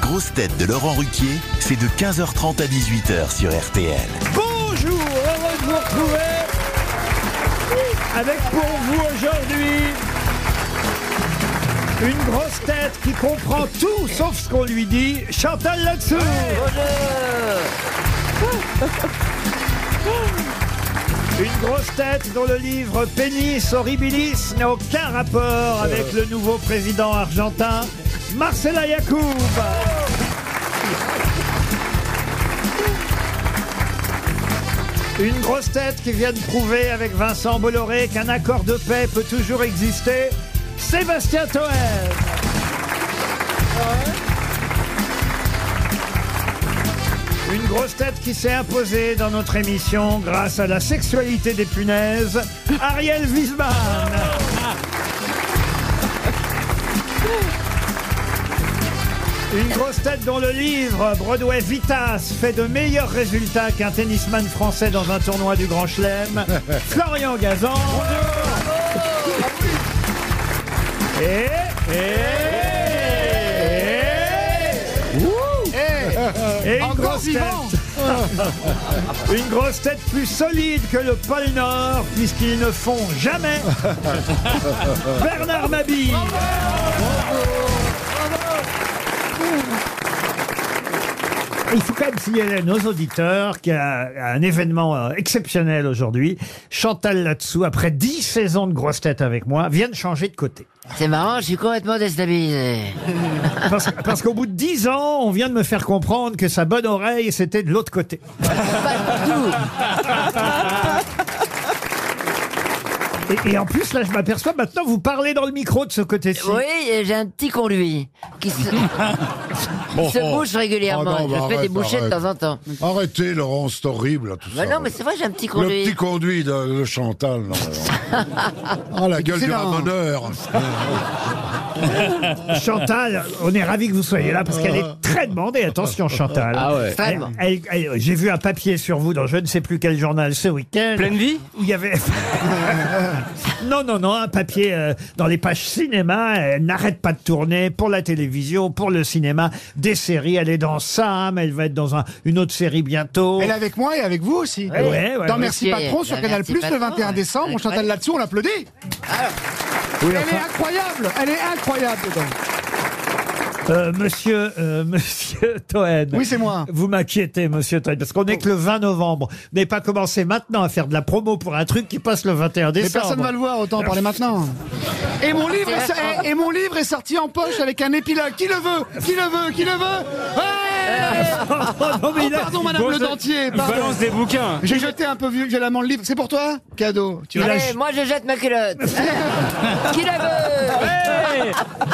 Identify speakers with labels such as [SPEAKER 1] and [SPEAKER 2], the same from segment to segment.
[SPEAKER 1] grosses têtes de Laurent Ruquier, c'est de 15h30 à 18h sur RTL.
[SPEAKER 2] Bonjour, heureux de vous retrouver avec pour vous aujourd'hui une grosse tête qui comprend tout sauf ce qu'on lui dit, Chantal Latsou. Une grosse tête dont le livre Pénis horribilis n'a aucun rapport avec le nouveau président argentin, Marcela Yacoub. Une grosse tête qui vient de prouver avec Vincent Bolloré qu'un accord de paix peut toujours exister, Sébastien Toen. Une grosse tête qui s'est imposée dans notre émission grâce à la sexualité des punaises, Ariel Wiesmann. Une grosse tête dont le livre Broadway Vitas fait de meilleurs résultats qu'un tennisman français dans un tournoi du Grand Chelem, Florian Gazan. Et. Et.
[SPEAKER 3] Eh,
[SPEAKER 2] Et une
[SPEAKER 4] Encore
[SPEAKER 2] grosse tête.
[SPEAKER 4] vivant.
[SPEAKER 2] Une grosse tête plus solide que le pôle Nord, puisqu'ils ne font jamais. Bernard Mabille. Il faut quand même signaler à nos auditeurs qu'il y a un événement euh, exceptionnel aujourd'hui. Chantal Latsou, après 10 saisons de grosse tête avec moi, vient de changer de côté.
[SPEAKER 5] C'est marrant, je suis complètement déstabilisé.
[SPEAKER 2] Parce, parce qu'au bout de 10 ans, on vient de me faire comprendre que sa bonne oreille, c'était de l'autre côté. Et, et en plus, là, je m'aperçois maintenant, vous parlez dans le micro de ce côté-ci.
[SPEAKER 5] Oui, et j'ai un petit conduit qui se, qui se bouche régulièrement.
[SPEAKER 4] Oh non,
[SPEAKER 5] je
[SPEAKER 4] bah
[SPEAKER 5] fais des
[SPEAKER 4] arrête,
[SPEAKER 5] bouchées de
[SPEAKER 4] arrête.
[SPEAKER 5] temps en temps.
[SPEAKER 4] Arrêtez, Laurent, c'est horrible, tout
[SPEAKER 5] Bah
[SPEAKER 4] ça.
[SPEAKER 5] non, mais c'est vrai, j'ai un petit
[SPEAKER 4] Le
[SPEAKER 5] conduit.
[SPEAKER 4] petit conduit de, de Chantal, non. Ah, la gueule du
[SPEAKER 3] excellent.
[SPEAKER 4] ramoneur.
[SPEAKER 2] Chantal, on est ravis que vous soyez là parce qu'elle
[SPEAKER 3] Ah.
[SPEAKER 2] est très demandée. Attention, Chantal.
[SPEAKER 6] Ah ouais.
[SPEAKER 2] Elle-
[SPEAKER 5] Extrêmement.
[SPEAKER 2] elle- elle- J'ai vu un papier sur vous dans je ne sais plus quel journal ce week-end.
[SPEAKER 6] Pleine vie
[SPEAKER 2] où il y avait. non, non, non, un papier euh, dans les pages cinéma. Elle n'arrête pas de tourner pour la télévision, pour le cinéma, des séries. Elle est dans Sam, elle va être dans un- une autre série bientôt.
[SPEAKER 3] Elle est avec moi et avec vous aussi.
[SPEAKER 2] Ouais, ouais, ouais.
[SPEAKER 3] Dans Merci
[SPEAKER 5] Merci,
[SPEAKER 3] Patron sur
[SPEAKER 5] bah,
[SPEAKER 3] Canal
[SPEAKER 5] Merci
[SPEAKER 3] Plus le
[SPEAKER 5] Patron,
[SPEAKER 3] 21
[SPEAKER 5] ouais.
[SPEAKER 3] décembre. On Chantal
[SPEAKER 5] Incroyable.
[SPEAKER 3] là-dessus, on l'applaudit.
[SPEAKER 4] Oui,
[SPEAKER 3] Elle est
[SPEAKER 4] enfin,
[SPEAKER 3] incroyable. Elle est incroyable dedans.
[SPEAKER 2] Euh, monsieur, euh, monsieur Toen.
[SPEAKER 3] Oui, c'est moi.
[SPEAKER 2] Vous m'inquiétez, monsieur Toen, parce qu'on est que le 20 novembre. Vous n'avez pas commencé maintenant à faire de la promo pour un truc qui passe le 21
[SPEAKER 3] Mais
[SPEAKER 2] décembre.
[SPEAKER 3] personne ne va le voir, autant en parler maintenant. Et mon, livre est, et- et mon livre est sorti en poche avec un épilogue. Qui le veut Qui le veut Qui le veut Ouais
[SPEAKER 2] Oh, non, mais
[SPEAKER 3] Oh,
[SPEAKER 2] il a-
[SPEAKER 3] Pardon, madame
[SPEAKER 2] Bon,
[SPEAKER 3] le
[SPEAKER 2] je-
[SPEAKER 3] dentier. Pardon.
[SPEAKER 6] Balance des bouquins.
[SPEAKER 3] J'ai jeté un peu violemment le livre. C'est pour toi Cadeau. Tu
[SPEAKER 2] Il
[SPEAKER 3] vois.
[SPEAKER 2] a-
[SPEAKER 5] Allez, moi je jette ma culotte. qui la veut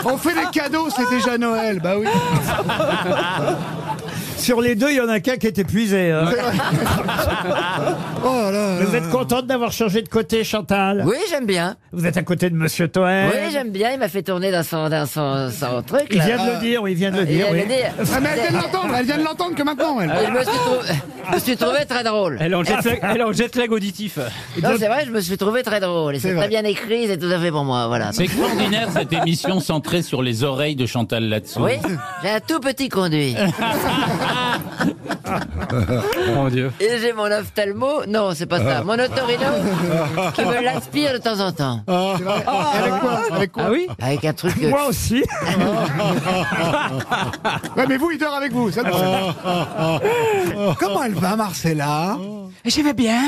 [SPEAKER 3] On fait des cadeaux, c'est déjà Noël. Bah oui.
[SPEAKER 2] Sur les deux, il y en a qu'un qui est épuisé. hein.
[SPEAKER 3] Oh là.
[SPEAKER 2] Vous êtes contente d'avoir changé de côté, Chantal
[SPEAKER 5] Oui, j'aime bien.
[SPEAKER 2] Vous êtes à côté de monsieur Toen.
[SPEAKER 5] Oui, j'aime bien. Il m'a fait tourner dans son, dans son, son truc.
[SPEAKER 2] Euh, Il
[SPEAKER 5] Là.
[SPEAKER 2] vient de le dire, oui, il vient de le
[SPEAKER 5] Et
[SPEAKER 2] dire.
[SPEAKER 5] elle
[SPEAKER 2] oui.
[SPEAKER 5] me dit-
[SPEAKER 3] Ah, mais elle vient de l'entendre. Elle vient de l'entendre que maintenant. Elle.
[SPEAKER 5] Et
[SPEAKER 2] Ah,
[SPEAKER 5] je me suis, trou- je me suis trouvé très drôle.
[SPEAKER 6] Elle est en jet lag, elle est en jet lag auditif.
[SPEAKER 5] Non, c'est vrai, je me suis trouvé très drôle. Et C'est
[SPEAKER 3] vrai.
[SPEAKER 5] très bien écrit, c'est tout à fait pour moi. Voilà.
[SPEAKER 7] Ah, C'est extraordinaire cette émission centrée sur les oreilles de Chantal là-dessous.
[SPEAKER 5] Oui, j'ai un tout petit conduit.
[SPEAKER 6] Mon Dieu.
[SPEAKER 5] Et j'ai mon ophtalmo, non, c'est pas ça, mon otorino qui me l'aspire de temps en temps.
[SPEAKER 3] Avec quoi Avec quoi
[SPEAKER 6] Ah oui
[SPEAKER 5] Avec un truc. euh,
[SPEAKER 2] Moi aussi.
[SPEAKER 3] Ouais, mais vous, il dort avec vous. Ça, le problème. Comment elle va, Marcella
[SPEAKER 8] Je vais Oh. bien.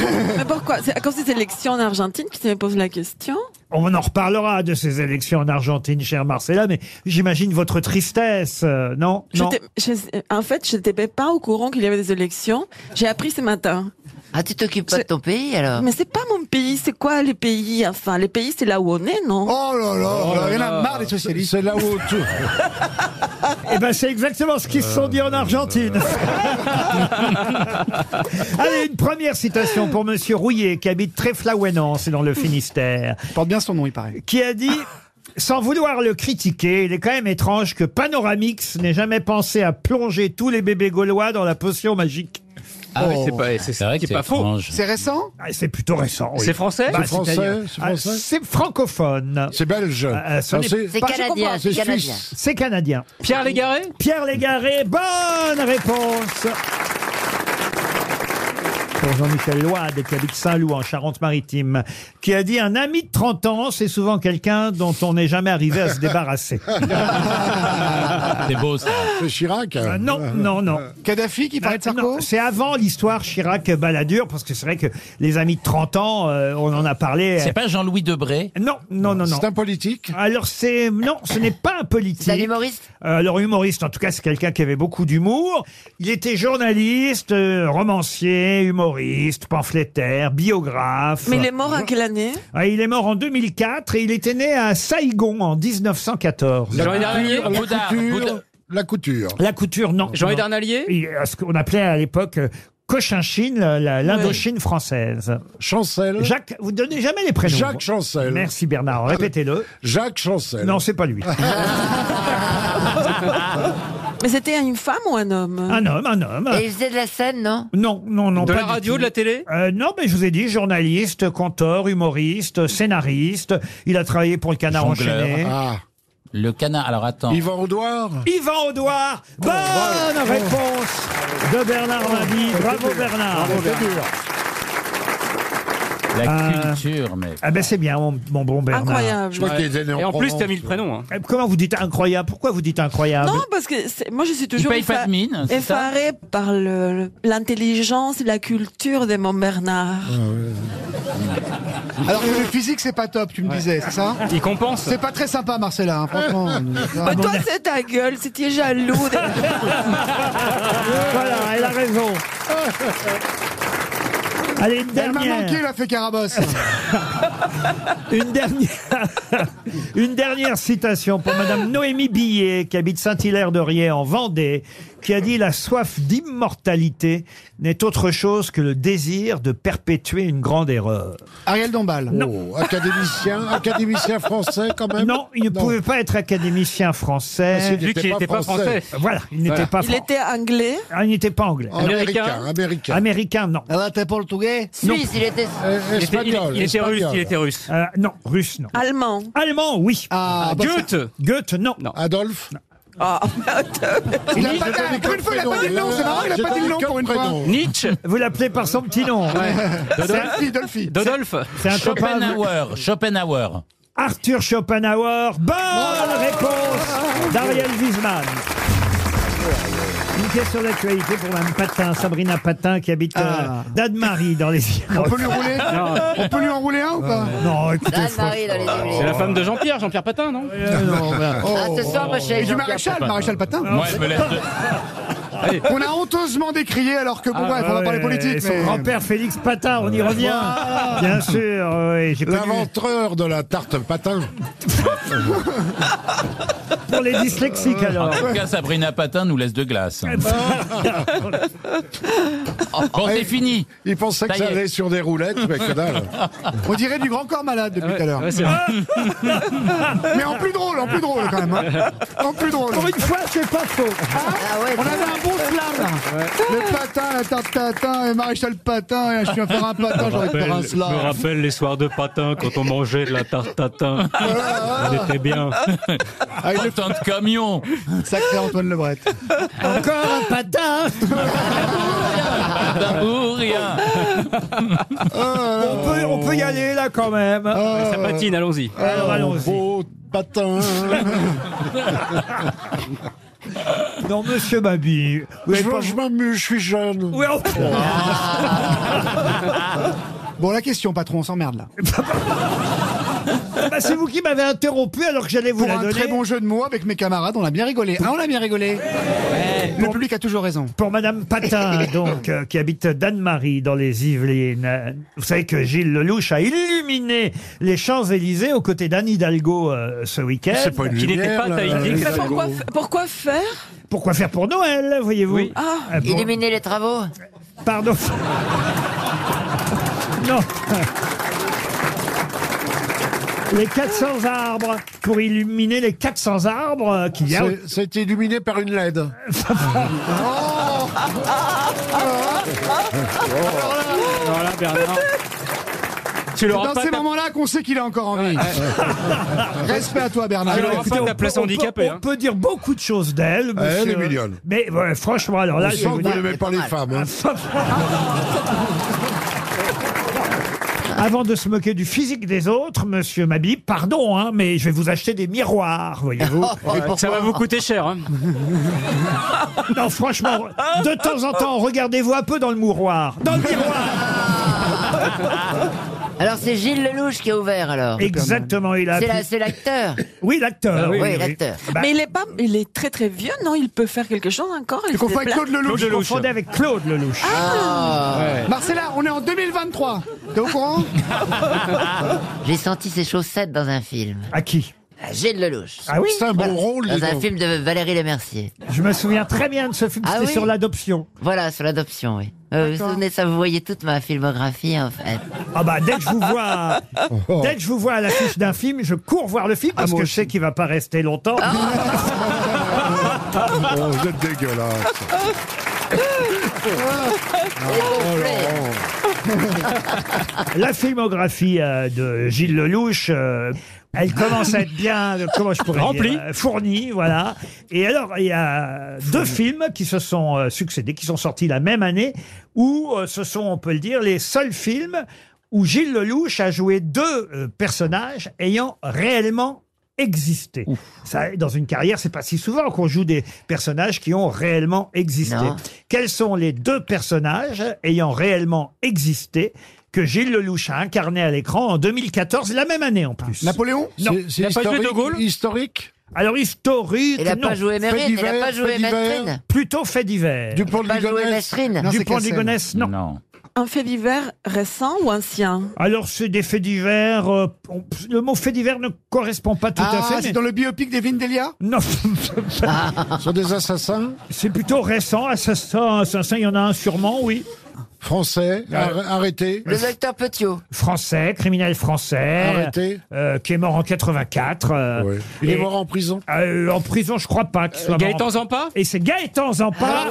[SPEAKER 8] Mais pourquoi C'est à cause des élections en Argentine que tu me poses la question
[SPEAKER 2] On en reparlera de ces élections en Argentine, cher Marcella, mais j'imagine votre tristesse, euh, non Non.
[SPEAKER 8] J'étais- je- En fait, je n'étais pas au courant qu'il y avait des élections. J'ai appris ce matin.
[SPEAKER 5] Ah, tu t'occupes pas de ton pays alors
[SPEAKER 8] Mais c'est pas mon pays, c'est quoi les pays Enfin, les pays, c'est là où on est, non
[SPEAKER 3] Oh là là, oh là, il y en a marre des socialistes.
[SPEAKER 4] C'est là où tout.
[SPEAKER 2] Eh ben, c'est exactement ce qu'ils se sont dit en Argentine. Allez, une première citation pour Monsieur Rouillet, qui habite Tréflaouénan, c'est dans le Finistère,
[SPEAKER 3] Il porte bien son nom, il paraît.
[SPEAKER 2] qui a dit. Sans vouloir le critiquer, il est quand même étrange que Panoramix n'ait jamais pensé à plonger tous les bébés gaulois dans la potion magique.
[SPEAKER 6] Ah oui, c'est pas, c'est,
[SPEAKER 7] C'est vrai que
[SPEAKER 6] c'est pas faux.
[SPEAKER 7] Oh. étrange.
[SPEAKER 3] C'est récent
[SPEAKER 2] Ah, c'est plutôt récent. oui.
[SPEAKER 6] C'est français
[SPEAKER 2] Bah,
[SPEAKER 4] C'est français,
[SPEAKER 2] c'est-à-dire-
[SPEAKER 4] c'est
[SPEAKER 2] ah,
[SPEAKER 4] français
[SPEAKER 2] C'est francophone.
[SPEAKER 4] C'est belge.
[SPEAKER 2] euh, ce
[SPEAKER 4] Ah,
[SPEAKER 2] n'est
[SPEAKER 4] c'est-
[SPEAKER 5] C'est
[SPEAKER 2] Bah, je
[SPEAKER 5] canadien,
[SPEAKER 2] comprends,
[SPEAKER 5] c'est
[SPEAKER 4] c'est
[SPEAKER 5] canadien.
[SPEAKER 4] suisse.
[SPEAKER 2] C'est canadien.
[SPEAKER 6] Pierre Légaré
[SPEAKER 2] Pierre Légaré, bonne réponse pour Jean-Michel Loade, qui habite Saint-Loup, en Charente-Maritime, qui a dit « Un ami de 30 ans, c'est souvent quelqu'un dont on n'est jamais arrivé à se débarrasser.
[SPEAKER 7] C'est beau ça.
[SPEAKER 4] Ah, C'est Chirac. hein.
[SPEAKER 2] Euh, Non, non, non. Euh,
[SPEAKER 3] Kadhafi qui parlait de Sarko
[SPEAKER 2] Non, C'est avant l'histoire Chirac-Balladur, parce que c'est vrai que les amis de 30 ans, euh, on en a parlé...
[SPEAKER 7] C'est pas Jean-Louis Debré
[SPEAKER 2] Non, non, non, non.
[SPEAKER 4] C'est un politique.
[SPEAKER 2] Alors c'est... Non, ce n'est pas un politique.
[SPEAKER 5] C'est un humoriste
[SPEAKER 2] Euh, Alors humoriste, en tout cas, c'est quelqu'un qui avait beaucoup d'humour. Il était journaliste, euh, romancier, humoriste, pamphlétaire, biographe.
[SPEAKER 8] Mais il est mort à quelle année
[SPEAKER 2] Ah, il est mort en 2004 et il était né à Saigon en 1914.
[SPEAKER 6] Jean-Yves Darnalier
[SPEAKER 4] La
[SPEAKER 7] Baudard,
[SPEAKER 4] couture.
[SPEAKER 7] Baudard.
[SPEAKER 4] La couture.
[SPEAKER 2] La couture, non.
[SPEAKER 6] Jean-Yves
[SPEAKER 2] Non.
[SPEAKER 6] Darnalier
[SPEAKER 2] Et, euh, Ce qu'on appelait à l'époque euh, Cochinchine, la- la- l'Indochine française.
[SPEAKER 4] Chancel.
[SPEAKER 2] Jacques, vous donnez jamais les prénoms.
[SPEAKER 4] Jacques Chancel.
[SPEAKER 2] Merci Bernard, répétez-le.
[SPEAKER 4] Jacques Chancel.
[SPEAKER 2] Non, c'est pas lui.
[SPEAKER 8] Mais c'était une femme ou un homme
[SPEAKER 2] Un homme, un homme.
[SPEAKER 5] Et il faisait de la scène, non
[SPEAKER 2] Non, non, non.
[SPEAKER 6] De
[SPEAKER 2] pas
[SPEAKER 6] la
[SPEAKER 2] du
[SPEAKER 6] radio,
[SPEAKER 2] tout.
[SPEAKER 6] de la télé
[SPEAKER 2] Euh, non, mais je vous ai dit, journaliste, conteur, humoriste, scénariste. Il a travaillé pour le Canard
[SPEAKER 7] Jongleur.
[SPEAKER 2] enchaîné.
[SPEAKER 4] Ah.
[SPEAKER 7] Le canard. Alors attends.
[SPEAKER 4] Yvan Audouard.
[SPEAKER 2] Yvan Audouard, bonne réponse de Bernard Mabie. Bravo Bernard.
[SPEAKER 7] La
[SPEAKER 2] Euh,
[SPEAKER 7] culture, mec.
[SPEAKER 2] Ah ben c'est bien, mon, mon bon Bernard.
[SPEAKER 4] Je
[SPEAKER 8] Incroyable.
[SPEAKER 4] crois qu'il est né
[SPEAKER 6] Et en plus,
[SPEAKER 4] Provence.
[SPEAKER 6] t'as mis le prénom. hein.
[SPEAKER 2] Euh, Comment vous dites incroyable Pourquoi vous dites incroyable
[SPEAKER 8] Non, parce que c'est- moi je suis
[SPEAKER 7] Il
[SPEAKER 8] toujours
[SPEAKER 7] paye pas
[SPEAKER 8] effa-
[SPEAKER 7] de mine, c'est ça
[SPEAKER 8] effarée par le- le- l'intelligence et la culture de mon Bernard.
[SPEAKER 3] Alors que le physique, c'est pas top, tu me disais, c'est ça
[SPEAKER 6] Il compense.
[SPEAKER 3] C'est pas très sympa, Marcella, hein, franchement.
[SPEAKER 8] Mais
[SPEAKER 5] Bah,
[SPEAKER 8] toi, c'est ta gueule, c'était jaloux. de-
[SPEAKER 2] Voilà, elle a raison. Allez, une
[SPEAKER 3] Elle m'a manqué,
[SPEAKER 2] dernière.
[SPEAKER 3] la fait Carabosse.
[SPEAKER 2] Une dernière, une dernière citation pour Madame Noémie Billet, qui habite Saint-Hilaire-de-Riez en Vendée, qui a dit La soif d'immortalité n'est autre chose que le désir de perpétuer une grande erreur.
[SPEAKER 3] Ariel Dombal.
[SPEAKER 4] Oh, académicien, académicien français quand même.
[SPEAKER 2] Non, il ne pouvait pas être académicien français.
[SPEAKER 6] Vu qu'il n'était pas français.
[SPEAKER 2] Voilà, il n'était
[SPEAKER 4] Voilà.
[SPEAKER 2] pas
[SPEAKER 8] Il
[SPEAKER 2] fran-
[SPEAKER 8] était anglais.
[SPEAKER 2] Ah, il n'était pas anglais.
[SPEAKER 4] Américain,
[SPEAKER 6] Américain.
[SPEAKER 4] américain.
[SPEAKER 2] Américain, non.
[SPEAKER 3] Elle était portugais.
[SPEAKER 5] Suisse, il était.
[SPEAKER 4] Euh,
[SPEAKER 6] Il était, il-
[SPEAKER 4] espagnol,
[SPEAKER 6] il était russe,
[SPEAKER 4] espagnol.
[SPEAKER 6] il était russe.
[SPEAKER 2] Euh, non, russe, non.
[SPEAKER 8] Allemand.
[SPEAKER 2] Allemand, oui. Euh,
[SPEAKER 3] Ah, bah,
[SPEAKER 6] Goethe
[SPEAKER 2] Goethe, non.
[SPEAKER 6] Non.
[SPEAKER 4] Adolphe.
[SPEAKER 5] Ah,
[SPEAKER 8] Oh,
[SPEAKER 3] il a pas, ah, pour une fois, il a pas dit le nom, c'est marrant, il a pas dit le nom pour une fois.
[SPEAKER 6] Nietzsche
[SPEAKER 2] Vous l'appelez par son petit nom.
[SPEAKER 3] Dolphy, Dolphy.
[SPEAKER 6] Dodolphe
[SPEAKER 2] C'est un copain. de-
[SPEAKER 7] Schopenhauer. Schopenhauer.
[SPEAKER 2] Arthur Schopenhauer. Bonne réponse d'Ariel Wiesmann.
[SPEAKER 3] Ah,
[SPEAKER 2] Une question d'actualité pour Mme Patin, Sabrina Patin, qui habite euh, Dademarie dans les
[SPEAKER 3] Ah. On peut lui rouler On peut lui en rouler un ou pas
[SPEAKER 2] Non, écoutez,
[SPEAKER 5] Anne
[SPEAKER 2] franchement,
[SPEAKER 5] Marie dans les
[SPEAKER 6] C'est
[SPEAKER 5] Yvelines.
[SPEAKER 6] la femme de Jean-Pierre, Jean-Pierre Patin, non
[SPEAKER 2] euh, non, bah,
[SPEAKER 5] Ah, ce soir, moi, je suis
[SPEAKER 3] Oh. Et
[SPEAKER 5] avec
[SPEAKER 3] du
[SPEAKER 5] Jean-Pierre
[SPEAKER 3] maréchal,
[SPEAKER 5] Papin.
[SPEAKER 3] maréchal Patin.
[SPEAKER 7] Moi, je me laisse de-
[SPEAKER 3] On a honteusement décrié alors que, bon,
[SPEAKER 4] Ah,
[SPEAKER 3] bref, on va parler
[SPEAKER 2] euh,
[SPEAKER 3] politique.
[SPEAKER 2] Son
[SPEAKER 3] mais-
[SPEAKER 2] grand-père Félix Patin, on y revient. Bien sûr, euh, et j'ai connu-
[SPEAKER 4] Ah. L'inventeur de la tarte patin.
[SPEAKER 2] Pour les dyslexiques, alors.
[SPEAKER 7] En tout cas, Sabrina Patin nous laisse de glace. Bon, c'est fini.
[SPEAKER 4] Ah, Il pensait
[SPEAKER 7] Ça
[SPEAKER 4] que
[SPEAKER 7] y
[SPEAKER 4] ça
[SPEAKER 7] est.
[SPEAKER 4] allait sur des roulettes, mais que dalle.
[SPEAKER 3] On dirait du grand corps malade depuis tout à l'heure.
[SPEAKER 6] Ah Ouais, c'est vrai.
[SPEAKER 3] Mais en plus drôle, en plus drôle quand même. hein. En plus drôle.
[SPEAKER 2] Pour une fois, c'est pas faux.
[SPEAKER 5] Ah ouais,
[SPEAKER 3] On avait un bon slam. Le patin, la tarte patin, et maréchal patin, et je suis à faire un patin, j'aurais pu faire un
[SPEAKER 9] Je me
[SPEAKER 3] slam.
[SPEAKER 9] rappelle les soirs de patin quand on mangeait de la tarte tatin. On était bien.
[SPEAKER 3] Ah,
[SPEAKER 7] Autant de camions.
[SPEAKER 3] Sacré Antoine Lebret.
[SPEAKER 2] Encore un patin.
[SPEAKER 7] Patin ou rien.
[SPEAKER 2] On peut, on peut y aller, là, quand même.
[SPEAKER 6] Ça patine, allons-y.
[SPEAKER 2] Alors, allons-y.
[SPEAKER 4] Euh, Beau patin.
[SPEAKER 2] Non, monsieur Babi. Vous avez
[SPEAKER 4] Je,
[SPEAKER 2] pas-
[SPEAKER 4] je m'amuse, je suis jeune.
[SPEAKER 2] Oui, on-
[SPEAKER 3] Ah. Bon, la question, patron, on s'emmerde là.
[SPEAKER 2] Bah, c'est vous qui m'avez interrompu alors que j'allais vous
[SPEAKER 3] Pour
[SPEAKER 2] la
[SPEAKER 3] un
[SPEAKER 2] donner.
[SPEAKER 3] très bon jeu de mots avec mes camarades, on a bien rigolé. Ah, on a bien rigolé. Le public a toujours raison.
[SPEAKER 2] Pour Madame Patin, donc, euh, qui habite Danemarie, dans les Yvelines. Euh, Vous savez que Gilles Lelouch a illuminé les Champs-Élysées aux côtés d'Anne Hidalgo euh, ce week-end.
[SPEAKER 4] C'est pas une
[SPEAKER 6] Qu'il n'était
[SPEAKER 4] lumière,
[SPEAKER 6] pas
[SPEAKER 4] là,
[SPEAKER 6] taillé.
[SPEAKER 4] les
[SPEAKER 8] Mais
[SPEAKER 4] Algos.
[SPEAKER 8] pourquoi, f- pourquoi faire
[SPEAKER 2] Pourquoi faire pour Noël, voyez-vous
[SPEAKER 6] Oui.
[SPEAKER 8] Ah,
[SPEAKER 2] Euh, pour-
[SPEAKER 5] Illuminer les travaux
[SPEAKER 2] Pardon. non. Les 400 arbres, pour illuminer les 400 arbres euh, qu'il y a.
[SPEAKER 4] C'est- C'est illuminé par une LED.
[SPEAKER 3] Oh
[SPEAKER 6] Voilà, Bernard.
[SPEAKER 3] Ah,
[SPEAKER 6] Tu
[SPEAKER 3] C'est
[SPEAKER 6] l'auras
[SPEAKER 3] dans
[SPEAKER 6] pas
[SPEAKER 3] ces
[SPEAKER 6] ta-
[SPEAKER 3] moments-là qu'on sait qu'il est encore en vie. Respect à toi, Bernard.
[SPEAKER 6] Tu l'auras
[SPEAKER 2] Écoutez,
[SPEAKER 6] pas
[SPEAKER 2] on
[SPEAKER 6] ta
[SPEAKER 2] peut-
[SPEAKER 6] place
[SPEAKER 2] on peut-
[SPEAKER 6] handicapée.
[SPEAKER 2] On
[SPEAKER 6] hein.
[SPEAKER 2] peut dire beaucoup de choses d'elle.
[SPEAKER 4] Ah, Elle est
[SPEAKER 2] monsieur.
[SPEAKER 4] mignonne.
[SPEAKER 2] Mais ouais, franchement, alors là,
[SPEAKER 4] On
[SPEAKER 2] je
[SPEAKER 4] sent
[SPEAKER 2] vais vous
[SPEAKER 4] que
[SPEAKER 2] dire- Ah,
[SPEAKER 4] vous n'aimez
[SPEAKER 5] Ah,
[SPEAKER 4] pas les femmes. hein.
[SPEAKER 2] Avant de se moquer du physique des autres, monsieur Mabi, pardon, hein, mais je vais vous acheter des miroirs, voyez-vous.
[SPEAKER 6] Ça va vous coûter cher. hein.
[SPEAKER 2] non, franchement, de temps en temps, regardez-vous un peu dans le mouroir. Dans le miroir
[SPEAKER 5] Alors c'est Gilles Lelouch qui a ouvert alors.
[SPEAKER 2] Exactement, il a.
[SPEAKER 5] C'est
[SPEAKER 2] pu-
[SPEAKER 5] la- c'est l'acteur.
[SPEAKER 2] Oui, l'acteur.
[SPEAKER 6] Ah oui,
[SPEAKER 5] oui, l'acteur.
[SPEAKER 2] Bah,
[SPEAKER 8] Mais il est pas, il est très très vieux, non Il peut faire quelque chose encore. Il
[SPEAKER 3] Tu
[SPEAKER 8] se
[SPEAKER 3] confonds avec
[SPEAKER 8] déplace.
[SPEAKER 3] Claude Lelouch.
[SPEAKER 6] Claude Lelouch.
[SPEAKER 2] confondez avec Claude Lelouch.
[SPEAKER 3] Ah. Marcella, on est en 2023. T'es au courant Oh,
[SPEAKER 5] J'ai senti ses chaussettes dans un film.
[SPEAKER 2] À qui
[SPEAKER 5] Ah, Gilles Lelouch.
[SPEAKER 2] Ah oui
[SPEAKER 4] C'est un bon rôle. dis
[SPEAKER 5] Dans un
[SPEAKER 4] donc.
[SPEAKER 5] film de Valérie Lemercier.
[SPEAKER 2] Je me souviens très bien de ce film,
[SPEAKER 5] Ah
[SPEAKER 2] c'était
[SPEAKER 5] oui
[SPEAKER 2] sur l'adoption.
[SPEAKER 5] Voilà, sur l'adoption, oui. Euh, vous vous souvenez de ça, vous voyez toute ma filmographie en fait.
[SPEAKER 2] Ah bah dès que je vous vois, dès que je vous vois à l'affiche d'un film, je cours voir le film
[SPEAKER 4] Ah,
[SPEAKER 2] parce que je sais qu'il va pas rester longtemps.
[SPEAKER 5] Ah.
[SPEAKER 4] Oh, vous êtes dégueulasse.
[SPEAKER 2] La filmographie euh, de Gilles Lelouch, euh, elle commence à être bien, euh, comment je pourrais dire,
[SPEAKER 6] Remplie.
[SPEAKER 2] euh, fournie, voilà. Et alors, il y a deux films qui se sont euh, succédés, qui sont sortis la même année, où euh, ce sont, on peut le dire, les seuls films où Gilles Lelouch a joué deux euh, personnages ayant réellement existé. Ça, dans une carrière, c'est pas si souvent qu'on joue des personnages qui ont réellement existé.
[SPEAKER 5] Non.
[SPEAKER 2] Quels sont les deux personnages ayant réellement existé que Gilles Lelouch a incarné à l'écran en 2014, la même année en plus
[SPEAKER 3] Napoléon
[SPEAKER 4] C'est- C'est
[SPEAKER 6] Il a pas joué
[SPEAKER 4] historique,
[SPEAKER 6] De Gaulle
[SPEAKER 4] historique
[SPEAKER 2] Alors historique,
[SPEAKER 5] Il n'a
[SPEAKER 2] non.
[SPEAKER 5] pas joué Mérine, il n'a
[SPEAKER 4] divers,
[SPEAKER 5] pas joué
[SPEAKER 4] fait divers.
[SPEAKER 5] Maestrine.
[SPEAKER 2] Plutôt fait divers.
[SPEAKER 4] Du pont
[SPEAKER 5] Il
[SPEAKER 4] de
[SPEAKER 5] n'a pas joué
[SPEAKER 4] Ligonnès
[SPEAKER 5] Maestrine.
[SPEAKER 3] Non, c'est
[SPEAKER 2] Dupont
[SPEAKER 3] Cassel.
[SPEAKER 2] d'Igonès, non.
[SPEAKER 8] Un fait divers récent ou ancien
[SPEAKER 2] Alors c'est des faits divers. euh, on- le mot fait divers ne correspond pas tout à
[SPEAKER 3] Ah,
[SPEAKER 2] fait.
[SPEAKER 3] c'est
[SPEAKER 2] mais-
[SPEAKER 3] dans le biopic d'Evelyne Delia
[SPEAKER 2] Non,
[SPEAKER 4] Ah. Sur des assassins
[SPEAKER 2] c'est plutôt récent. Assassin, assassin, il y en a un sûrement, oui. Euh,
[SPEAKER 4] français arr- arrêtés.
[SPEAKER 5] Le docteur Petiot.
[SPEAKER 2] Français, criminel français,
[SPEAKER 4] Arrêté.
[SPEAKER 2] euh, qui est mort en 84. euh,
[SPEAKER 4] Ouais. Il est
[SPEAKER 2] et-
[SPEAKER 4] mort en prison.
[SPEAKER 2] Euh, en prison, je crois pas
[SPEAKER 3] Euh,
[SPEAKER 2] qu'il soit mort en
[SPEAKER 6] Gaëtan Zampa
[SPEAKER 2] Et c'est Gaëtan
[SPEAKER 5] Ah
[SPEAKER 2] Zampa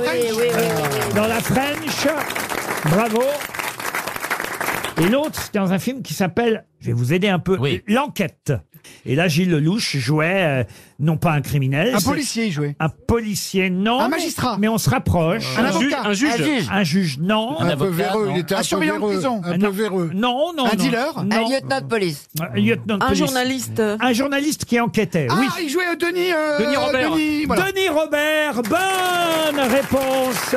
[SPEAKER 2] dans la French. Bravo. Et l'autre, c'était dans un film qui s'appelle, je vais vous aider un peu,
[SPEAKER 7] Oui.
[SPEAKER 2] L'Enquête. Et là, Gilles Lelouch jouait euh, non pas un criminel,
[SPEAKER 3] Un
[SPEAKER 2] c'est
[SPEAKER 3] policier, il jouait.
[SPEAKER 2] un policier, non.
[SPEAKER 3] Un
[SPEAKER 2] mais-
[SPEAKER 3] magistrat.
[SPEAKER 2] Mais on se rapproche.
[SPEAKER 3] Un
[SPEAKER 6] Un juge,
[SPEAKER 3] avocat.
[SPEAKER 6] un
[SPEAKER 5] Un
[SPEAKER 6] juge.
[SPEAKER 5] juge.
[SPEAKER 2] Un juge, non.
[SPEAKER 7] Un
[SPEAKER 4] Un, peu
[SPEAKER 7] avocat,
[SPEAKER 4] véreux.
[SPEAKER 7] non.
[SPEAKER 4] Il était un,
[SPEAKER 3] Un
[SPEAKER 4] peu
[SPEAKER 3] surveillant de
[SPEAKER 4] véreux.
[SPEAKER 3] prison.
[SPEAKER 4] Un peu
[SPEAKER 2] Non.
[SPEAKER 4] véreux.
[SPEAKER 2] Non, non.
[SPEAKER 3] Un
[SPEAKER 2] non.
[SPEAKER 3] dealer
[SPEAKER 2] Non.
[SPEAKER 5] Un lieutenant de police.
[SPEAKER 2] Un lieutenant de
[SPEAKER 8] Un
[SPEAKER 2] police.
[SPEAKER 8] journaliste
[SPEAKER 2] Un journaliste qui enquêtait,
[SPEAKER 3] Ah,
[SPEAKER 2] oui.
[SPEAKER 3] il jouait euh, Denis. euh,
[SPEAKER 6] Denis Robert.
[SPEAKER 3] Denis, voilà.
[SPEAKER 2] Denis Robert, bonne réponse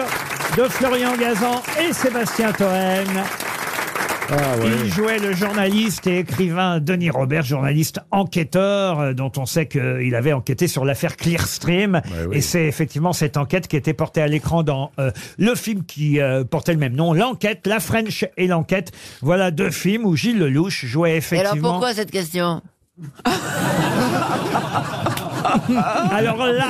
[SPEAKER 2] de Florian Gazan et Sébastien Toen.
[SPEAKER 4] Ah
[SPEAKER 2] Il jouait le journaliste et écrivain Denis Robert, journaliste enquêteur, euh, dont on sait qu'il avait enquêté sur l'affaire Clearstream.
[SPEAKER 4] oui.
[SPEAKER 2] Et c'est effectivement cette enquête qui était portée à l'écran dans euh, le film qui euh, portait le même nom, L'Enquête, La French et L'Enquête. Voilà deux films où Gilles Lelouch jouait
[SPEAKER 5] Et
[SPEAKER 2] effectivement.
[SPEAKER 5] alors pourquoi cette question
[SPEAKER 2] Alors là,
[SPEAKER 3] Ah,
[SPEAKER 2] Ah,
[SPEAKER 3] Alors là,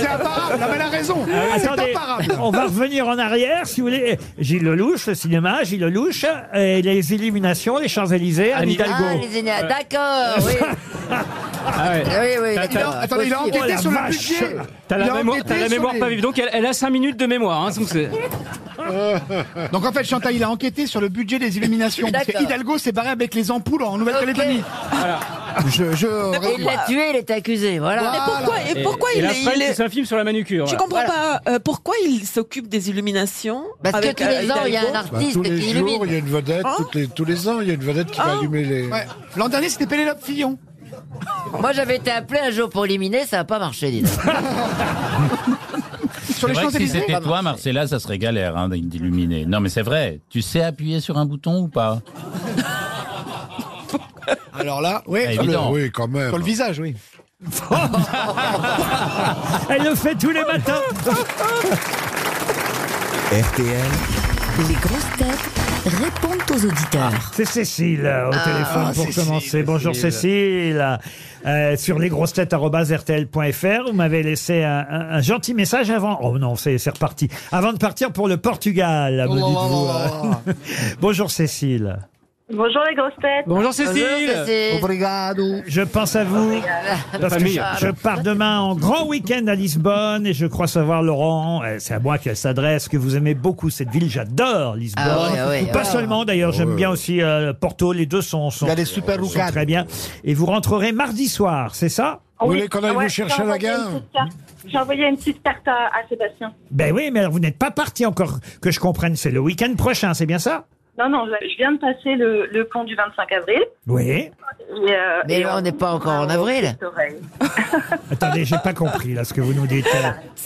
[SPEAKER 3] c'est imparable. Non, mais elle a raison.
[SPEAKER 5] Ah,
[SPEAKER 3] C'est
[SPEAKER 2] Attendez,
[SPEAKER 3] imparable.
[SPEAKER 2] on va revenir en arrière, si vous voulez. Gilles Lelouch, le cinéma, Gilles Lelouch, et les illuminations, les Champs-Élysées, Anne
[SPEAKER 6] Annie-
[SPEAKER 2] Hidalgo.
[SPEAKER 5] Ah, les ignares. D'accord, oui.
[SPEAKER 6] Ah ouais.
[SPEAKER 5] Oui, oui, d'accord.
[SPEAKER 3] Attendez, il a
[SPEAKER 5] Possible.
[SPEAKER 2] Oh,
[SPEAKER 3] enquêté
[SPEAKER 2] la
[SPEAKER 3] sur le
[SPEAKER 2] vache.
[SPEAKER 3] budget.
[SPEAKER 6] T'as
[SPEAKER 3] Il
[SPEAKER 6] la,
[SPEAKER 3] a
[SPEAKER 6] mémoire-
[SPEAKER 3] enquêté
[SPEAKER 6] t'as la
[SPEAKER 3] sur
[SPEAKER 6] mémoire
[SPEAKER 3] les-
[SPEAKER 6] pas vive. Donc elle, elle a 5 minutes de mémoire. Hein, donc c'est-
[SPEAKER 5] Euh.
[SPEAKER 3] Donc en fait, Chantal, il a enquêté sur le budget des illuminations. Parce que
[SPEAKER 5] D'accord.
[SPEAKER 3] Hidalgo s'est barré avec les ampoules en Nouvelle-Calédonie. Je, je
[SPEAKER 5] Et Il l'a tué, il est accusé, voilà.
[SPEAKER 8] Mais pourquoi Et pourquoi
[SPEAKER 6] Ah. et
[SPEAKER 8] il
[SPEAKER 6] la
[SPEAKER 8] est,
[SPEAKER 6] French,
[SPEAKER 8] il est-
[SPEAKER 6] c'est un film sur la manucure.
[SPEAKER 8] Je
[SPEAKER 6] voilà.
[SPEAKER 8] comprends pas euh, pourquoi il s'occupe des illuminations.
[SPEAKER 5] Parce que
[SPEAKER 8] avec,
[SPEAKER 5] tous
[SPEAKER 8] euh,
[SPEAKER 5] les ans, il y a un
[SPEAKER 8] Hidalgo
[SPEAKER 4] Bah,
[SPEAKER 5] artiste
[SPEAKER 4] tous les
[SPEAKER 5] qui
[SPEAKER 4] jours,
[SPEAKER 5] illumine. Oh.
[SPEAKER 4] il y a une vedette.
[SPEAKER 8] Hein
[SPEAKER 4] toutes les- tous les ans, il y a une vedette qui va
[SPEAKER 8] Hein
[SPEAKER 4] allumer les.
[SPEAKER 3] Ouais. L'an dernier, c'était Pénélope Fillon.
[SPEAKER 5] Moi, j'avais été appelé un jour pour éliminer, ça n'a pas marché, dis donc.
[SPEAKER 3] Sur
[SPEAKER 7] C'est vrai que
[SPEAKER 3] les
[SPEAKER 7] si
[SPEAKER 3] Champs-Élysées.
[SPEAKER 7] c'était toi, Marcella, ça serait galère hein, d'illuminer. Non, mais c'est vrai. Tu sais appuyer sur un bouton ou pas
[SPEAKER 3] Alors là, oui.
[SPEAKER 7] Ah,
[SPEAKER 3] sur le-
[SPEAKER 7] évident.
[SPEAKER 4] Ah, oui, quand même.
[SPEAKER 3] Sur le visage, oui.
[SPEAKER 2] Elle le fait tous les matins.
[SPEAKER 1] RTL,
[SPEAKER 10] Les grosses têtes répondent aux auditeurs.
[SPEAKER 2] C'est Cécile euh, au téléphone pour
[SPEAKER 3] Cécile,
[SPEAKER 2] commencer. Bonjour Cécile. Euh, sur lesgrossetêtes.rtl.fr, vous m'avez laissé un, un- un gentil message avant. Oh non, c'est c'est reparti. Avant de partir pour le Portugal, me dites-vous. Bonjour Cécile.
[SPEAKER 11] Bonjour les grosses têtes.
[SPEAKER 6] Bonjour Cécile.
[SPEAKER 2] Obrigado. Je pense à vous. Parce que je,
[SPEAKER 6] Famille.
[SPEAKER 2] je pars demain en grand week-end à Lisbonne et je crois savoir, Laurent, euh, c'est à moi qu'elle s'adresse, que vous aimez beaucoup cette ville. J'adore Lisbonne.
[SPEAKER 12] Ah ouais, ouais, ouais.
[SPEAKER 2] Pas seulement d'ailleurs, j'aime bien aussi euh, Porto. Les deux sont, sont,
[SPEAKER 12] Il y a des super
[SPEAKER 2] sont
[SPEAKER 12] roucades.
[SPEAKER 2] très bien. Et vous rentrerez mardi soir, c'est ça
[SPEAKER 11] Ah Ouais, j'ai envoyé une petite carte. J'ai envoyé une petite carte à, à Sébastien.
[SPEAKER 2] Ben oui, mais alors vous n'êtes pas parti encore, que je comprenne. C'est le week-end prochain, c'est bien ça
[SPEAKER 11] Non, non, je je viens de passer le, le pont du 25 avril.
[SPEAKER 2] Oui.
[SPEAKER 11] Et, euh,
[SPEAKER 5] Mais
[SPEAKER 11] et
[SPEAKER 5] on n'est pas encore en avril.
[SPEAKER 11] petite oreille.
[SPEAKER 2] Attendez, j'ai pas compris là ce que vous nous dites.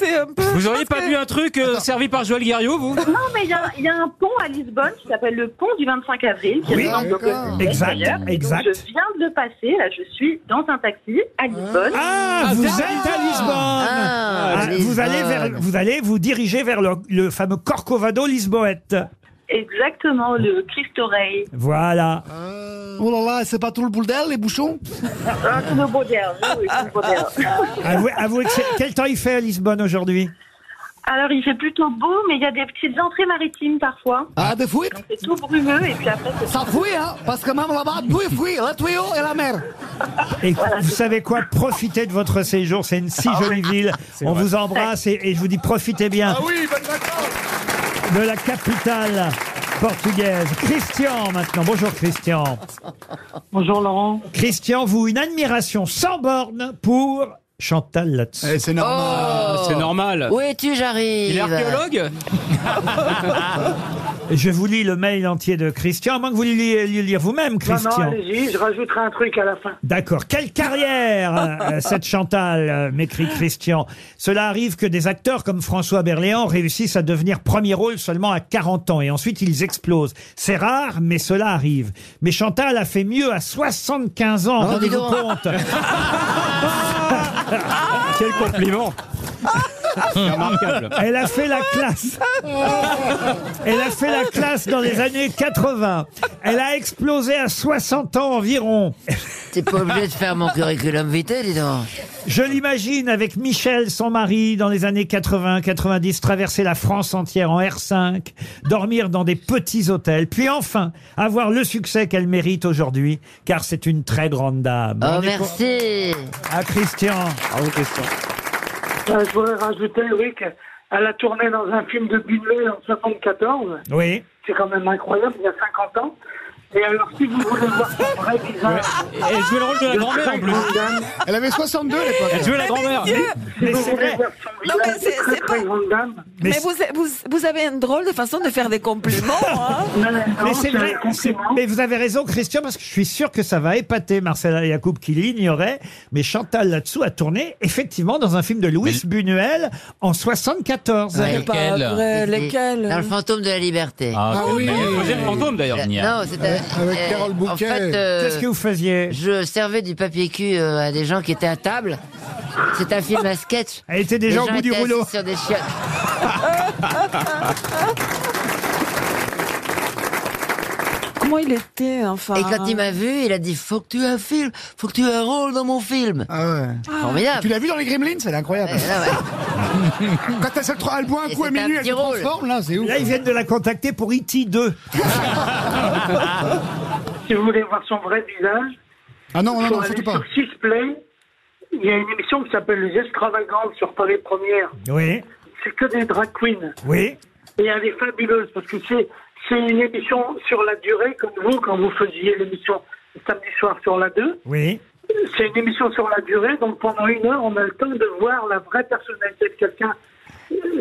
[SPEAKER 2] euh,
[SPEAKER 6] Vous auriez pas vu un truc euh, servi par Joël Guerriot, vous
[SPEAKER 11] Non, mais il y, a- il y a un pont à Lisbonne qui s'appelle le pont du 25 avril. Qui
[SPEAKER 2] Oui,
[SPEAKER 11] est dans le
[SPEAKER 2] d'accord.
[SPEAKER 11] Golfe du Sud,
[SPEAKER 2] Exact,
[SPEAKER 11] d'ailleurs. Et donc,
[SPEAKER 2] exact.
[SPEAKER 11] je viens de le passer. Là, je suis dans un taxi à Lisbonne.
[SPEAKER 2] Ah, vous êtes à Lisbonne. Ah, vous allez vers, vous allez vous diriger vers le, le fameux Corcovado Lisboète.
[SPEAKER 11] Exactement, le Christ-Oreille.
[SPEAKER 2] Voilà.
[SPEAKER 3] Oh là là, c'est pas tout le boudel, les bouchons
[SPEAKER 11] Ah, tout le bordel, oui, oui,
[SPEAKER 2] Ah
[SPEAKER 11] tout le bordel.
[SPEAKER 2] Avouez, avouez que c'est- quel temps il fait à Lisbonne aujourd'hui
[SPEAKER 11] Alors, il fait plutôt beau, mais il y a des petites entrées maritimes parfois.
[SPEAKER 3] Ah, des fouilles
[SPEAKER 11] Donc, C'est tout brumeux, et puis après, c'est
[SPEAKER 3] Ça fouille, hein Parce que même là-bas, tout est fouille, le tuyau et la mer.
[SPEAKER 2] Et vous savez quoi Profitez de votre séjour. C'est une si jolie ville. On vous embrasse et, et je vous dis profitez
[SPEAKER 13] Ah
[SPEAKER 2] bien de la capitale portugaise. Christian maintenant. Bonjour Christian.
[SPEAKER 13] Bonjour Laurent.
[SPEAKER 2] Christian, vous une admiration sans borne pour Chantal Latsou.
[SPEAKER 3] c'est
[SPEAKER 6] Eh, normal. C'est normal.
[SPEAKER 5] Oh. Où es-tu, j'arrive
[SPEAKER 6] Il est archéologue
[SPEAKER 2] Je vous lis le mail entier de Christian, à moins que vous le li- le lire vous-même,
[SPEAKER 13] Non, non,
[SPEAKER 2] Christian.
[SPEAKER 13] allez-y, je rajouterai un truc à la fin.
[SPEAKER 2] D'accord. Quelle carrière, euh, cette Chantal, euh, m'écrit Christian. Cela arrive que des acteurs comme François Berléand réussissent à devenir premier rôle seulement à 40 ans et ensuite ils explosent. C'est rare, mais cela arrive. Mais Chantal a fait mieux à 75 ans,
[SPEAKER 12] Oh, dis
[SPEAKER 2] rendez-vous
[SPEAKER 12] donc.
[SPEAKER 2] compte. Quel compliment.
[SPEAKER 12] C'est remarquable.
[SPEAKER 2] Elle a fait la classe. Elle a fait la classe dans les années 80. Elle a explosé à 60 ans environ.
[SPEAKER 5] T'es pas obligé de faire mon curriculum vitae, dis donc.
[SPEAKER 2] Je l'imagine avec Michel, son mari, dans les années 80-90, traverser la France entière en R5, dormir dans des petits hôtels, puis enfin avoir le succès qu'elle mérite aujourd'hui, car c'est une très grande dame.
[SPEAKER 5] Oh,
[SPEAKER 2] On est con-
[SPEAKER 5] merci.
[SPEAKER 2] À Christian.
[SPEAKER 13] Euh, je voudrais rajouter, oui, qu'elle a tourné dans un film de Buñuel en 74.
[SPEAKER 2] Oui.
[SPEAKER 13] C'est quand même incroyable, il y a 50 ans. Et alors, si vous voulez voir son vrai visage...
[SPEAKER 6] Elle jouait le rôle de la grand-mère, en plus.
[SPEAKER 3] Elle
[SPEAKER 8] Ah,
[SPEAKER 3] avait 62 à l'époque.
[SPEAKER 6] Elle jouait la grand-mère.
[SPEAKER 13] Si
[SPEAKER 2] Mais
[SPEAKER 13] vous
[SPEAKER 2] c'est
[SPEAKER 13] voulez
[SPEAKER 2] vrai.
[SPEAKER 13] voir son
[SPEAKER 8] Non, mais
[SPEAKER 13] visage,
[SPEAKER 8] c'est-
[SPEAKER 13] de très,
[SPEAKER 8] c'est
[SPEAKER 13] très
[SPEAKER 8] pas-
[SPEAKER 13] grande dame.
[SPEAKER 8] Mais, vous, vous, vous avez une drôle de façon de faire des compliments. hein.
[SPEAKER 2] Mais c'est vrai, c'est- mais vous avez raison Christian, parce que je suis sûr que ça va épater Marcella Yacoub qui l'ignorait, mais Chantal là-dessous a tourné effectivement dans un film de Louis Buñuel en
[SPEAKER 3] Ah,
[SPEAKER 2] 74.
[SPEAKER 5] Ouais.
[SPEAKER 8] C'est pas
[SPEAKER 5] Lesquels
[SPEAKER 8] vrai, lesquels
[SPEAKER 5] Dans le fantôme de la liberté.
[SPEAKER 14] Ah,
[SPEAKER 3] oui.
[SPEAKER 6] Deuxième fantôme, d'ailleurs.
[SPEAKER 5] Non, c'était.
[SPEAKER 3] Avec
[SPEAKER 5] euh,
[SPEAKER 3] Carole
[SPEAKER 5] En
[SPEAKER 3] Bouquet.
[SPEAKER 5] fait, euh,
[SPEAKER 2] Qu'est-ce que vous faisiez
[SPEAKER 5] je servais du papier cul euh, à des gens qui étaient à table. C'est un film à sketch.
[SPEAKER 2] Elle était déjà au bout du
[SPEAKER 5] étaient
[SPEAKER 2] rouleau.
[SPEAKER 5] assis Sur des chiottes.
[SPEAKER 8] Comment il était, enfin hein
[SPEAKER 5] Et quand il m'a vu, il a dit Faut que tu aies un film, faut que tu aies un rôle dans mon film.
[SPEAKER 3] Ah ouais. Tu
[SPEAKER 5] Formidable.
[SPEAKER 3] l'as vu dans les Gremlins, c'est incroyable.
[SPEAKER 5] Ah ouais.
[SPEAKER 3] Quand elle, se tra- elle boit un
[SPEAKER 5] Et
[SPEAKER 3] coup à
[SPEAKER 5] c'était
[SPEAKER 3] minuit,
[SPEAKER 5] un
[SPEAKER 3] elle
[SPEAKER 5] petit
[SPEAKER 3] se
[SPEAKER 5] rôle.
[SPEAKER 3] transforme, là, c'est ouf.
[SPEAKER 2] Là, ils viennent de la contacter pour E E.T. 2.
[SPEAKER 13] Si vous voulez voir son vrai visage,
[SPEAKER 3] Ah non, non,
[SPEAKER 13] faut
[SPEAKER 3] non,
[SPEAKER 13] aller
[SPEAKER 3] surtout pas.
[SPEAKER 13] sur Sixplay. Il y a une émission qui s'appelle Les Extravagantes sur Paris Première.
[SPEAKER 2] Oui,
[SPEAKER 13] C'est que des drag queens.
[SPEAKER 2] oui.
[SPEAKER 13] Et elle est fabuleuse parce que c'est c'est une émission sur la durée, comme vous, quand vous faisiez l'émission samedi soir sur la 2.
[SPEAKER 2] Oui.
[SPEAKER 13] C'est une émission sur la durée, donc pendant une heure, on a le temps de voir la vraie personnalité de quelqu'un.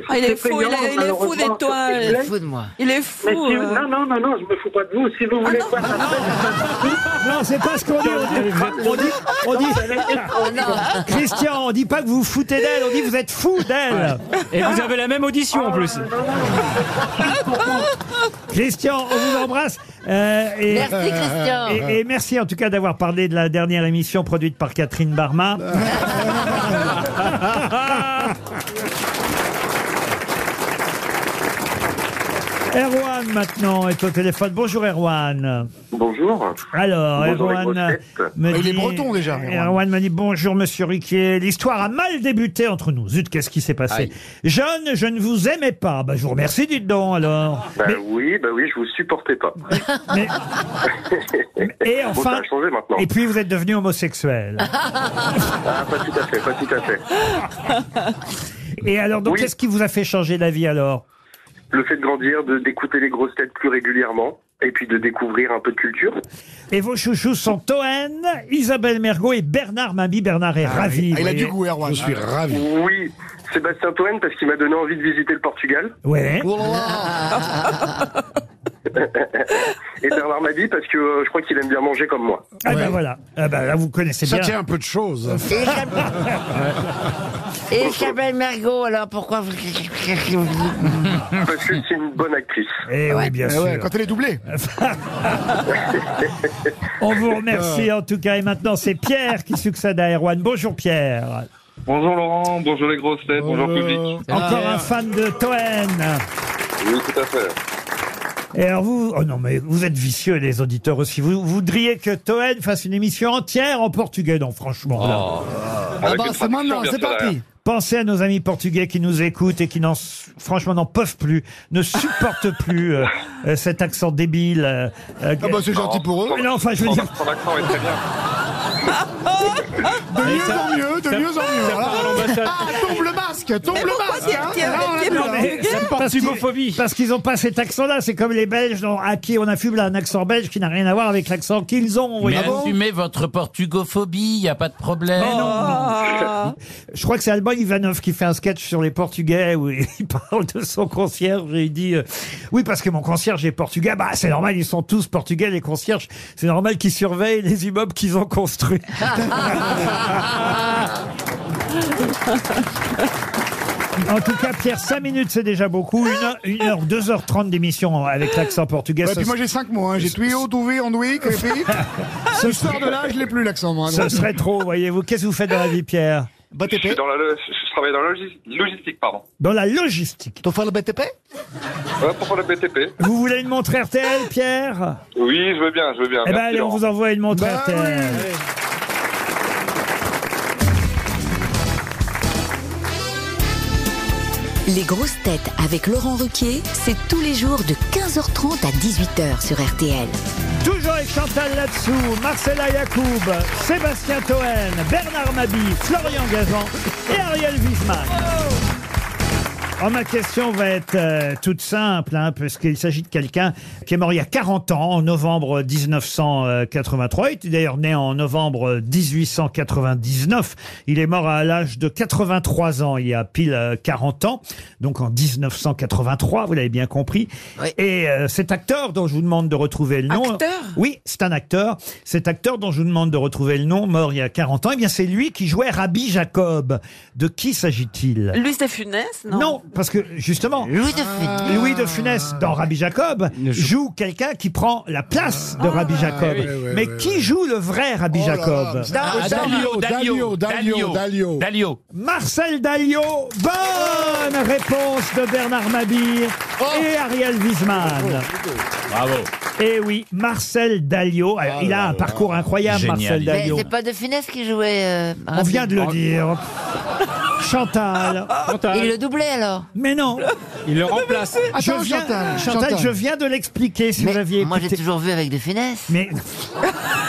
[SPEAKER 8] Ah, il est
[SPEAKER 13] C'est
[SPEAKER 8] fou, il est-
[SPEAKER 13] payant,
[SPEAKER 8] il est fou
[SPEAKER 13] malheureusement,
[SPEAKER 8] des toits,
[SPEAKER 13] sur ces
[SPEAKER 8] il est
[SPEAKER 13] sujets.
[SPEAKER 5] Fou de moi.
[SPEAKER 8] Il est
[SPEAKER 13] Mais
[SPEAKER 8] fou.
[SPEAKER 13] si-
[SPEAKER 8] euh. Ah,
[SPEAKER 13] non, non, non, non, je me fous pas de vous. Si vous voulez voir la vraie
[SPEAKER 2] Non, c'est pas ce qu'on dit. On dit, on dit, on dit-
[SPEAKER 5] Oh non.
[SPEAKER 2] Christian, on dit pas que vous vous foutez d'elle, on dit que vous êtes fou d'elle.
[SPEAKER 6] Et vous avez la même audition, en plus.
[SPEAKER 2] Christian, on vous embrasse. Euh, et,
[SPEAKER 5] Merci, Christian.
[SPEAKER 2] et- et merci en tout cas d'avoir parlé de la dernière émission produite par Catherine Barma.
[SPEAKER 6] Ah.
[SPEAKER 2] Ah. Erwan maintenant est au téléphone. Bonjour Erwan.
[SPEAKER 13] Bonjour.
[SPEAKER 2] Alors,
[SPEAKER 13] Bonjour, les
[SPEAKER 2] Erwan
[SPEAKER 13] grosses têtes.
[SPEAKER 4] Ah,
[SPEAKER 2] me
[SPEAKER 13] Il est
[SPEAKER 2] dit-
[SPEAKER 13] breton, déjà, Erwan.
[SPEAKER 2] Erwan m'a dit bonjour Monsieur Riquier. L'histoire a mal débuté entre nous. Zut, qu'est-ce qui s'est passé
[SPEAKER 13] Aïe.
[SPEAKER 2] Jeune, je ne vous aimais pas. Bah, je vous remercie, dites donc alors.
[SPEAKER 13] Bah oui, bah oui, je vous supportais pas.
[SPEAKER 2] Et
[SPEAKER 13] Bon, ça
[SPEAKER 2] enfin,
[SPEAKER 13] a changé maintenant.
[SPEAKER 2] et puis vous êtes devenu homosexuel.
[SPEAKER 13] Ah, pas tout à fait, pas tout à fait.
[SPEAKER 2] Et alors, donc,
[SPEAKER 13] Oui.
[SPEAKER 2] qu'est-ce qui vous a fait changer d'avis alors
[SPEAKER 13] Le fait de grandir, de d'écouter les grosses têtes plus régulièrement, et puis de découvrir un peu de culture.
[SPEAKER 2] Et vos chouchous sont Toen, Isabelle Mergot et Bernard Mabi. Bernard est ravi. vous voyez.
[SPEAKER 13] Ah, Je suis ravi. Oui, Sébastien Toen, parce qu'il m'a donné envie de visiter le Portugal.
[SPEAKER 2] Ouais.
[SPEAKER 13] et Bernard m'a dit, parce que euh, je crois qu'il aime bien manger comme moi.
[SPEAKER 2] Ah ben voilà. Ah ben là, vous connaissez
[SPEAKER 4] Ça
[SPEAKER 2] bien.
[SPEAKER 4] tient un peu de choses.
[SPEAKER 5] Et Et Isabelle Mergot, alors pourquoi vous.
[SPEAKER 2] Ah.
[SPEAKER 13] Parce que c'est une bonne actrice.
[SPEAKER 2] Eh oui, bien
[SPEAKER 3] Eh
[SPEAKER 2] sûr.
[SPEAKER 3] ouais, quand elle est doublée.
[SPEAKER 2] On vous remercie
[SPEAKER 3] Ah.
[SPEAKER 2] en tout cas. Et maintenant, c'est Pierre qui succède à Erwan. Bonjour Pierre.
[SPEAKER 15] Bonjour Laurent, bonjour les grosses têtes, bonjour,
[SPEAKER 3] Euh,
[SPEAKER 15] public.
[SPEAKER 2] Encore un fan de Toen.
[SPEAKER 15] Oui, tout à fait.
[SPEAKER 2] Et alors vous, oh non mais vous êtes vicieux les auditeurs aussi. Vous vous voudriez que Toen fasse une émission entière en portugais, non
[SPEAKER 6] Oh.
[SPEAKER 2] franchement.
[SPEAKER 15] Ah,
[SPEAKER 2] là.
[SPEAKER 3] Ah bah, c'est maintenant, c'est parti.
[SPEAKER 2] Pensez à nos amis portugais qui nous écoutent et qui n'en, franchement n'en peuvent plus, ne supportent plus euh, euh, cet accent débile. euh, euh,
[SPEAKER 3] Ah bah, c'est gentil pour eux.
[SPEAKER 2] Mais non, enfin je veux
[SPEAKER 3] Son-
[SPEAKER 2] dire.
[SPEAKER 3] son accent est très bien.
[SPEAKER 2] Ah,
[SPEAKER 3] De mieux en mieux, de mieux en mieux. voilà. Ah, tombe le masque, tombe
[SPEAKER 16] Mais
[SPEAKER 3] le
[SPEAKER 16] pourquoi
[SPEAKER 3] masque.
[SPEAKER 16] t'es-
[SPEAKER 3] hein.
[SPEAKER 16] t'es-
[SPEAKER 3] Là, on
[SPEAKER 16] t'es portugais
[SPEAKER 3] est bien.
[SPEAKER 2] Mais parce qu'ils- Parce qu'ils n'ont pas cet accent-là. C'est comme les Belges dont- à qui on affuble un accent belge qui n'a rien à voir avec l'accent qu'ils ont. vous
[SPEAKER 7] Mais
[SPEAKER 2] voyez.
[SPEAKER 7] assumez votre portugophobie, il n'y a pas de problème.
[SPEAKER 2] Mais non. Je crois que c'est Alban Ivanov qui fait un sketch sur les Portugais où il parle de son concierge et il dit euh, oui parce que mon concierge est portugais bah c'est normal ils sont tous portugais les concierges c'est normal qu'ils surveillent les immeubles qu'ils ont construits.
[SPEAKER 5] Ah.
[SPEAKER 2] En tout cas, Pierre, 5 minutes, c'est déjà beaucoup. 1 heure, 2 heures 30 d'émission avec l'accent portugais.
[SPEAKER 3] Ouais,
[SPEAKER 2] ce
[SPEAKER 3] puis moi
[SPEAKER 2] serait-
[SPEAKER 3] j'ai cinq mots, hein. j'ai tuyau, douvé, andoué, crépé. Ce
[SPEAKER 2] Ce
[SPEAKER 3] soir de là, je l'ai plus l'accent moi.
[SPEAKER 2] ce serait trop, voyez-vous. Qu'est-ce que vous faites dans la vie, Pierre
[SPEAKER 15] je, suis dans la, lo- je travaille dans la logis- logistique, pardon.
[SPEAKER 2] Dans la logistique. T'as fait le BTP
[SPEAKER 15] Ouais, pour faire le BTP.
[SPEAKER 2] Vous voulez une montre RTL, Pierre
[SPEAKER 15] Oui, je veux bien, je veux bien.
[SPEAKER 2] Eh ben,
[SPEAKER 15] Merci,
[SPEAKER 2] allez, on
[SPEAKER 15] Laurent.
[SPEAKER 2] vous envoie une montre
[SPEAKER 15] Bah
[SPEAKER 2] RTL.
[SPEAKER 10] Les grosses têtes avec Laurent Ruquier, c'est tous les jours de 15h30 à 18h sur RTL.
[SPEAKER 2] Toujours avec Chantal Latsou, Marcella Yacoub, Sébastien Toen, Bernard Mabi, Florian Gazan et Ariel Wiesman. Oh, ma question va être euh, toute simple, hein, puisqu'il s'agit de quelqu'un qui est mort il y a 40 ans, en novembre 1983. Il était d'ailleurs né en novembre 1899. Il est mort à l'âge de 83 ans, il y a pile euh, 40 ans, donc en 1983, vous l'avez bien compris. Et euh, cet acteur dont je vous demande de retrouver le nom...
[SPEAKER 8] Acteur
[SPEAKER 2] Oui, c'est un acteur. Cet acteur dont je vous demande de retrouver le nom, mort il y a 40 ans, eh bien c'est lui qui jouait Rabbi Jacob. De qui s'agit-il
[SPEAKER 8] Lui, c'est funeste, non
[SPEAKER 2] parce que justement, Louis de Funès, dans Rabbi Jacob joue quelqu'un qui prend la place de Rabbi Jacob.
[SPEAKER 4] Ah. oui, oui,
[SPEAKER 2] mais
[SPEAKER 4] oui,
[SPEAKER 2] qui joue le vrai Rabbi
[SPEAKER 4] Oh là là,
[SPEAKER 2] Jacob
[SPEAKER 4] mais c'est Ah, pas Dalio, Dalio, Dalio, Dalio, Dalio.
[SPEAKER 2] Marcel Dalio. Bonne réponse de Bernard Mabir
[SPEAKER 4] Oh.
[SPEAKER 2] et Ariel Wiesman.
[SPEAKER 7] Bravo.
[SPEAKER 2] Et oui, Marcel Dalio. Alors,
[SPEAKER 4] Ah
[SPEAKER 2] il a un parcours incroyable,
[SPEAKER 7] Génial,
[SPEAKER 2] Marcel
[SPEAKER 7] il-
[SPEAKER 5] Mais
[SPEAKER 2] Dalio.
[SPEAKER 5] c'est pas de finesse qui jouait. euh,
[SPEAKER 2] On vient de le
[SPEAKER 5] Raphaël.
[SPEAKER 2] dire. Chantal.
[SPEAKER 5] Il le doublait alors
[SPEAKER 2] Mais non
[SPEAKER 9] Il le remplace.
[SPEAKER 5] Attends,
[SPEAKER 2] je viens,
[SPEAKER 5] Chantal,
[SPEAKER 2] Chantal,
[SPEAKER 5] Chantal.
[SPEAKER 2] je viens de l'expliquer si vous aviez
[SPEAKER 5] Moi, j'ai
[SPEAKER 2] écouté.
[SPEAKER 5] toujours vu avec de finesse.
[SPEAKER 2] Mais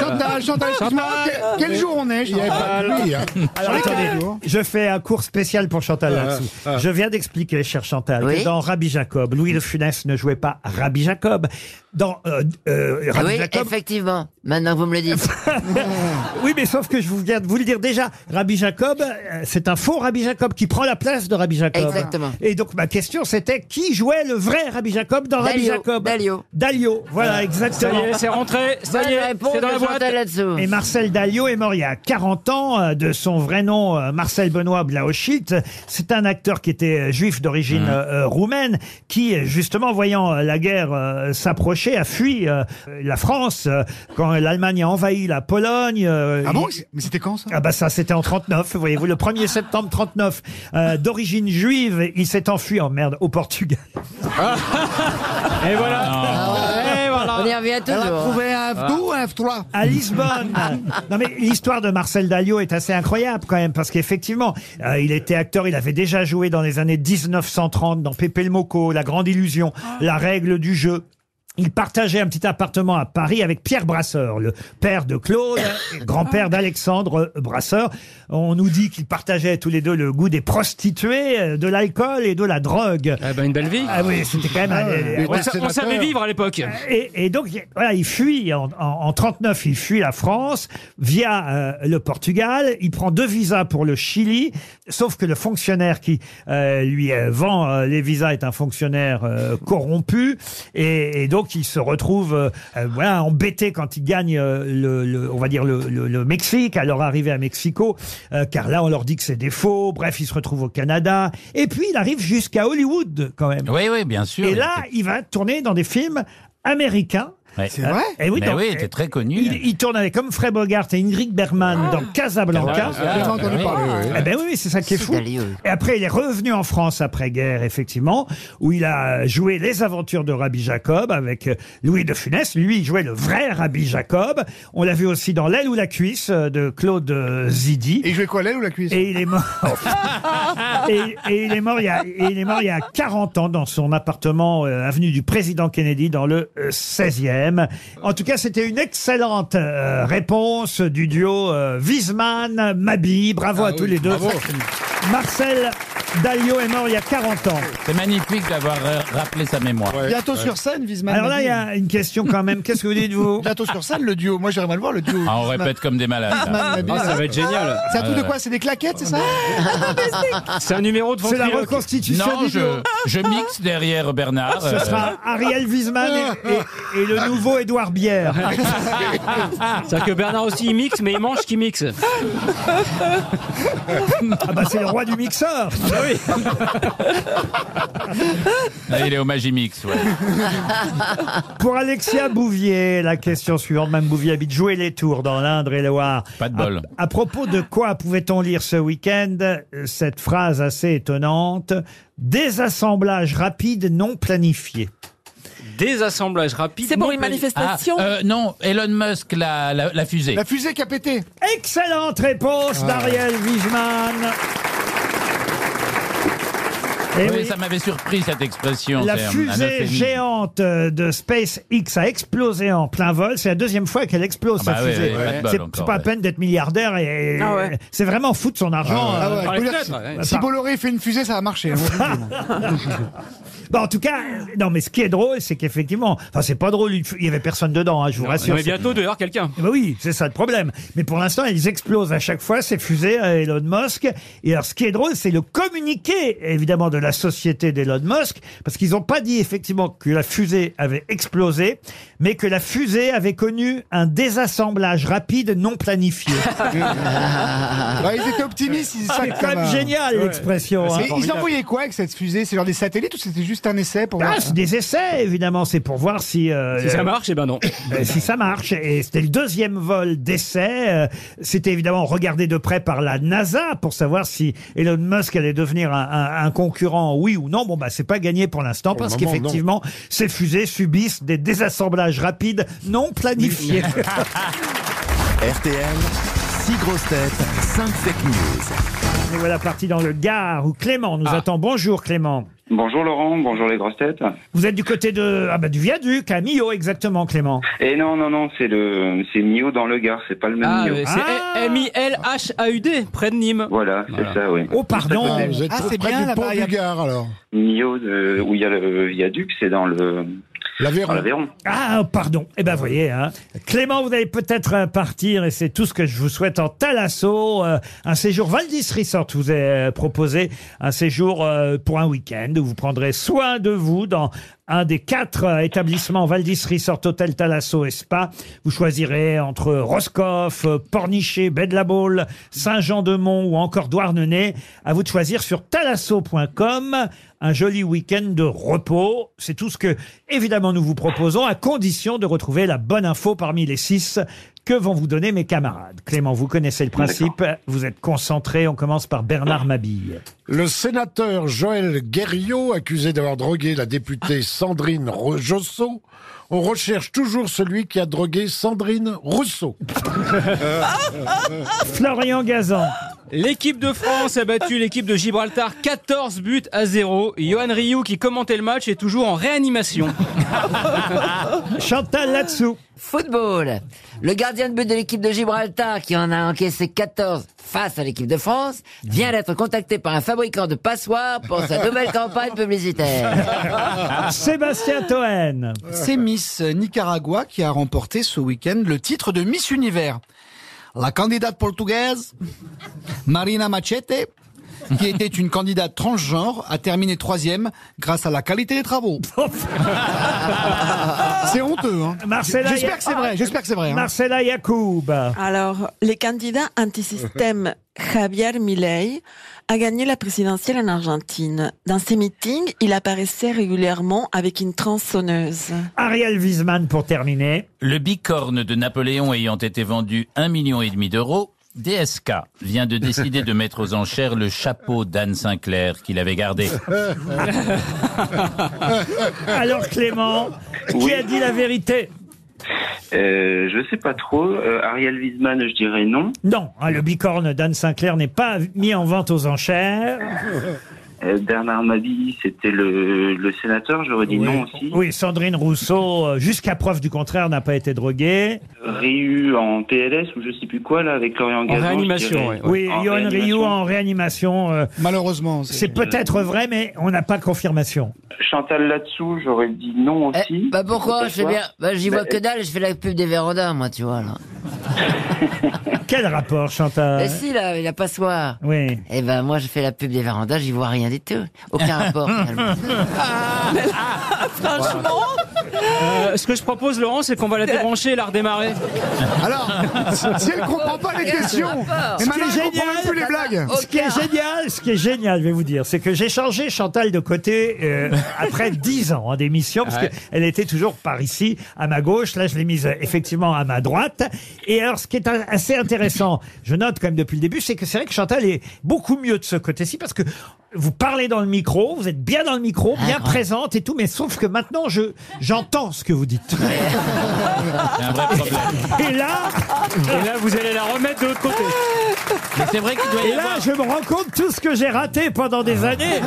[SPEAKER 3] Chantal, Chantal, excuse-moi, quel- quel jour on est
[SPEAKER 4] Il y avait pas de pluie, hein.
[SPEAKER 3] Alors,
[SPEAKER 2] Alors,
[SPEAKER 3] quel
[SPEAKER 2] attendez,
[SPEAKER 3] jour
[SPEAKER 2] je fais un cours spécial pour Chantal
[SPEAKER 4] Ah,
[SPEAKER 2] là-dessous.
[SPEAKER 4] ah.
[SPEAKER 2] Je viens d'expliquer, cher Chantal,
[SPEAKER 4] Oui.
[SPEAKER 2] que dans Rabbi Jacob, Louis de Funès ne jouait pas Rabbi Jacob. Dans euh, euh, Rabbi
[SPEAKER 5] oui,
[SPEAKER 2] Jacob,
[SPEAKER 5] effectivement. Maintenant que vous me le dites.
[SPEAKER 2] oui, mais sauf que je vous viens de vous le dire déjà, Rabbi Jacob, euh, c'est un faux Rabbi Jacob qui prend la place de Rabbi Jacob.
[SPEAKER 5] Exactement.
[SPEAKER 2] Et donc ma question c'était qui jouait le vrai Rabbi Jacob dans Rabbi
[SPEAKER 5] Dalio,
[SPEAKER 2] Jacob
[SPEAKER 5] Dalio.
[SPEAKER 2] Dalio, voilà, exactement.
[SPEAKER 6] Ça y est, c'est rentré. Ça
[SPEAKER 5] Bonne
[SPEAKER 6] y est,
[SPEAKER 5] réponse
[SPEAKER 6] c'est
[SPEAKER 2] dans la boîte. Et Marcel Dalio est mort il y a 40 ans euh, de son vrai nom, euh, Marcel Benoît Blaochit. C'est un acteur qui était euh, juif d'origine
[SPEAKER 6] Mmh.
[SPEAKER 2] euh, euh, roumaine qui, euh, justement, voyant euh, la guerre euh, s'approcher, a fui euh, la France euh, quand l'Allemagne a envahi la Pologne. ah bon Mais c'était quand ça Ah bah ça, c'était en 39, voyez-vous, le 1er septembre 39. Euh, d'origine juive, il s'est enfui en merde au Portugal. Et voilà.
[SPEAKER 5] Et voilà. Ah On y revient toujours. Ah.
[SPEAKER 3] Elle a trouvé un F2 ou un
[SPEAKER 2] F3 À Lisbonne. non mais l'histoire de Marcel Dalio est assez incroyable quand même parce qu'effectivement, euh, il était acteur, il avait déjà joué dans les années 1930 dans Pépé le Moco, La Grande Illusion, La Règle du Jeu. Il partageait un petit appartement à Paris avec Pierre Brasseur, le père de Claude, et grand-père d'Alexandre Brasseur. On nous dit qu'ils partageaient tous les deux le goût des prostituées, euh, de l'alcool et de la drogue.
[SPEAKER 6] Eh ben,
[SPEAKER 2] une belle vie. Ah oui, c'était quand même. un-
[SPEAKER 6] On sa- on savait vivre à l'époque.
[SPEAKER 2] Et, et donc, voilà, il fuit. En, en- en 39, il fuit la France via euh, le Portugal. Il prend deux visas pour le Chili. Sauf que le fonctionnaire qui euh, lui euh, vend euh, les visas est un fonctionnaire euh, corrompu. Et, et donc, il se retrouve euh, euh, voilà, embêté quand il gagne, euh, le, le- on va dire, le, le- le Mexique, à leur arrivée à Mexico. euh, car là, on leur dit que c'est des faux. Bref, il se retrouve au Canada. Et puis, il arrive jusqu'à Hollywood, quand même.
[SPEAKER 7] Oui, oui, bien sûr.
[SPEAKER 2] Et là, il va tourner dans des films américains.
[SPEAKER 7] Ouais.
[SPEAKER 2] Euh, et oui,
[SPEAKER 7] Mais
[SPEAKER 2] dans-
[SPEAKER 7] oui, il était très connu.
[SPEAKER 2] Il, il tourne avec comme Fred Bogart et Ingrid Bergman dans Casablanca.
[SPEAKER 7] Casablanca, Ah, j'ai entendu oui. parler, oui.
[SPEAKER 2] Eh ben oui, c'est ça qui est fou. Et après, il est revenu en France après-guerre, effectivement, où il a joué Les Aventures de Rabbi Jacob avec euh, Louis de Funès. Lui, il jouait le vrai Rabbi Jacob. On l'a vu aussi dans L'aile ou la cuisse euh, de Claude euh, Zidi. Et il jouait quoi, l'aile ou la cuisse Et il est mort. et, et il est mort il y a, et il est mort il y a 40 ans dans son appartement euh, avenue du président Kennedy dans le euh, 16e. En tout cas, c'était une excellente euh, réponse du duo euh, Wiesmann, Mabi. Bravo à tous les deux.
[SPEAKER 7] bravo.
[SPEAKER 2] Marcel Dalio est mort il y a 40 ans.
[SPEAKER 7] C'est magnifique d'avoir euh, rappelé sa mémoire.
[SPEAKER 3] Bientôt sur scène, Wiesmann.
[SPEAKER 2] Alors là,
[SPEAKER 3] Mabi.
[SPEAKER 2] il y a une question quand même. Qu'est-ce que vous dites, vous
[SPEAKER 3] Bientôt sur scène, le duo. Moi, j'aimerais le voir, le duo.
[SPEAKER 7] Ah, on
[SPEAKER 3] Wiesmann-
[SPEAKER 7] répète comme des malades.
[SPEAKER 3] Wiesmann,
[SPEAKER 7] là.
[SPEAKER 2] Ah,
[SPEAKER 3] Mabi.
[SPEAKER 6] Ah,
[SPEAKER 3] C'est un truc de quoi C'est des claquettes, c'est ça
[SPEAKER 6] C'est un numéro de
[SPEAKER 2] C'est la
[SPEAKER 6] ventriloque.
[SPEAKER 2] reconstitution
[SPEAKER 7] Non,
[SPEAKER 2] du
[SPEAKER 7] je,
[SPEAKER 2] duo.
[SPEAKER 7] je mixe derrière Bernard.
[SPEAKER 2] Ah, Ce
[SPEAKER 7] euh,
[SPEAKER 2] sera Ariel Wiesmann et, et- et
[SPEAKER 3] Ah.
[SPEAKER 2] le nouveau Édouard Bière.
[SPEAKER 6] C'est-à-dire que Bernard aussi il mixe, mais il mange ce qu'il mixe.
[SPEAKER 2] Ah bah c'est le roi du mixeur.
[SPEAKER 6] Ah bah
[SPEAKER 7] là, il est au Magimix, ouais.
[SPEAKER 2] Pour Alexia Bouvier, la question suivante. Mme Bouvier habite jouer les tours dans l'Indre et Loire.
[SPEAKER 7] Pas de bol.
[SPEAKER 2] À, à propos de quoi pouvait-on lire ce week-end euh, cette phrase assez étonnante Désassemblage rapide non planifié.
[SPEAKER 6] Désassemblage rapide.
[SPEAKER 8] C'est pour
[SPEAKER 6] Non,
[SPEAKER 8] une
[SPEAKER 6] mais-
[SPEAKER 8] manifestation.
[SPEAKER 7] Ah, euh, non, Elon Musk, la, la, la fusée.
[SPEAKER 3] La fusée qui a pété.
[SPEAKER 2] Excellente réponse
[SPEAKER 7] Ah.
[SPEAKER 2] d'Ariel Wiesmann. Eh
[SPEAKER 7] Oui,
[SPEAKER 2] oui.
[SPEAKER 7] ça m'avait surpris cette expression.
[SPEAKER 2] La
[SPEAKER 7] c'est un- un
[SPEAKER 2] fusée
[SPEAKER 7] euphémisme.
[SPEAKER 2] géante euh, de SpaceX a explosé en plein vol. C'est la deuxième fois qu'elle explose,
[SPEAKER 7] Ah bah
[SPEAKER 2] sa
[SPEAKER 7] oui,
[SPEAKER 2] fusée.
[SPEAKER 7] oui, pas de bol
[SPEAKER 2] c'est
[SPEAKER 7] encore,
[SPEAKER 2] c'est pas à
[SPEAKER 7] ouais.
[SPEAKER 2] peine d'être milliardaire et
[SPEAKER 3] Ah ouais.
[SPEAKER 2] c'est vraiment fou de son argent.
[SPEAKER 3] Ah
[SPEAKER 2] euh,
[SPEAKER 3] ouais,
[SPEAKER 2] par
[SPEAKER 3] faut
[SPEAKER 2] les
[SPEAKER 3] dire que
[SPEAKER 2] fenêtres, ouais.
[SPEAKER 3] si- Si Bolloré fait une fusée, ça va marcher. hein, moi, je vous le dis, moi.
[SPEAKER 2] Bon, en tout cas, euh, non, mais ce qui est drôle, c'est qu'effectivement, enfin, c'est pas drôle, une fu- il y avait personne dedans, hein, je vous rassure.
[SPEAKER 6] Mais
[SPEAKER 2] c'est-
[SPEAKER 6] bientôt dehors quelqu'un.
[SPEAKER 2] Eh ben oui, c'est ça le problème. Mais pour l'instant, ils explosent à chaque fois ces fusées à Elon Musk. Et alors, ce qui est drôle, c'est le communiqué, évidemment, de la société d'Elon Musk, parce qu'ils n'ont pas dit effectivement que la fusée avait explosé, mais que la fusée avait connu un désassemblage rapide non planifié.
[SPEAKER 3] Ouais, Bah, ils étaient optimistes.
[SPEAKER 6] Ah,
[SPEAKER 3] Ils
[SPEAKER 2] C'est
[SPEAKER 3] savent que
[SPEAKER 2] Ah, quand
[SPEAKER 3] ça euh,
[SPEAKER 2] même
[SPEAKER 3] va.
[SPEAKER 2] génial, l'expression, hein.
[SPEAKER 3] Mais Ils envoyaient quoi avec cette fusée C'est genre des satellites ou c'était juste un essai pour
[SPEAKER 2] Ah,
[SPEAKER 3] voir
[SPEAKER 2] c'est des essais, évidemment, c'est pour voir si... euh,
[SPEAKER 6] Si ça marche, eh ben non.
[SPEAKER 2] Euh, si ça marche. Et c'était le deuxième vol d'essai. Euh, C'était évidemment regardé de près par la NASA pour savoir si Elon Musk allait devenir un, un- un concurrent, oui ou non. Bon, bah, c'est pas gagné pour l'instant
[SPEAKER 3] Pour le
[SPEAKER 2] parce
[SPEAKER 3] moment,
[SPEAKER 2] qu'effectivement, ces fusées subissent des désassemblages rapides non planifiés.
[SPEAKER 1] RTL, 6 grosses têtes, 5 fake news.
[SPEAKER 2] Et voilà parti dans le Gard où Clément nous attend. Bonjour Clément.
[SPEAKER 16] Bonjour Laurent, bonjour les grosses têtes.
[SPEAKER 2] Vous êtes du côté de ah bah, du viaduc à Millau exactement Clément.
[SPEAKER 16] Et Eh non, non, non, c'est le, c'est Mio dans le Gard, c'est pas le même
[SPEAKER 6] Ah,
[SPEAKER 16] Mio. Ah.
[SPEAKER 6] euh, c'est M-I-L-H-A-U-D, près de Nîmes.
[SPEAKER 16] Voilà, c'est ça, oui.
[SPEAKER 2] Oh pardon.
[SPEAKER 16] Ah,
[SPEAKER 4] Vous êtes
[SPEAKER 6] Ah, c'est
[SPEAKER 4] près
[SPEAKER 6] bien,
[SPEAKER 4] du
[SPEAKER 6] là-bas,
[SPEAKER 4] pont
[SPEAKER 6] il y a-
[SPEAKER 4] du Gard, alors
[SPEAKER 16] Mio de- où il y a le viaduc, c'est dans le,
[SPEAKER 4] L'Aveyron.
[SPEAKER 16] dans l'Aveyron.
[SPEAKER 2] Ah, pardon. Eh ben, voyez, hein. Clément, vous allez peut-être euh, partir, et c'est tout ce que je vous souhaite en Talasso. euh, un séjour Valdis Resort vous est euh, proposé, un séjour euh, pour un week-end où vous prendrez soin de vous dans un des quatre euh, établissements Valdis Resort Hôtel Talasso et Spa. Vous choisirez entre Roscoff, euh, Pornichet, Baie-de-la-Baule, Saint-Jean-de-Mont ou encore Douarnenez. À vous de choisir sur talasso.com. Un joli week-end de repos. C'est tout ce que, évidemment, nous vous proposons à condition de retrouver la bonne info parmi les six que vont vous donner mes camarades. Clément, vous connaissez le principe. Vous êtes concentré. On commence par Bernard Mabille.
[SPEAKER 4] Le sénateur Joël Guerriot, accusé d'avoir drogué la députée Sandrine Ro- Josso, on recherche toujours celui qui a drogué Sandrine Rousseau.
[SPEAKER 5] Ah.
[SPEAKER 4] Euh.
[SPEAKER 2] Florian Gazan.
[SPEAKER 6] L'équipe de France a battu l'équipe de Gibraltar 14 buts à 0. Johan Ryu qui commentait le match est toujours en réanimation.
[SPEAKER 2] Chantal là-dessous.
[SPEAKER 5] Football. Le gardien de but de l'équipe de Gibraltar, qui en a encaissé 14 face à l'équipe de France, vient d'être contacté par un fabricant de passoires pour sa nouvelle campagne publicitaire.
[SPEAKER 2] Sébastien Toen.
[SPEAKER 3] C'est Miss Nicaragua qui a remporté ce week-end le titre de Miss Univers. La candidate portugaise, Marina Machete, qui était une candidate transgenre, a terminé troisième grâce à la qualité des travaux. c'est honteux, hein.
[SPEAKER 2] Marcella
[SPEAKER 3] J'espère que c'est vrai, j'espère que c'est vrai. hein.
[SPEAKER 2] Marcella Yacoub.
[SPEAKER 8] Alors, le candidat antisystème Javier Milei a gagné la présidentielle en Argentine. Dans ses meetings, il apparaissait régulièrement avec une tronçonneuse.
[SPEAKER 2] Ariel Wiesman pour terminer.
[SPEAKER 7] Le bicorne de Napoléon ayant été vendu un million et demi d'euros, DSK vient de décider de mettre aux enchères le chapeau d'Anne Sinclair qu'il avait gardé.
[SPEAKER 2] Alors Clément, qui
[SPEAKER 16] Oui.
[SPEAKER 2] a dit la vérité
[SPEAKER 16] Euh, je sais pas trop. Euh, Ariel Wiesman, je dirais non.
[SPEAKER 2] Non, hein, le bicorne d'Anne Sinclair n'est pas mis en vente aux enchères.
[SPEAKER 16] Euh, Bernard Mabille, c'était le, le sénateur, j'aurais dit non aussi.
[SPEAKER 2] Oui, Sandrine Rousseau, euh, jusqu'à preuve du contraire, n'a pas été droguée.
[SPEAKER 16] Riu en PLS ou je sais plus quoi là avec Lorient Gazan. je
[SPEAKER 6] réanimation,
[SPEAKER 16] dirais.
[SPEAKER 6] ouais,
[SPEAKER 2] Oui, hein.
[SPEAKER 16] En
[SPEAKER 2] Johan Rioux
[SPEAKER 16] réanimation.
[SPEAKER 2] en réanimation. euh,
[SPEAKER 3] Malheureusement,
[SPEAKER 2] c'est peut-être vrai, mais on n'a pas confirmation.
[SPEAKER 16] Chantal là-dessous, j'aurais dit non
[SPEAKER 5] Eh,
[SPEAKER 16] aussi.
[SPEAKER 5] bah pourquoi Je fais bien. Bah j'y vois
[SPEAKER 16] Bah,
[SPEAKER 5] que dalle, je fais la pub des vérandas, moi, tu vois. Là.
[SPEAKER 2] Quel rapport, Chantal
[SPEAKER 5] Et Euh. si, là, la passoire.
[SPEAKER 2] Oui.
[SPEAKER 5] Eh ben moi, je fais la pub des vérandas, j'y vois rien du tout. Aucun rapport. finalement.
[SPEAKER 3] Ah,
[SPEAKER 8] Franchement,
[SPEAKER 6] Euh, ce que je propose, Laurent, c'est qu'on va la débrancher et la redémarrer.
[SPEAKER 3] Alors, si elle comprend pas les questions, et
[SPEAKER 2] Ce
[SPEAKER 3] maintenant elle
[SPEAKER 2] qui est
[SPEAKER 3] comprend même
[SPEAKER 2] génial,
[SPEAKER 3] plus les blagues.
[SPEAKER 2] ce qui est génial, ce qui est génial, je vais vous dire, c'est que j'ai changé Chantal de côté euh, après 10 ans hein, d'émission, parce
[SPEAKER 6] Ouais.
[SPEAKER 2] qu'elle était toujours par ici, à ma gauche. Là, je l'ai mise euh, effectivement à ma droite. Et alors, ce qui est un- assez intéressant, je note quand même depuis le début, c'est que c'est vrai que Chantal est beaucoup mieux de ce côté-ci, parce que vous parlez dans le micro, vous êtes bien dans le micro, bien présente et tout, mais sauf que maintenant, je j'entends ce que vous dites.
[SPEAKER 7] C'est un vrai problème.
[SPEAKER 2] Et là,
[SPEAKER 6] Et là, vous allez la remettre de l'autre côté.
[SPEAKER 7] Mais c'est vrai qu'il doit y
[SPEAKER 2] et là,
[SPEAKER 7] avoir.
[SPEAKER 2] je me rends compte tout ce que j'ai raté pendant des années.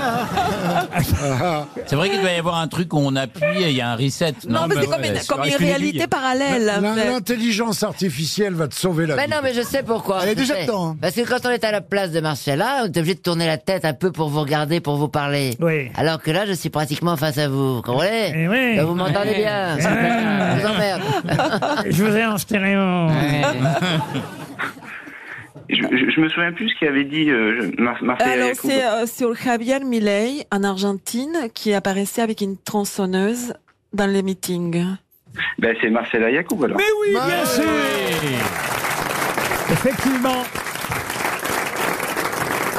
[SPEAKER 7] C'est vrai qu'il doit y avoir un truc où on appuie et il y a un reset.
[SPEAKER 8] non, mais
[SPEAKER 7] bah
[SPEAKER 8] c'est
[SPEAKER 7] ouais,
[SPEAKER 8] comme une,
[SPEAKER 7] c'est
[SPEAKER 8] comme
[SPEAKER 7] vrai,
[SPEAKER 8] une
[SPEAKER 7] je suis
[SPEAKER 8] réalité
[SPEAKER 7] débile.
[SPEAKER 8] parallèle. en
[SPEAKER 4] L'in-
[SPEAKER 8] fait.
[SPEAKER 4] L'intelligence artificielle va te sauver la
[SPEAKER 5] Mais
[SPEAKER 4] vie.
[SPEAKER 5] Bah non, mais je sais pourquoi.
[SPEAKER 3] Elle est
[SPEAKER 5] je
[SPEAKER 3] déjà
[SPEAKER 5] sais.
[SPEAKER 3] dedans. hein.
[SPEAKER 5] Parce que quand on est à la place de Marcella, on est obligé de tourner la tête un peu pour vous regarder, pour vous parler.
[SPEAKER 2] Oui.
[SPEAKER 5] Alors que là, je suis pratiquement face à vous. Vous comprenez
[SPEAKER 2] Eh oui.
[SPEAKER 5] Donc Vous m'entendez bien.
[SPEAKER 4] Mmh.
[SPEAKER 5] Je
[SPEAKER 2] Eh.
[SPEAKER 5] vous emmerde.
[SPEAKER 2] Je vous ai en stéréo.
[SPEAKER 16] Je, je- je me souviens plus ce qu'avait dit euh, je- Mar- Marcel
[SPEAKER 8] Alors,
[SPEAKER 16] Yacoub.
[SPEAKER 8] c'est euh, sur Javier Milei en Argentine qui apparaissait avec une tronçonneuse dans les meetings.
[SPEAKER 16] Ben, c'est Marcela Yacoub alors.
[SPEAKER 2] Mais oui, bien sûr Effectivement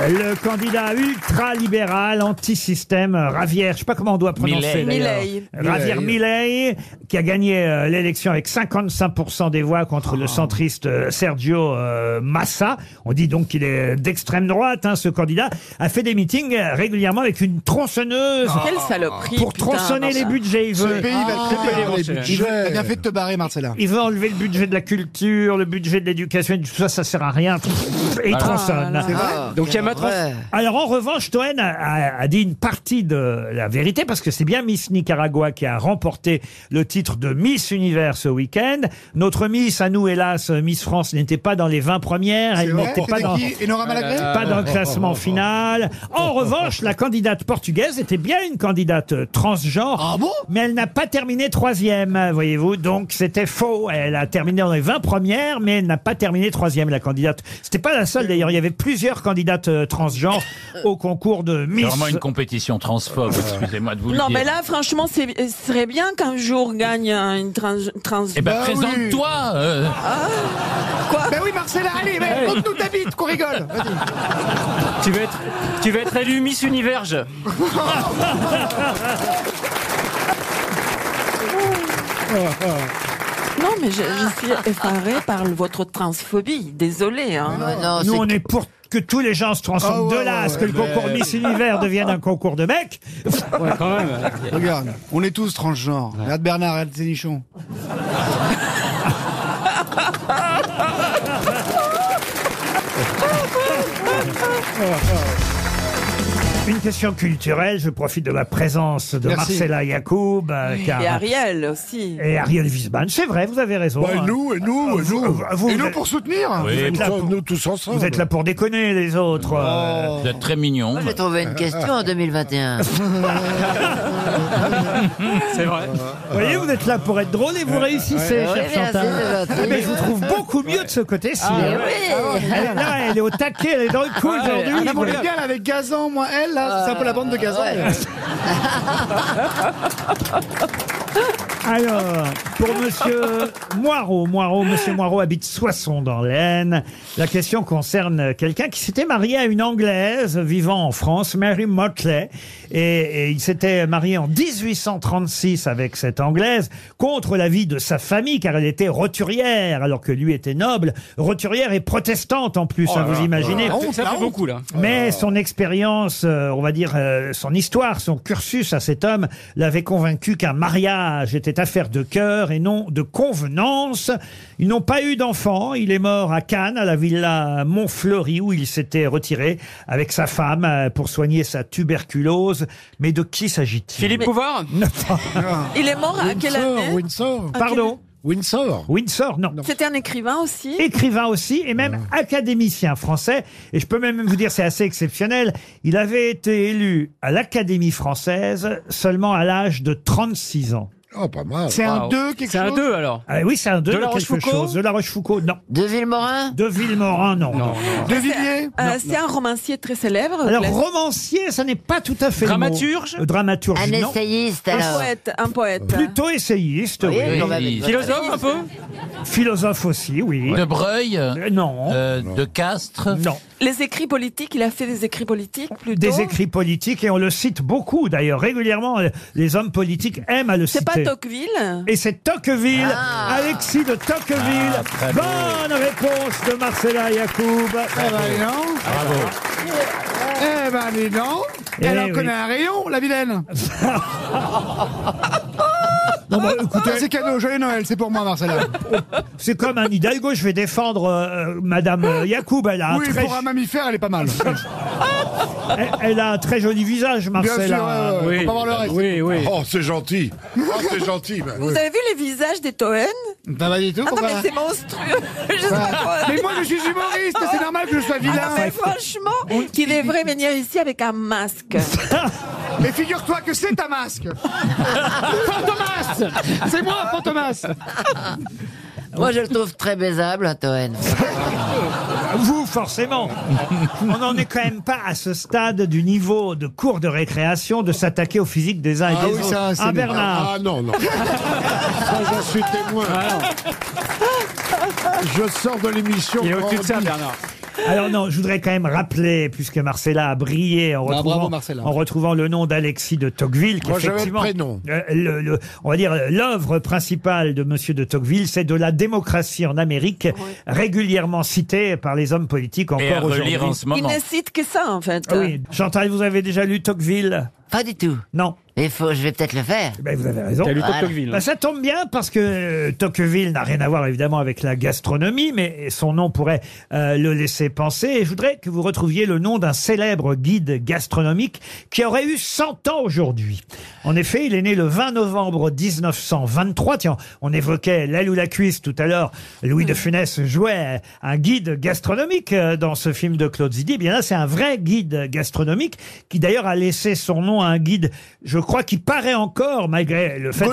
[SPEAKER 2] le candidat ultra-libéral, anti-système, euh, Javier, je sais pas comment on doit prononcer
[SPEAKER 7] Milei.
[SPEAKER 2] d'ailleurs.
[SPEAKER 8] Milei.
[SPEAKER 2] Javier Milei, qui a gagné euh, l'élection avec 55% des voix contre
[SPEAKER 3] Ah.
[SPEAKER 2] le centriste euh, Sergio euh, Massa. On dit donc qu'il est d'extrême droite, hein, ce candidat. A fait des meetings euh, régulièrement avec une tronçonneuse
[SPEAKER 8] Quelle saloperie
[SPEAKER 2] pour
[SPEAKER 8] putain,
[SPEAKER 2] tronçonner les
[SPEAKER 8] Marcel.
[SPEAKER 2] budgets. Il
[SPEAKER 3] Ce
[SPEAKER 2] veut-
[SPEAKER 3] pays va
[SPEAKER 6] Ah,
[SPEAKER 3] très
[SPEAKER 6] les
[SPEAKER 3] bien.
[SPEAKER 6] budgets.
[SPEAKER 3] T'as bien fait de te barrer, Marcella.
[SPEAKER 2] Il veut enlever le budget de la culture, le budget de l'éducation, et tout ça, ça sert à rien.
[SPEAKER 6] Ah,
[SPEAKER 2] Et il tronçonne.
[SPEAKER 8] là là.
[SPEAKER 6] Donc, il y a ma tronçon-
[SPEAKER 5] Ouais.
[SPEAKER 2] Alors en revanche, Toen a, a- a dit une partie de la vérité parce que c'est bien Miss Nicaragua qui a remporté le titre de Miss Univers ce week-end. Notre Miss, à nous hélas, Miss France n'était pas dans les 20 premières, elle
[SPEAKER 3] C'est vrai
[SPEAKER 2] n'était pas
[SPEAKER 3] C'était
[SPEAKER 2] dans,
[SPEAKER 3] qui Et
[SPEAKER 6] Ah
[SPEAKER 3] Nora Malagré
[SPEAKER 2] pas dans le classement final. En revanche, la candidate portugaise était bien une candidate euh, transgenre.
[SPEAKER 3] Ah bon
[SPEAKER 2] Mais elle n'a pas terminé troisième, hein, voyez-vous. Donc c'était faux. Elle a terminé dans les 20 premières, mais elle n'a pas terminé troisième, la candidate. C'était pas la seule d'ailleurs. Il y avait plusieurs candidates euh, euh, transgenre au concours de
[SPEAKER 7] C'est
[SPEAKER 2] Miss.
[SPEAKER 7] vraiment une compétition transphobe, excusez-moi de vous
[SPEAKER 8] Non,
[SPEAKER 7] le dire.
[SPEAKER 8] mais là, franchement, c'est- ce serait bien qu'un jour gagne un- une trans. trans
[SPEAKER 7] Eh ben, présente-toi euh.
[SPEAKER 8] Ah. Quoi
[SPEAKER 3] Ben oui, Marcella, allez, mais compte-nous ta bite, qu'on rigole.
[SPEAKER 9] Tu vas être, tu vas être élu Miss Univerge.
[SPEAKER 8] Non, mais je, je suis effarée par le- votre transphobie. Désolée. Hein.
[SPEAKER 2] Nous, on est pour que tous les gens se transforment
[SPEAKER 8] Ah ouais,
[SPEAKER 2] de là à ce que le
[SPEAKER 8] ouais,
[SPEAKER 2] concours
[SPEAKER 8] mais-
[SPEAKER 2] Miss Univers devienne un concours de mecs.
[SPEAKER 3] Ouais, quand même. Regarde, on est tous transgenres. Regarde Bernard, regarde Sénichon.
[SPEAKER 2] Une question culturelle, je profite de la présence de
[SPEAKER 8] Merci.
[SPEAKER 2] Marcella Yacoub. euh,
[SPEAKER 8] Et
[SPEAKER 2] car-
[SPEAKER 8] Ariel aussi.
[SPEAKER 2] Et Ariel Wiesmann, c'est vrai, vous avez raison. hein. Euh,
[SPEAKER 4] Bah, et nous, et nous, et nous. Et nous pour
[SPEAKER 2] soutenir
[SPEAKER 4] Oui, nous sommes- nous tous ensemble.
[SPEAKER 2] Vous êtes là pour déconner les autres. euh.
[SPEAKER 7] Vous êtes très mignon.
[SPEAKER 5] Moi, j'ai trouvé une question en 2021.
[SPEAKER 9] C'est vrai.
[SPEAKER 2] Vous voyez, vous êtes là pour être drôle et vous réussissez,
[SPEAKER 5] ouais, ouais,
[SPEAKER 2] cher
[SPEAKER 5] merci,
[SPEAKER 2] Chantal.
[SPEAKER 5] c'est gentil.
[SPEAKER 2] Mais je vous trouve beaucoup mieux de ce côté-ci.
[SPEAKER 5] Ah,
[SPEAKER 2] hein.
[SPEAKER 5] ouais.
[SPEAKER 2] Elle est là, elle est au taquet, elle est dans le coup
[SPEAKER 3] Ah,
[SPEAKER 2] aujourd'hui.
[SPEAKER 3] elle est bien, elle avec Gazan, moi, elle, là, c'est un peu la bande de Gazan.
[SPEAKER 2] Alors, pour Monsieur Moirot, Moirot, Monsieur Moirot habite Soissons dans l'Aisne. La question concerne quelqu'un qui s'était marié à une Anglaise vivant en France, Mary Motley. Et, et il s'était marié en 1836 avec cette Anglaise, contre l'avis de sa famille, car elle était roturière, alors que lui était noble. Roturière et protestante en plus,
[SPEAKER 9] Oh
[SPEAKER 2] hein,
[SPEAKER 9] là
[SPEAKER 2] vous
[SPEAKER 9] là.
[SPEAKER 2] imaginez.
[SPEAKER 9] La honte, ça fait beaucoup, là.
[SPEAKER 2] Mais son expérience, euh, on va dire euh, son histoire, son cursus à cet homme l'avait convaincu qu'un mariage était affaire de cœur et non de convenance. Ils n'ont pas eu d'enfant. Il est mort à Cannes, à la villa Montfleury, où il s'était retiré avec sa femme euh, pour soigner sa tuberculose. Mais de qui s'agit-il
[SPEAKER 9] Philippe Bouvard
[SPEAKER 8] Il est mort à quelle
[SPEAKER 4] Windsor,
[SPEAKER 8] année
[SPEAKER 4] Windsor.
[SPEAKER 8] À
[SPEAKER 2] Pardon
[SPEAKER 4] Windsor.
[SPEAKER 2] Windsor, non.
[SPEAKER 8] C'était un écrivain aussi
[SPEAKER 2] Écrivain aussi et même académicien français. Et je peux même vous dire, c'est assez exceptionnel. Il avait été élu à l'Académie française seulement à l'âge de 36 ans.
[SPEAKER 4] Oh, pas mal.
[SPEAKER 2] C'est un Wow. deux quelque
[SPEAKER 9] C'est un
[SPEAKER 2] chose
[SPEAKER 9] 2 alors.
[SPEAKER 2] Ah oui, c'est un deux
[SPEAKER 9] De La
[SPEAKER 2] quelque
[SPEAKER 9] Rochefoucauld
[SPEAKER 2] chose. De La Rochefoucauld, non.
[SPEAKER 5] De Villemorin
[SPEAKER 2] De Villemorin, non.
[SPEAKER 8] De Villiers C'est un romancier très célèbre.
[SPEAKER 2] Alors,
[SPEAKER 8] Claire.
[SPEAKER 2] romancier, ça n'est pas tout à fait. le mot.
[SPEAKER 8] Dramaturge
[SPEAKER 2] Euh, Dramaturge,
[SPEAKER 8] Un
[SPEAKER 2] non.
[SPEAKER 8] essayiste, Un alors. poète, un poète.
[SPEAKER 2] Plutôt essayiste, oui.
[SPEAKER 8] Oui, oui, quand même.
[SPEAKER 9] Philosophe un peu
[SPEAKER 2] Philosophe aussi, oui.
[SPEAKER 7] De Breuil
[SPEAKER 2] Euh, Non.
[SPEAKER 7] De Castres
[SPEAKER 2] Non.
[SPEAKER 8] Les écrits politiques, il a fait des écrits politiques plutôt.
[SPEAKER 2] Des écrits politiques, et on le cite beaucoup d'ailleurs. Régulièrement, euh, les hommes politiques aiment à le
[SPEAKER 8] C'est
[SPEAKER 2] citer.
[SPEAKER 8] pas Tocqueville
[SPEAKER 2] Et c'est Tocqueville,
[SPEAKER 8] Ah.
[SPEAKER 2] Alexis de Tocqueville.
[SPEAKER 7] Ah, très bien.
[SPEAKER 2] Bonne réponse de Marcella Yacoub.
[SPEAKER 3] Eh ben, dis donc. Eh ben, dis donc.
[SPEAKER 2] Eh
[SPEAKER 3] Elle en
[SPEAKER 2] oui.
[SPEAKER 3] connaît un rayon, la vilaine.
[SPEAKER 2] Non, bah, écoutez,
[SPEAKER 3] Ah, c'est cadeau, joyeux Noël, c'est pour moi, Marcella.
[SPEAKER 2] c'est comme un Hidalgo, je vais défendre euh, euh, Madame euh, Yacoub. Elle a,
[SPEAKER 3] oui,
[SPEAKER 2] un très,
[SPEAKER 3] pour un mammifère, elle est pas mal. Bien
[SPEAKER 2] elle, elle a un très joli visage,
[SPEAKER 4] euh,
[SPEAKER 2] Marcella.
[SPEAKER 3] sûr, ouais, ouais, faut pas voir le reste.
[SPEAKER 9] Oui, oui.
[SPEAKER 4] Oh, c'est gentil. Oh, c'est gentil. bah, oui.
[SPEAKER 8] Vous avez vu les visages des Toen
[SPEAKER 3] Bah, bah, du
[SPEAKER 8] Ah
[SPEAKER 3] tout,
[SPEAKER 8] non,
[SPEAKER 3] pourquoi
[SPEAKER 8] mais c'est monstrueux Je sais pas
[SPEAKER 3] Mais moi, je suis humoriste, c'est normal que je sois vilain.
[SPEAKER 8] Ah, mais franchement, qu'il devrait venir ici avec un masque.
[SPEAKER 3] Mais figure-toi que c'est ta masque. Fantomas C'est moi, Fantomas
[SPEAKER 5] Moi, je le trouve très baisable, hein, Toen.
[SPEAKER 2] Vous, forcément. On n'en est quand même pas à ce stade du niveau de cours de récréation de s'attaquer au physique des uns et
[SPEAKER 4] Ah
[SPEAKER 2] des
[SPEAKER 4] oui,
[SPEAKER 2] autres.
[SPEAKER 4] ça, c'est
[SPEAKER 2] Ah,
[SPEAKER 4] bien.
[SPEAKER 2] Bernard.
[SPEAKER 4] Ah non, non. Ça, j'en suis témoin.
[SPEAKER 9] Ah,
[SPEAKER 4] Je sors de l'émission.
[SPEAKER 9] Il est au-dessus de ça,
[SPEAKER 4] grandi.
[SPEAKER 9] Bernard.
[SPEAKER 2] Alors non, je voudrais quand même rappeler, puisque Marcella a brillé en
[SPEAKER 3] Ah,
[SPEAKER 2] retrouvant,
[SPEAKER 3] bravo, Marcella.
[SPEAKER 2] en retrouvant le nom d'Alexis de Tocqueville, qui
[SPEAKER 4] Moi, j'avais le
[SPEAKER 2] effectivement,
[SPEAKER 4] prénom.
[SPEAKER 2] euh, le- le- on va dire euh, l'œuvre principale de Monsieur de Tocqueville, c'est de la démocratie en Amérique, régulièrement citée par les hommes politiques
[SPEAKER 7] Et à
[SPEAKER 2] encore aujourd'hui.
[SPEAKER 7] relire en ce
[SPEAKER 8] Il
[SPEAKER 7] moment.
[SPEAKER 8] ne cite que ça, en fait.
[SPEAKER 2] Ah Oui, Chantal, vous avez déjà lu Tocqueville
[SPEAKER 5] Pas du tout.
[SPEAKER 2] Non.
[SPEAKER 5] Mais faut, je vais peut-être le faire.
[SPEAKER 2] Ben, vous avez raison.
[SPEAKER 9] T'as lu
[SPEAKER 5] Voilà.
[SPEAKER 9] Tocqueville.
[SPEAKER 2] Bah, ça tombe bien parce que euh, Tocqueville n'a rien à voir évidemment avec la gastronomie, mais son nom pourrait euh, le laisser penser. Et je voudrais que vous retrouviez le nom d'un célèbre guide gastronomique qui aurait eu 100 ans aujourd'hui. En effet, il est né le 20 novembre 1923. Tiens, on évoquait l'aile ou la cuisse tout à l'heure. Louis de Funès jouait un guide gastronomique euh, dans ce film de Claude Zidi. Eh bien là, c'est un vrai guide gastronomique qui d'ailleurs a laissé son nom à un guide, je crois qu'il paraît encore, malgré le fait.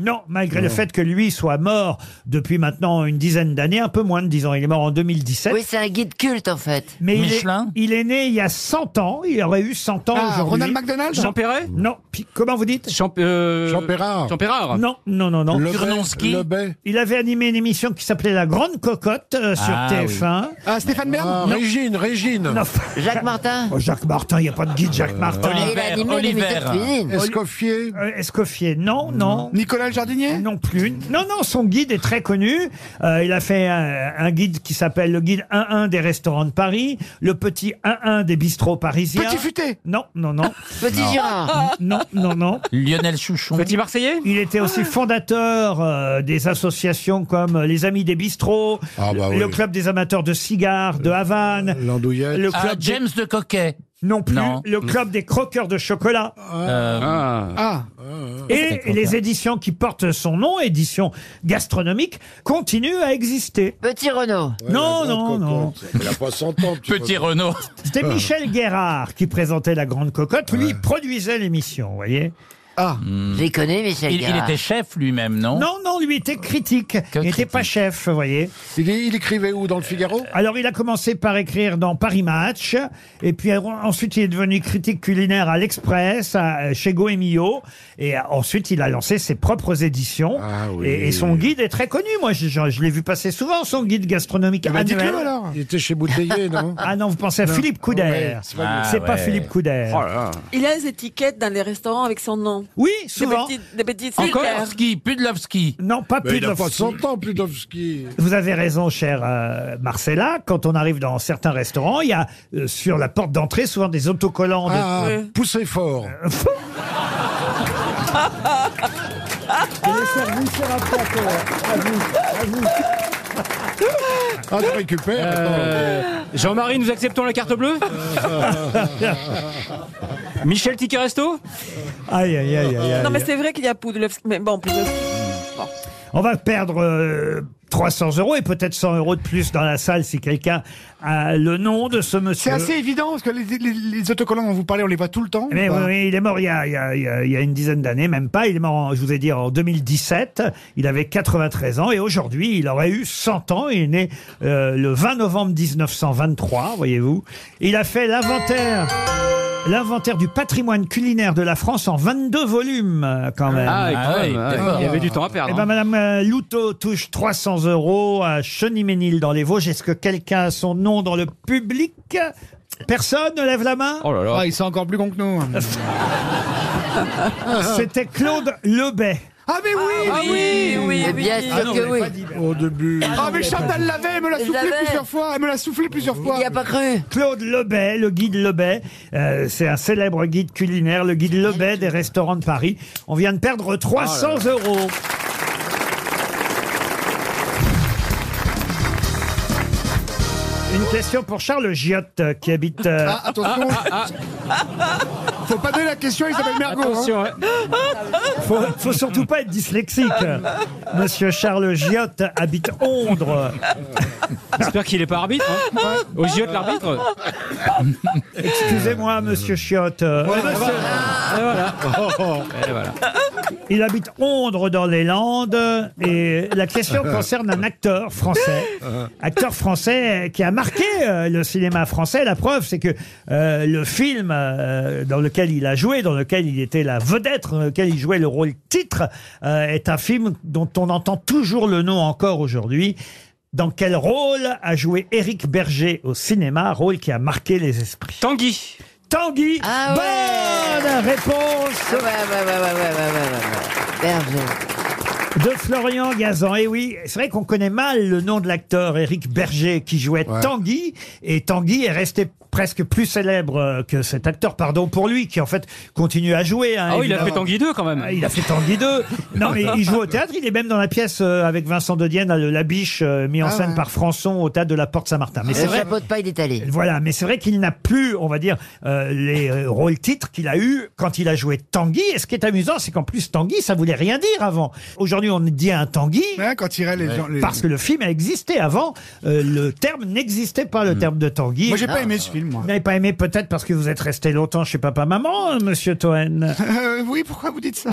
[SPEAKER 2] Non, malgré le
[SPEAKER 5] Non.
[SPEAKER 2] fait que lui soit mort depuis maintenant une dizaine d'années, un peu moins de dix ans. Il est mort en 2017.
[SPEAKER 5] Oui, c'est un guide culte en fait.
[SPEAKER 2] Mais il est, il est né il y a 100 ans, il aurait eu 100 ans
[SPEAKER 5] Ah,
[SPEAKER 2] aujourd'hui.
[SPEAKER 5] Ronald McDonald
[SPEAKER 2] Non.
[SPEAKER 5] Jean Perret
[SPEAKER 2] Non. Puis, comment vous dites Jean,
[SPEAKER 4] Jean Perard. Jean Perard
[SPEAKER 2] Non, non, non, non.
[SPEAKER 4] Le Kurnonski Bay, le Bay.
[SPEAKER 2] Il avait animé une émission qui s'appelait La Grande Cocotte euh, sur
[SPEAKER 4] Ah,
[SPEAKER 2] TF1.
[SPEAKER 4] oui. Ah, Stéphane Bern
[SPEAKER 2] Non.
[SPEAKER 4] Régine, Régine.
[SPEAKER 2] Non.
[SPEAKER 5] Jacques Martin
[SPEAKER 2] Oh, Jacques Martin, il n'y a pas de guide Jacques Martin.
[SPEAKER 4] Ah. Oliver, Il a animé les Oliver. Mystères de Cuisine.
[SPEAKER 2] Escoffier Escoffier, non, non. Nicolas Jardinier Non plus. Non, non, son guide est très connu. Euh, il a fait un, un guide qui s'appelle le guide 1-1 des restaurants de Paris, le petit 1-1 des bistrots parisiens.
[SPEAKER 3] Petit futé
[SPEAKER 2] Non, non, non.
[SPEAKER 3] Petit Non. Girard.
[SPEAKER 2] Non, non, non.
[SPEAKER 7] Lionel Chouchon.
[SPEAKER 2] Petit Marseillais Il était aussi fondateur euh, des associations comme euh, les Amis des Bistrots,
[SPEAKER 4] Ah, bah oui. Euh,
[SPEAKER 2] le Club des amateurs de cigares de Havane,
[SPEAKER 4] L'andouillette.
[SPEAKER 2] le
[SPEAKER 7] Ah,
[SPEAKER 2] club
[SPEAKER 7] James de Coquet.
[SPEAKER 2] Non plus.
[SPEAKER 7] Non.
[SPEAKER 2] Le club des croqueurs de chocolat.
[SPEAKER 7] Euh,
[SPEAKER 2] Ah. Et les éditions qui portent son nom, éditions gastronomiques, continuent à exister.
[SPEAKER 5] Petit Renaud.
[SPEAKER 2] non, non, non.
[SPEAKER 4] Il a pas 100 ans.
[SPEAKER 7] Petit Renaud.
[SPEAKER 2] C'était Michel Guérard qui présentait La Grande Cocotte. Lui, il produisait l'émission, vous voyez. Ah.
[SPEAKER 5] Je les connais, Michel
[SPEAKER 7] Il, il
[SPEAKER 5] Guérard.
[SPEAKER 7] était chef lui-même, non
[SPEAKER 2] Non, non, lui était critique. il n'était pas chef, vous voyez.
[SPEAKER 4] Il, écrivait où Dans le Figaro
[SPEAKER 2] Alors, il a commencé par écrire dans Paris Match. Et puis, euh, ensuite, il est devenu critique culinaire à l'Express, à- chez Goemio. Et euh, ensuite, il a lancé ses propres éditions.
[SPEAKER 4] Ah oui.
[SPEAKER 2] et, et son guide est très connu. Moi, je, je- je l'ai vu passer souvent, son guide
[SPEAKER 4] Eh
[SPEAKER 2] gastronomique annuel.
[SPEAKER 4] Il était ben, chez Bouteiller, non
[SPEAKER 2] Ah non, vous pensez à
[SPEAKER 4] Non.
[SPEAKER 2] Philippe Couder.
[SPEAKER 4] Ouais, c'est pas lui.
[SPEAKER 2] c'est pas
[SPEAKER 4] Ah ouais.
[SPEAKER 2] Philippe
[SPEAKER 13] Oh,
[SPEAKER 2] Couder.
[SPEAKER 8] Il a des étiquettes dans les restaurants avec son nom.
[SPEAKER 2] Oui, souvent.
[SPEAKER 8] Des petites, des petites stickers.
[SPEAKER 7] Pudlovski, Pudlovski.
[SPEAKER 2] Non, pas
[SPEAKER 4] Mais il a pas
[SPEAKER 2] Pudlovski.
[SPEAKER 4] 100 ans, Pudlovski.
[SPEAKER 2] Vous avez raison, chère euh, Marcella. Quand on arrive dans certains restaurants, il y a euh, sur la porte d'entrée souvent des autocollants. de-
[SPEAKER 4] Ah, poussez fort. Ah, tu récupères
[SPEAKER 6] Euh, Jean-Marie, nous acceptons la carte bleue Michel Ticket Resto
[SPEAKER 2] Aïe, aïe, aïe, aïe, aïe.
[SPEAKER 8] Non, mais c'est vrai qu'il y a Poudlevski. Mais bon, Poudlevski. Bon.
[SPEAKER 2] On va perdre euh, 300 euros et peut-être 100 euros de plus dans la salle si quelqu'un a le nom de ce monsieur.
[SPEAKER 3] C'est assez évident parce que les, les- les autocollants dont vous parlez, on les voit tout le temps.
[SPEAKER 2] Mais
[SPEAKER 3] Bah,
[SPEAKER 2] Eh oui, oui, il est mort il y a, il y a- il y a- il y a une dizaine d'années, même pas. Il est mort, en- je vous ai dit, en 2017. Il avait 93 ans et aujourd'hui, il aurait eu 100 ans. Il est né euh, le 20 novembre 1923, voyez-vous. Il a fait l'inventaire. L'inventaire du patrimoine culinaire de la France en 22 volumes, euh, quand même.
[SPEAKER 6] Ah, et quand Ah même, ouais, ouais, d'accord. il y avait du temps à perdre,
[SPEAKER 2] Eh ben,
[SPEAKER 6] hein.
[SPEAKER 2] Madame euh, Loutot touche 300 euros à Cheniménil dans les Vosges. Est-ce que quelqu'un a son nom dans le public Personne ne lève la main
[SPEAKER 3] Oh là là. Ah, ils sont encore plus cons que nous.
[SPEAKER 2] C'était Claude Lebet.
[SPEAKER 3] Ah mais oui,
[SPEAKER 2] Ah oui, oui,
[SPEAKER 3] Ah
[SPEAKER 2] oui. Bien sûr Ah non, que on l'avait oui. pas dit.
[SPEAKER 4] Au début.
[SPEAKER 3] Ah mais Chantal l'avait, elle me l'a
[SPEAKER 5] Je
[SPEAKER 3] soufflé
[SPEAKER 5] l'avais.
[SPEAKER 3] plusieurs fois, elle me l'a soufflé plusieurs fois.
[SPEAKER 5] Il n'y a pas cru.
[SPEAKER 2] Claude Lebet, le guide Lebet, euh, c'est un célèbre guide culinaire, le guide Lebet des restaurants de Paris. On vient de perdre 300 euros. Une question pour Charles Giotte euh, qui habite. euh,
[SPEAKER 3] Ah, attention. Faut pas donner la question, il s'appelle Mergo. hein.
[SPEAKER 6] Attention,
[SPEAKER 2] faut, faut surtout pas être dyslexique.
[SPEAKER 3] Ah,
[SPEAKER 2] Monsieur Charles Giotte habite Ondre.
[SPEAKER 6] J'espère qu'il n'est pas arbitre. hein. Au JO de l'arbitre
[SPEAKER 2] Excusez-moi, monsieur Chiotte. euh, Ah,
[SPEAKER 6] Et voilà.
[SPEAKER 2] Il habite Ondre dans les Landes et la question concerne un acteur français. Acteur français euh, qui a marqué euh, le cinéma français. La preuve, c'est que euh, le film euh, dans lequel il a joué, dans lequel il était la vedette, dans lequel il jouait le rôle titre, euh, est un film dont on entend toujours le nom encore aujourd'hui. Dans quel rôle a joué Éric Berger au cinéma, rôle qui a marqué les esprits
[SPEAKER 6] Tanguy.
[SPEAKER 2] Tanguy.
[SPEAKER 5] Ah ouais.
[SPEAKER 2] Bonne réponse.
[SPEAKER 5] Ah ouais, ouais, ouais, ouais, ouais, ouais, ouais, ouais, ouais. Berger.
[SPEAKER 2] De Florian Gazan. Et oui, c'est vrai qu'on connaît mal le nom de l'acteur Éric Berger qui jouait Tanguy. Et Tanguy est resté presque plus célèbre euh, que cet acteur, pardon, pour lui, qui en fait continue à jouer. hein,
[SPEAKER 6] Ah oui, il a
[SPEAKER 2] évidemment.
[SPEAKER 6] fait Tanguy 2 quand même.
[SPEAKER 2] Ah, Il a fait Tanguy 2. Non, mais il joue au théâtre. Il est même dans la pièce euh, avec Vincent Dodienne, à Le- La Biche, euh, mis en
[SPEAKER 5] Ah
[SPEAKER 2] scène
[SPEAKER 5] ouais. Ah
[SPEAKER 2] par Françon au théâtre de la Porte Saint-Martin. Mais c'est
[SPEAKER 5] Le
[SPEAKER 2] vrai.
[SPEAKER 5] chapeau de paille d'Italie.
[SPEAKER 2] Voilà, mais c'est vrai qu'il n'a plus, on va dire, euh, les euh, rôles titres qu'il a eu quand il a joué Tanguy. Et ce qui est amusant, c'est qu'en plus Tanguy, ça voulait rien dire avant. Aujourd'hui, on dit un Tanguy.
[SPEAKER 3] hein, quand il les gens. les-
[SPEAKER 2] Parce que le film a existé avant, euh, le terme n'existait pas, le terme de Tanguy.
[SPEAKER 3] Moi j'ai pas aimé ce film. moi.
[SPEAKER 2] Vous n'avez pas aimé peut-être parce que vous êtes resté longtemps chez papa-maman, hein, monsieur Toen
[SPEAKER 3] Euh, oui, pourquoi vous dites ça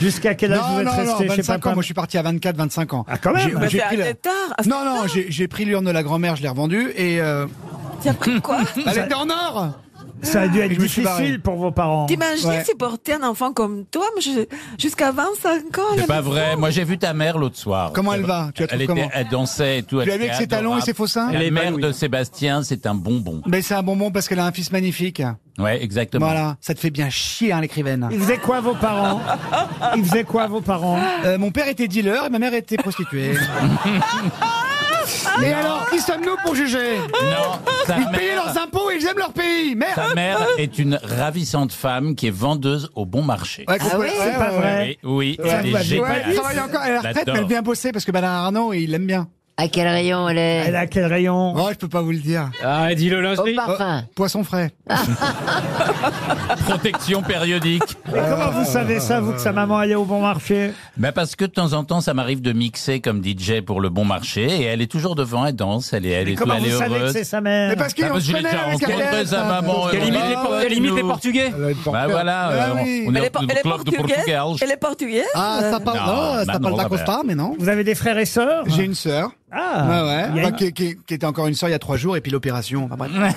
[SPEAKER 2] Jusqu'à quel âge
[SPEAKER 3] non,
[SPEAKER 2] vous êtes
[SPEAKER 3] non,
[SPEAKER 2] resté
[SPEAKER 3] non,
[SPEAKER 2] chez
[SPEAKER 3] 25
[SPEAKER 2] papa
[SPEAKER 3] ans. Moi, je suis parti à 24, 25 ans. Ah,
[SPEAKER 2] quand même. Bah, t'es
[SPEAKER 3] pris la...
[SPEAKER 2] arrêté
[SPEAKER 8] tard,
[SPEAKER 3] Non, non, j'ai j'ai pris l'urne de la grand-mère, je l'ai revendue et. Euh...
[SPEAKER 8] T'as pris quoi
[SPEAKER 3] Elle était Mmh. en or
[SPEAKER 2] Ça a dû être
[SPEAKER 3] Et je me suis barré.
[SPEAKER 2] difficile pour vos parents.
[SPEAKER 8] T'imagines
[SPEAKER 7] Ouais.
[SPEAKER 8] si porter un enfant comme toi, mais je- jusqu'à 25 ans. la
[SPEAKER 7] C'est pas
[SPEAKER 8] maison.
[SPEAKER 7] vrai. Moi, j'ai vu ta mère l'autre soir.
[SPEAKER 3] Comment elle va Tu la
[SPEAKER 7] elle,
[SPEAKER 3] trouves
[SPEAKER 7] était-
[SPEAKER 3] comment
[SPEAKER 7] elle dansait et tout.
[SPEAKER 3] Tu
[SPEAKER 7] elle
[SPEAKER 3] l'as vu
[SPEAKER 7] était
[SPEAKER 3] avec ses talons
[SPEAKER 7] adorable.
[SPEAKER 3] et ses faux seins Elle est
[SPEAKER 7] La mère
[SPEAKER 3] épanouie.
[SPEAKER 7] de Sébastien, c'est un bonbon.
[SPEAKER 3] Mais c'est un bonbon parce qu'elle a un fils magnifique.
[SPEAKER 7] Ouais, exactement.
[SPEAKER 3] Voilà, ça te fait bien chier, hein, l'écrivaine.
[SPEAKER 2] Ils faisaient quoi vos parents Ils faisaient quoi vos parents
[SPEAKER 3] Euh, Mon père était dealer et ma mère était prostituée. Et alors, qui sommes-nous pour juger
[SPEAKER 7] Non, sa
[SPEAKER 3] Ils
[SPEAKER 7] mère-
[SPEAKER 3] payaient leurs impôts et ils aiment leur pays Merde
[SPEAKER 7] Sa mère est une ravissante femme qui est vendeuse au bon marché.
[SPEAKER 8] Ah
[SPEAKER 3] Ouais, complètement. Ouais, ouais, ouais.
[SPEAKER 7] Oui, oui, elle
[SPEAKER 3] Ça va
[SPEAKER 7] est
[SPEAKER 3] bien. Ouais,
[SPEAKER 7] géniale.
[SPEAKER 3] elle travaille encore à la retraite, mais elle
[SPEAKER 7] J'adore.
[SPEAKER 3] vient bosser parce que Bernard Arnault, il l'aime bien.
[SPEAKER 5] À quel rayon elle est
[SPEAKER 2] Elle a quel rayon
[SPEAKER 3] Oh, je peux pas vous le dire. Oh,
[SPEAKER 6] Ah, dis-le lundi.
[SPEAKER 5] Au parfum.
[SPEAKER 3] Poisson frais.
[SPEAKER 7] Protection périodique.
[SPEAKER 2] Mais comment vous savez ça, vous, que sa maman allait au bon marché
[SPEAKER 7] Ben parce que de temps en temps, ça m'arrive de mixer comme DJ pour le bon marché et elle est toujours devant, elle danse, elle est, elle est,
[SPEAKER 2] Comment
[SPEAKER 7] elle
[SPEAKER 2] vous
[SPEAKER 7] est
[SPEAKER 2] savez que
[SPEAKER 7] heureuse.
[SPEAKER 2] c'est sa mère
[SPEAKER 3] Mais parce
[SPEAKER 7] Ah,
[SPEAKER 3] qu'on
[SPEAKER 7] parce
[SPEAKER 3] se
[SPEAKER 7] que j'ai
[SPEAKER 3] connaît
[SPEAKER 7] déjà
[SPEAKER 3] avec
[SPEAKER 7] rencontré
[SPEAKER 3] Ariel,
[SPEAKER 7] sa maman.
[SPEAKER 3] Elle
[SPEAKER 7] et
[SPEAKER 3] imite
[SPEAKER 7] on
[SPEAKER 3] les
[SPEAKER 7] est-
[SPEAKER 3] Por- elle
[SPEAKER 6] imite les
[SPEAKER 7] nous-
[SPEAKER 6] Portugais.
[SPEAKER 7] Bah voilà,
[SPEAKER 3] Ah
[SPEAKER 7] euh, on-
[SPEAKER 3] oui.
[SPEAKER 7] on
[SPEAKER 8] Elle est,
[SPEAKER 7] est
[SPEAKER 8] por-
[SPEAKER 7] au
[SPEAKER 8] elle est
[SPEAKER 7] club de
[SPEAKER 8] portugaise.
[SPEAKER 7] Portugal.
[SPEAKER 8] Elle est portugaise.
[SPEAKER 3] Ah, ça parle,
[SPEAKER 7] Non,
[SPEAKER 3] non, ça
[SPEAKER 7] maintenant,
[SPEAKER 3] parle
[SPEAKER 7] ça
[SPEAKER 3] d'Acosta,
[SPEAKER 7] va.
[SPEAKER 3] mais non.
[SPEAKER 2] Vous avez des frères et sœurs
[SPEAKER 3] J'ai une sœur.
[SPEAKER 2] Ah,
[SPEAKER 3] ouais, ouais.
[SPEAKER 2] il y a
[SPEAKER 3] Bah, qui, qui- qui était encore une sœur il y a trois jours et puis l'opération. Enfin, bref.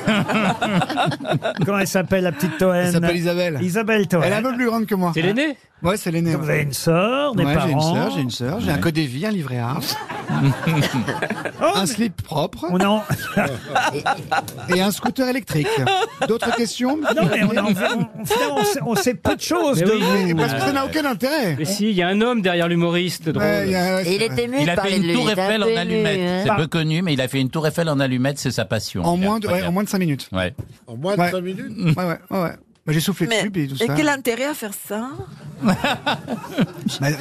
[SPEAKER 2] Comment elle s'appelle, la petite Toen
[SPEAKER 3] Elle s'appelle Isabelle.
[SPEAKER 2] Isabelle Toen.
[SPEAKER 3] Elle est un peu plus grande que moi.
[SPEAKER 6] C'est l'aîné
[SPEAKER 3] Ouais, c'est l'aînée.
[SPEAKER 2] Vous
[SPEAKER 3] ouais.
[SPEAKER 2] avez une sœur, des
[SPEAKER 3] Ouais,
[SPEAKER 2] parents
[SPEAKER 3] j'ai une sœur, j'ai une sœur, j'ai un code de vie, un livret A, un slip propre
[SPEAKER 2] Oh, On en...
[SPEAKER 3] et un scooter électrique. D'autres questions
[SPEAKER 2] Non, mais on, en- on- finalement, on sait, on sait peu de choses
[SPEAKER 6] Mais
[SPEAKER 2] de
[SPEAKER 6] oui.
[SPEAKER 2] vous.
[SPEAKER 3] Et Parce que ça n'a aucun intérêt.
[SPEAKER 6] Mais si, il y a un homme derrière l'humoriste drôle.
[SPEAKER 3] Ouais, il y a-
[SPEAKER 5] Et il était ému
[SPEAKER 7] Il
[SPEAKER 5] de
[SPEAKER 7] a fait
[SPEAKER 5] parler de
[SPEAKER 7] une
[SPEAKER 5] lui.
[SPEAKER 7] tour
[SPEAKER 5] il était un
[SPEAKER 7] Eiffel
[SPEAKER 5] peu
[SPEAKER 7] en
[SPEAKER 5] ému,
[SPEAKER 7] allumette.
[SPEAKER 5] hein.
[SPEAKER 7] C'est peu connu, mais il a fait une tour Eiffel en allumette, c'est sa passion.
[SPEAKER 3] En
[SPEAKER 7] Il a
[SPEAKER 3] moins, de,
[SPEAKER 7] pas
[SPEAKER 3] ouais,
[SPEAKER 7] bien.
[SPEAKER 3] en moins de 5 minutes.
[SPEAKER 7] Ouais.
[SPEAKER 4] En moins de
[SPEAKER 3] Ouais.
[SPEAKER 4] 5 minutes
[SPEAKER 3] Ouais, ouais, ouais. ouais. Bah, J'ai soufflé
[SPEAKER 8] Mais-
[SPEAKER 3] dessus et tout
[SPEAKER 8] et
[SPEAKER 3] ça.
[SPEAKER 8] quel intérêt à faire ça
[SPEAKER 3] Bah,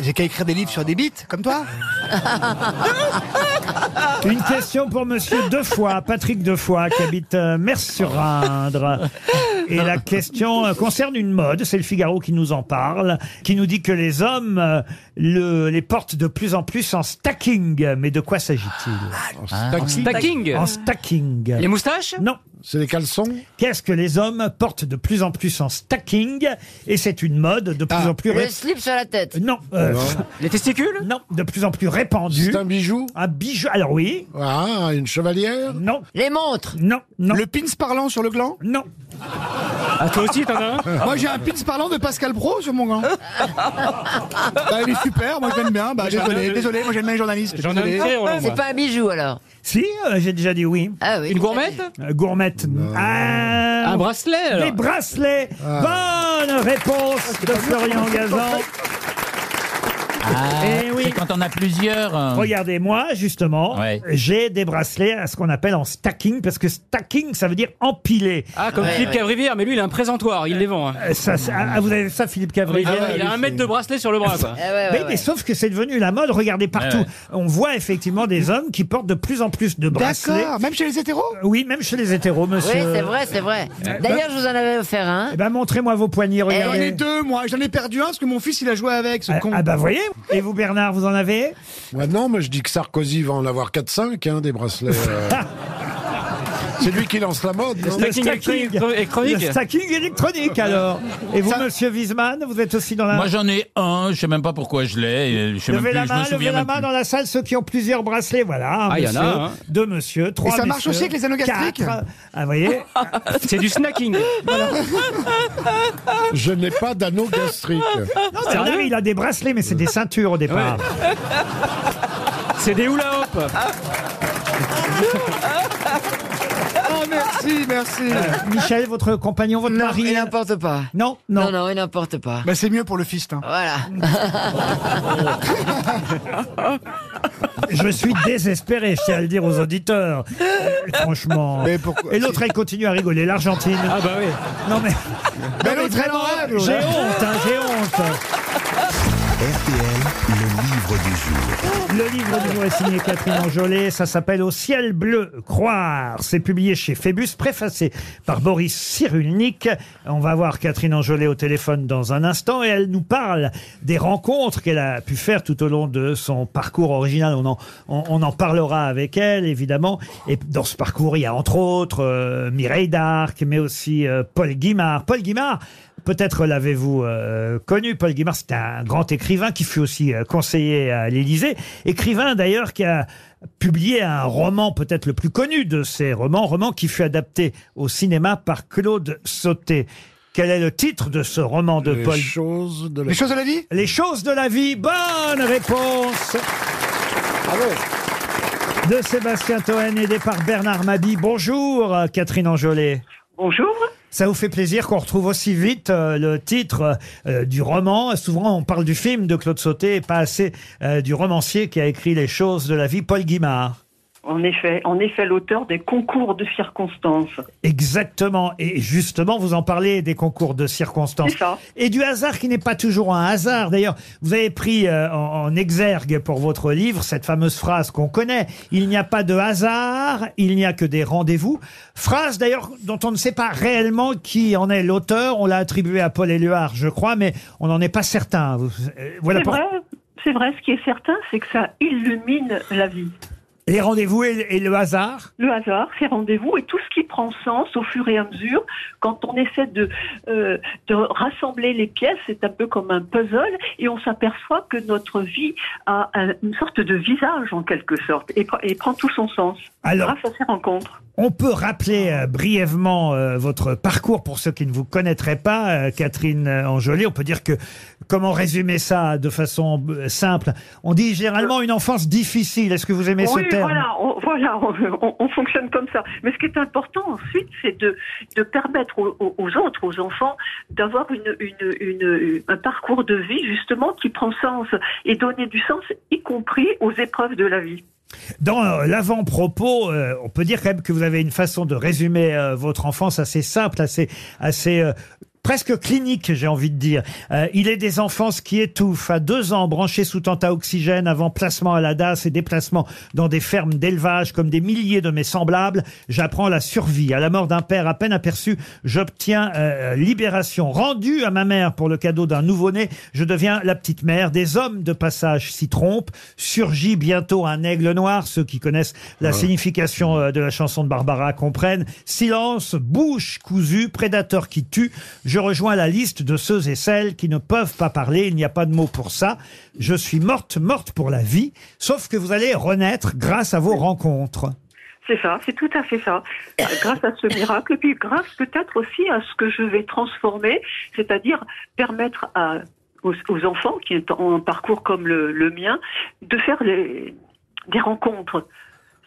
[SPEAKER 3] J'ai qu'à écrire des livres sur des bites, comme toi.
[SPEAKER 2] Une question pour monsieur Defoy, Patrick Defoy, qui habite euh, Mers-sur-Indre. Et la question euh, concerne une mode, c'est le Figaro qui nous en parle, qui nous dit que les hommes euh, le- les portent de plus en plus en stacking. Mais de quoi s'agit-il Hein
[SPEAKER 4] Taxi
[SPEAKER 6] Stacking
[SPEAKER 2] Ah, En stacking.
[SPEAKER 6] Les moustaches
[SPEAKER 2] Non.
[SPEAKER 4] C'est les caleçons
[SPEAKER 2] Qu'est-ce que les hommes portent de plus en plus en stacking Et c'est une mode de plus
[SPEAKER 3] Ah,
[SPEAKER 2] en plus...
[SPEAKER 5] Le
[SPEAKER 2] ré-
[SPEAKER 5] slip sur la tête.
[SPEAKER 2] Non, euh,
[SPEAKER 6] Les testicules
[SPEAKER 2] non, de plus en plus répandue.
[SPEAKER 4] C'est un bijou
[SPEAKER 2] Un bijou... Alors oui,
[SPEAKER 4] Ah, une chevalière
[SPEAKER 2] non,
[SPEAKER 5] Les montres.
[SPEAKER 2] non, non,
[SPEAKER 3] Le pins parlant sur le gland.
[SPEAKER 2] non.
[SPEAKER 6] Ah, toi aussi, t'en as un
[SPEAKER 3] Moi j'ai un pins parlant de Pascal Pro sur mon gland. bah, il est super, moi je l'aime bien. Bah, désolé, désolé, moi j'aime bien les journalistes.
[SPEAKER 6] J'en ai
[SPEAKER 3] désolé.
[SPEAKER 6] un tiré, on l'envoie.
[SPEAKER 5] C'est pas un bijou alors.
[SPEAKER 2] Si, euh, j'ai déjà dit oui.
[SPEAKER 5] Ah oui.
[SPEAKER 6] Une gourmette
[SPEAKER 2] Euh, gourmette. Ah,
[SPEAKER 6] Un bracelet alors
[SPEAKER 2] Les bracelets.
[SPEAKER 4] Ah.
[SPEAKER 2] Bonne réponse de Florian Gazan.
[SPEAKER 7] Ah,
[SPEAKER 2] Eh oui.
[SPEAKER 7] C'est quand on a plusieurs. euh,
[SPEAKER 2] Regardez, moi, justement,
[SPEAKER 7] Ouais.
[SPEAKER 2] j'ai des bracelets à ce qu'on appelle en stacking, parce que stacking, ça veut dire empiler.
[SPEAKER 6] Ah, comme Philippe Cavrivière, mais lui, il a un présentoir, il les vend. hein.
[SPEAKER 2] Euh, Ça, ça- ah, vous avez vu ça, Philippe Cavrivière
[SPEAKER 6] Ah ouais, il a un mètre de bracelet sur le bras, quoi.
[SPEAKER 5] Eh ouais, ouais,
[SPEAKER 2] mais,
[SPEAKER 5] ouais.
[SPEAKER 2] mais sauf que c'est devenu la mode. Regardez partout.
[SPEAKER 7] ouais.
[SPEAKER 2] On voit effectivement des hommes qui portent de plus en plus de bracelets.
[SPEAKER 3] D'accord, même chez les hétéros
[SPEAKER 2] Oui, même chez les hétéros, monsieur.
[SPEAKER 5] Oui, c'est vrai, c'est vrai. D'ailleurs, je vous en avais offert un.
[SPEAKER 2] Eh ben, montrez-moi vos poignets,
[SPEAKER 3] J'en ai
[SPEAKER 2] regardez.
[SPEAKER 3] deux, moi. J'en ai perdu un parce que mon fils il a joué avec, ce
[SPEAKER 2] Ah,
[SPEAKER 3] con.
[SPEAKER 2] ah bah voyez. Et vous, Bernard, vous en avez
[SPEAKER 4] Ouais, Non, mais je dis que Sarkozy va en avoir 4-5, hein, des bracelets. euh. C'est lui qui lance la mode, non
[SPEAKER 2] Le
[SPEAKER 6] Stacking électronique
[SPEAKER 2] Le stacking électronique, alors. Et vous, monsieur Wiesmann, vous êtes aussi dans la.
[SPEAKER 7] Moi, j'en ai un, je sais même pas pourquoi je l'ai. et Je sais même
[SPEAKER 2] levez
[SPEAKER 7] plus,
[SPEAKER 2] la
[SPEAKER 7] je
[SPEAKER 2] main,
[SPEAKER 7] me
[SPEAKER 2] levez
[SPEAKER 7] souviens
[SPEAKER 2] la
[SPEAKER 7] même
[SPEAKER 2] main
[SPEAKER 7] plus.
[SPEAKER 2] dans la salle, ceux qui ont plusieurs bracelets, voilà. un
[SPEAKER 6] Ah, il y en a,
[SPEAKER 2] monsieur,
[SPEAKER 6] hein.
[SPEAKER 2] Deux monsieur, trois
[SPEAKER 3] ça marche
[SPEAKER 2] messieurs,
[SPEAKER 3] aussi avec les anneaux gastriques
[SPEAKER 2] quatre. Ah, vous voyez
[SPEAKER 6] C'est du snacking.
[SPEAKER 4] Je n'ai pas d'anneau gastrique.
[SPEAKER 2] Non, Bernard,
[SPEAKER 6] Sérieux
[SPEAKER 2] il a des bracelets, mais c'est des ceintures au départ.
[SPEAKER 6] C'est des hula hop.
[SPEAKER 2] Ah,
[SPEAKER 3] Oh, merci, merci.
[SPEAKER 2] Euh, Michel, votre compagnon, votre
[SPEAKER 5] Non,
[SPEAKER 2] mari
[SPEAKER 5] il n'importe pas.
[SPEAKER 2] non, non.
[SPEAKER 5] Non, non, il n'importe pas.
[SPEAKER 3] Bah, c'est mieux pour le fist. hein.
[SPEAKER 5] Voilà.
[SPEAKER 2] Je suis désespéré, je tiens à le dire aux auditeurs. Euh, Franchement.
[SPEAKER 3] Mais pourquoi
[SPEAKER 2] Et l'autre, elle continue à rigoler, l'Argentine.
[SPEAKER 6] Ah bah oui.
[SPEAKER 2] Non mais.
[SPEAKER 3] Mais l'autre, elle en rêve,
[SPEAKER 2] J'ai
[SPEAKER 3] l'autre.
[SPEAKER 2] honte, hein, j'ai honte.
[SPEAKER 1] RTL, le livre du jour.
[SPEAKER 2] Le livre du jour est signé Catherine Anjolet, ça s'appelle Au ciel bleu, croire. C'est publié chez Phébus, préfacé par Boris Cyrulnik. On va voir Catherine Anjolet au téléphone dans un instant et elle nous parle des rencontres qu'elle a pu faire tout au long de son parcours original. On en, on, on en parlera avec elle, évidemment. Et dans ce parcours, il y a entre autres euh, Mireille d'Arc, mais aussi euh, Paul Guimard. Paul Guimard, Peut-être l'avez-vous euh, connu, Paul Guimard, c'est un grand écrivain qui fut aussi euh, conseiller à l'Élysée, écrivain d'ailleurs qui a publié un roman peut-être le plus connu de ses romans, roman qui fut adapté au cinéma par Claude Sauté. Quel est le titre de ce roman de
[SPEAKER 4] Les
[SPEAKER 2] Paul
[SPEAKER 4] choses de la- Les
[SPEAKER 3] choses de la vie
[SPEAKER 2] Les choses de la vie. Bonne réponse
[SPEAKER 3] Ah
[SPEAKER 2] de Sébastien Toen, aidé par Bernard Mabi. Bonjour, euh, Catherine Angelet.
[SPEAKER 17] Bonjour.
[SPEAKER 2] Ça vous fait plaisir qu'on retrouve aussi vite euh, le titre euh, du roman. Souvent, on parle du film de Claude Sauté et pas assez euh, du romancier qui a écrit Les choses de la vie, Paul Guimard.
[SPEAKER 17] En effet, en effet l'auteur des concours de circonstances.
[SPEAKER 2] Exactement. Et justement, vous en parlez des concours de circonstances. Et du hasard qui n'est pas toujours un hasard. D'ailleurs, vous avez pris euh, en, en exergue pour votre livre cette fameuse phrase qu'on connaît. Il n'y a pas de hasard, il n'y a que des rendez-vous. Phrase d'ailleurs dont on ne sait pas réellement qui en est l'auteur. On l'a attribuée à Paul Éluard, je crois, mais on n'en est pas certain. Vous- euh, voilà
[SPEAKER 17] c'est
[SPEAKER 2] pour-
[SPEAKER 17] vrai, c'est vrai. Ce qui est certain, c'est que ça illumine la vie.
[SPEAKER 2] Les rendez-vous et, et le hasard.
[SPEAKER 17] Le hasard, ces rendez-vous et tout ce qui prend sens au fur et à mesure, quand on essaie de, euh, de rassembler les pièces, c'est un peu comme un puzzle, et on s'aperçoit que notre vie a un- une sorte de visage en quelque sorte, et, pre- et prend tout son sens
[SPEAKER 2] Alors-
[SPEAKER 17] grâce à ces rencontres.
[SPEAKER 2] On peut rappeler euh, brièvement euh, votre parcours pour ceux qui ne vous connaîtraient pas, euh, Catherine euh, Anjoly. On peut dire que, comment résumer ça de façon euh, simple On dit généralement une enfance difficile. Est-ce que vous aimez
[SPEAKER 17] oui,
[SPEAKER 2] ce terme
[SPEAKER 17] voilà, on, voilà on, on- on fonctionne comme ça. Mais ce qui est important ensuite, c'est de, de permettre aux, aux- aux autres, aux enfants, d'avoir une, une- une- un parcours de vie justement qui prend sens et donner du sens, y compris aux épreuves de la vie.
[SPEAKER 2] Dans euh, l'avant-propos, euh, on peut dire quand même que vous avez une façon de résumer euh, votre enfance assez simple, assez, assez euh, presque clinique, j'ai envie de dire. Euh, il est des enfances qui étouffent. À deux ans, branchés sous tente à oxygène, avant placement à la DAS et déplacement dans des fermes d'élevage comme des milliers de mes semblables, j'apprends la survie. À la mort d'un père à peine aperçu, j'obtiens euh, libération. Rendue à ma mère pour le cadeau d'un nouveau-né, je deviens la petite mère. Des hommes de passage s'y trompent. Surgit bientôt un aigle noir. Ceux qui connaissent la signification euh, de la chanson de Barbara comprennent. Silence, bouche cousue, prédateur qui tue. Je rejoins la liste de ceux et celles qui ne peuvent pas parler. Il n'y a pas de mot pour ça. Je suis morte, morte pour la vie. Sauf que vous allez renaître grâce à vos rencontres.
[SPEAKER 17] C'est ça, c'est tout à fait ça. Euh, Grâce à ce miracle, et puis grâce peut-être aussi à ce que je vais transformer, c'est-à-dire permettre à, aux, aux enfants qui ont un parcours comme le, le mien de faire les- des rencontres.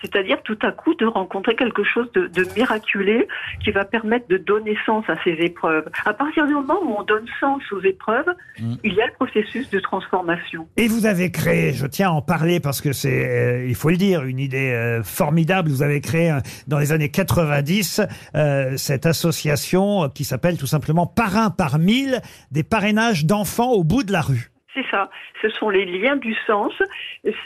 [SPEAKER 17] C'est-à-dire tout à coup de rencontrer quelque chose de, de miraculé qui va permettre de donner sens à ces épreuves. À partir du moment où on donne sens aux épreuves, il y a le processus de transformation.
[SPEAKER 2] Et vous avez créé, je tiens à en parler parce que c'est, euh, il faut le dire, une idée euh, formidable. Vous avez créé euh, dans les années 90 euh, cette association euh, qui s'appelle tout simplement Parrain par mille, des parrainages d'enfants au bout de la rue.
[SPEAKER 17] C'est ça, ce sont les liens du sens.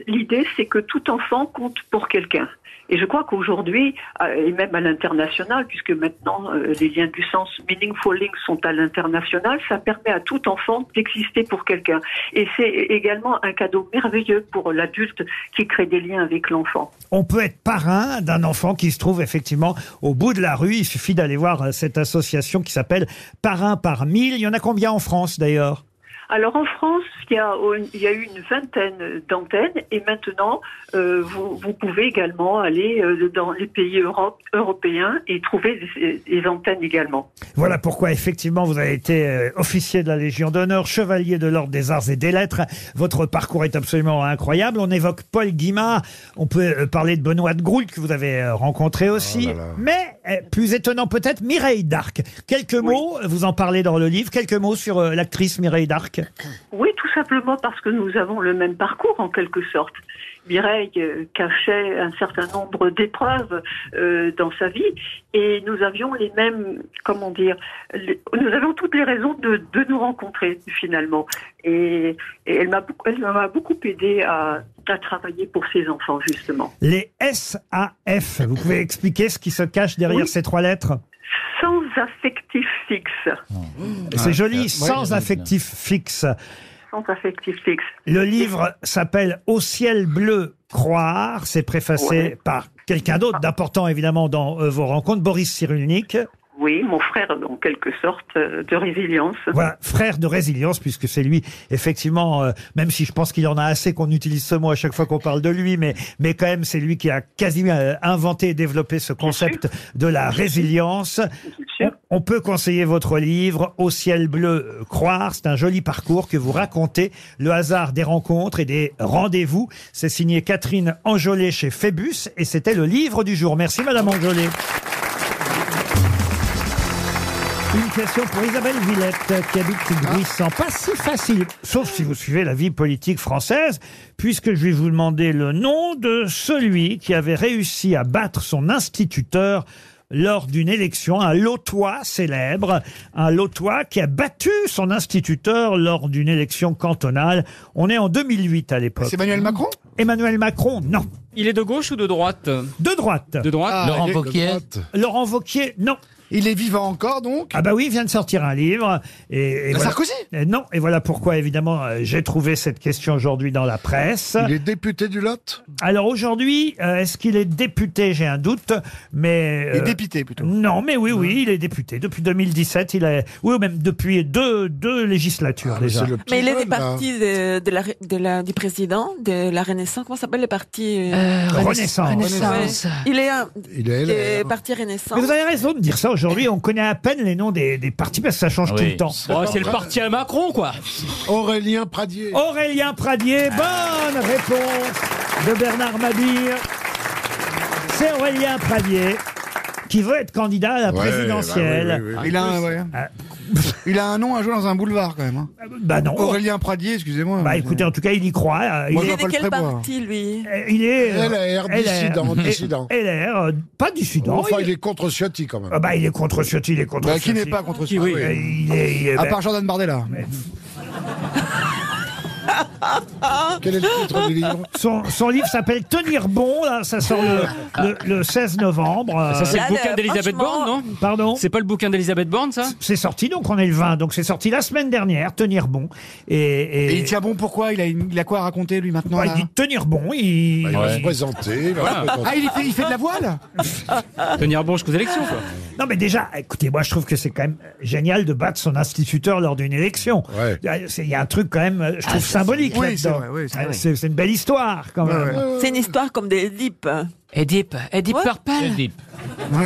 [SPEAKER 17] L'idée, c'est que tout enfant compte pour quelqu'un. Et je crois qu'aujourd'hui, euh, et même à l'international, puisque maintenant euh, les liens du sens Meaningful Links sont à l'international, ça permet à tout enfant d'exister pour quelqu'un. Et c'est également un cadeau merveilleux pour l'adulte qui crée des liens avec l'enfant.
[SPEAKER 2] On peut être parrain d'un enfant qui se trouve effectivement au bout de la rue. Il suffit d'aller voir euh, cette association qui s'appelle Parrain par mille. Il y en a combien en France d'ailleurs
[SPEAKER 17] Alors en France, il y a, il y a eu une vingtaine d'antennes et maintenant, euh, vous, vous pouvez également aller euh, dans les pays Europe- européens et trouver des, des antennes également.
[SPEAKER 2] Voilà pourquoi, effectivement, vous avez été euh, officier de la Légion d'honneur, chevalier de l'Ordre des Arts et des Lettres. Votre parcours est absolument incroyable. On évoque Paul Guimard. On peut euh, parler de Benoît de Groult, que vous avez euh, rencontré aussi. Mais, euh, plus étonnant peut-être, Mireille d'Arc. Quelques mots, vous en parlez dans le livre, quelques mots sur euh, l'actrice Mireille d'Arc.
[SPEAKER 17] Oui, tout simplement parce que nous avons le même parcours en quelque sorte. Mireille euh, cachait un certain nombre d'épreuves euh, dans sa vie et nous avions les mêmes, comment dire, les- nous avions toutes les raisons de, de nous rencontrer finalement. Et, et elle m'a beaucoup- elle m'a beaucoup aidé à, à travailler pour ses enfants justement.
[SPEAKER 2] Les SAF, vous pouvez expliquer ce qui se cache derrière
[SPEAKER 17] Oui.
[SPEAKER 2] ces trois lettres
[SPEAKER 17] Sans affectif fixe.
[SPEAKER 4] Ah,
[SPEAKER 2] C'est joli, sans affectif fixe.
[SPEAKER 17] Sans affectif fixe.
[SPEAKER 2] Le livre s'appelle Au ciel bleu, croire. C'est préfacé
[SPEAKER 17] Ouais. Ah.
[SPEAKER 2] par quelqu'un d'autre d'important évidemment dans euh, vos rencontres, Boris Cyrulnik.
[SPEAKER 17] Oui, mon frère, en quelque sorte, euh, de résilience.
[SPEAKER 2] Voilà, frère de résilience, puisque c'est lui, effectivement, euh, même si je pense qu'il en a assez qu'on utilise ce mot à chaque fois qu'on parle de lui, mais, mais quand même, c'est lui qui a quasiment euh, inventé et développé ce concept de la résilience. On on peut conseiller votre livre, Au ciel bleu, euh, croire. C'est un joli parcours que vous racontez, le hasard des rencontres et des rendez-vous. C'est signé Catherine Angelet chez Phébus, et c'était le livre du jour. Merci, Madame Angelet. Une question pour Isabelle Villette, qui habite Bruissant. Pas si facile, sauf si vous suivez la vie politique française, puisque je vais vous demander le nom de celui qui avait réussi à battre son instituteur lors d'une élection, un lotois célèbre, un lotois qui a battu son instituteur lors d'une élection cantonale. On est en 2008 à l'époque.
[SPEAKER 3] C'est Emmanuel Macron
[SPEAKER 2] Emmanuel Macron, non.
[SPEAKER 6] Il est de gauche ou de droite
[SPEAKER 2] De droite.
[SPEAKER 6] De droite.
[SPEAKER 2] Ah, Laurent il est de Wauquiez droite. Laurent Vauquier, non.
[SPEAKER 3] Il est vivant encore, donc
[SPEAKER 2] Ah bah oui, il vient de sortir un livre. Et, et
[SPEAKER 3] La
[SPEAKER 2] voilà.
[SPEAKER 3] Sarkozy
[SPEAKER 2] Et Non, et voilà pourquoi, évidemment, euh, j'ai trouvé cette question aujourd'hui dans la presse.
[SPEAKER 4] Il est député du Lot
[SPEAKER 2] Alors aujourd'hui, euh, est-ce qu'il est député J'ai un doute, mais... euh,
[SPEAKER 3] Il est dépité, plutôt.
[SPEAKER 2] Non, mais oui, oui, il est député. Depuis 2017, il est... Oui, ou même depuis deux, deux législatures déjà.
[SPEAKER 8] Mais il est des
[SPEAKER 2] bah.
[SPEAKER 8] partis de, de la, de la- du président de la Renaissance. Comment s'appelle le parti euh,
[SPEAKER 2] Renaissance. Renaissance.
[SPEAKER 8] Ouais. Il est un
[SPEAKER 2] Il est LR.
[SPEAKER 8] des partis Renaissance.
[SPEAKER 2] Mais vous avez raison de dire ça aujourd'hui, on connaît à peine les noms des, des partis parce que ça change tout le temps.
[SPEAKER 6] Oh, c'est le parti à Macron, quoi.
[SPEAKER 4] Aurélien Pradier.
[SPEAKER 2] Aurélien Pradier, bonne réponse de Bernard Mabir. C'est Aurélien Pradier qui veut être candidat à la
[SPEAKER 3] bah
[SPEAKER 2] présidentielle. Ah.
[SPEAKER 3] Il, a un, ouais. il a un nom à jouer dans un boulevard, quand même. hein.
[SPEAKER 2] Bah non.
[SPEAKER 3] Aurélien Pradier, excusez-moi.
[SPEAKER 2] Bah écoutez, en tout cas, il y croit. euh,
[SPEAKER 3] Moi, je
[SPEAKER 2] est-
[SPEAKER 3] vois pas le hein. prévoir.
[SPEAKER 8] lui
[SPEAKER 2] Euh, Il est. euh,
[SPEAKER 4] LR, dissident,
[SPEAKER 2] Et-
[SPEAKER 4] dissident.
[SPEAKER 2] LR, euh, pas dissident.
[SPEAKER 4] Enfin, il est contre Ciotti quand même.
[SPEAKER 2] Ah bah, il est contre Ciotti, il est contre
[SPEAKER 3] Bah, qui
[SPEAKER 2] Ciotti.
[SPEAKER 3] n'est pas contre
[SPEAKER 2] Qui, oui.
[SPEAKER 3] Ciotti
[SPEAKER 2] Euh, il est- il est-
[SPEAKER 3] À
[SPEAKER 2] bah,
[SPEAKER 3] part Jordan Bardella.
[SPEAKER 4] Quel est le titre du livre
[SPEAKER 2] Son, son livre s'appelle Tenir bon, là, ça sort le, le- le 16 novembre. euh,
[SPEAKER 6] Ça, c'est le bouquin d'Elisabeth Borne, non
[SPEAKER 2] Pardon
[SPEAKER 6] C'est pas le bouquin d'Elisabeth Borne, ça
[SPEAKER 2] C'est sorti, donc on est le 20. Donc c'est sorti la semaine dernière, Tenir bon. Et, et-
[SPEAKER 3] Et il tient bon pourquoi il a, une- il a quoi à raconter, lui, maintenant
[SPEAKER 2] Bah,
[SPEAKER 3] là
[SPEAKER 2] il dit Tenir bon, il.
[SPEAKER 4] Bah, Il va se
[SPEAKER 2] il-
[SPEAKER 4] présenter. il va se présenter.
[SPEAKER 3] Ah, il fait, il fait de la voile
[SPEAKER 6] Tenir bon jusqu'aux élections, quoi.
[SPEAKER 2] Non, mais déjà, écoutez, moi je trouve que c'est quand même génial de battre son instituteur lors d'une élection. C'est- Il y a un truc quand même, je trouve,
[SPEAKER 3] Ah,
[SPEAKER 2] symbolique
[SPEAKER 8] Oui, c'est
[SPEAKER 2] là-dedans.
[SPEAKER 8] vrai, oui, c'est
[SPEAKER 2] Euh,
[SPEAKER 8] vrai.
[SPEAKER 2] c'est c'est une belle histoire quand même.
[SPEAKER 8] C'est une histoire comme des Oedipe.
[SPEAKER 6] Oedipe, Oedipe
[SPEAKER 8] Ouais.
[SPEAKER 6] Purple.
[SPEAKER 8] Oh,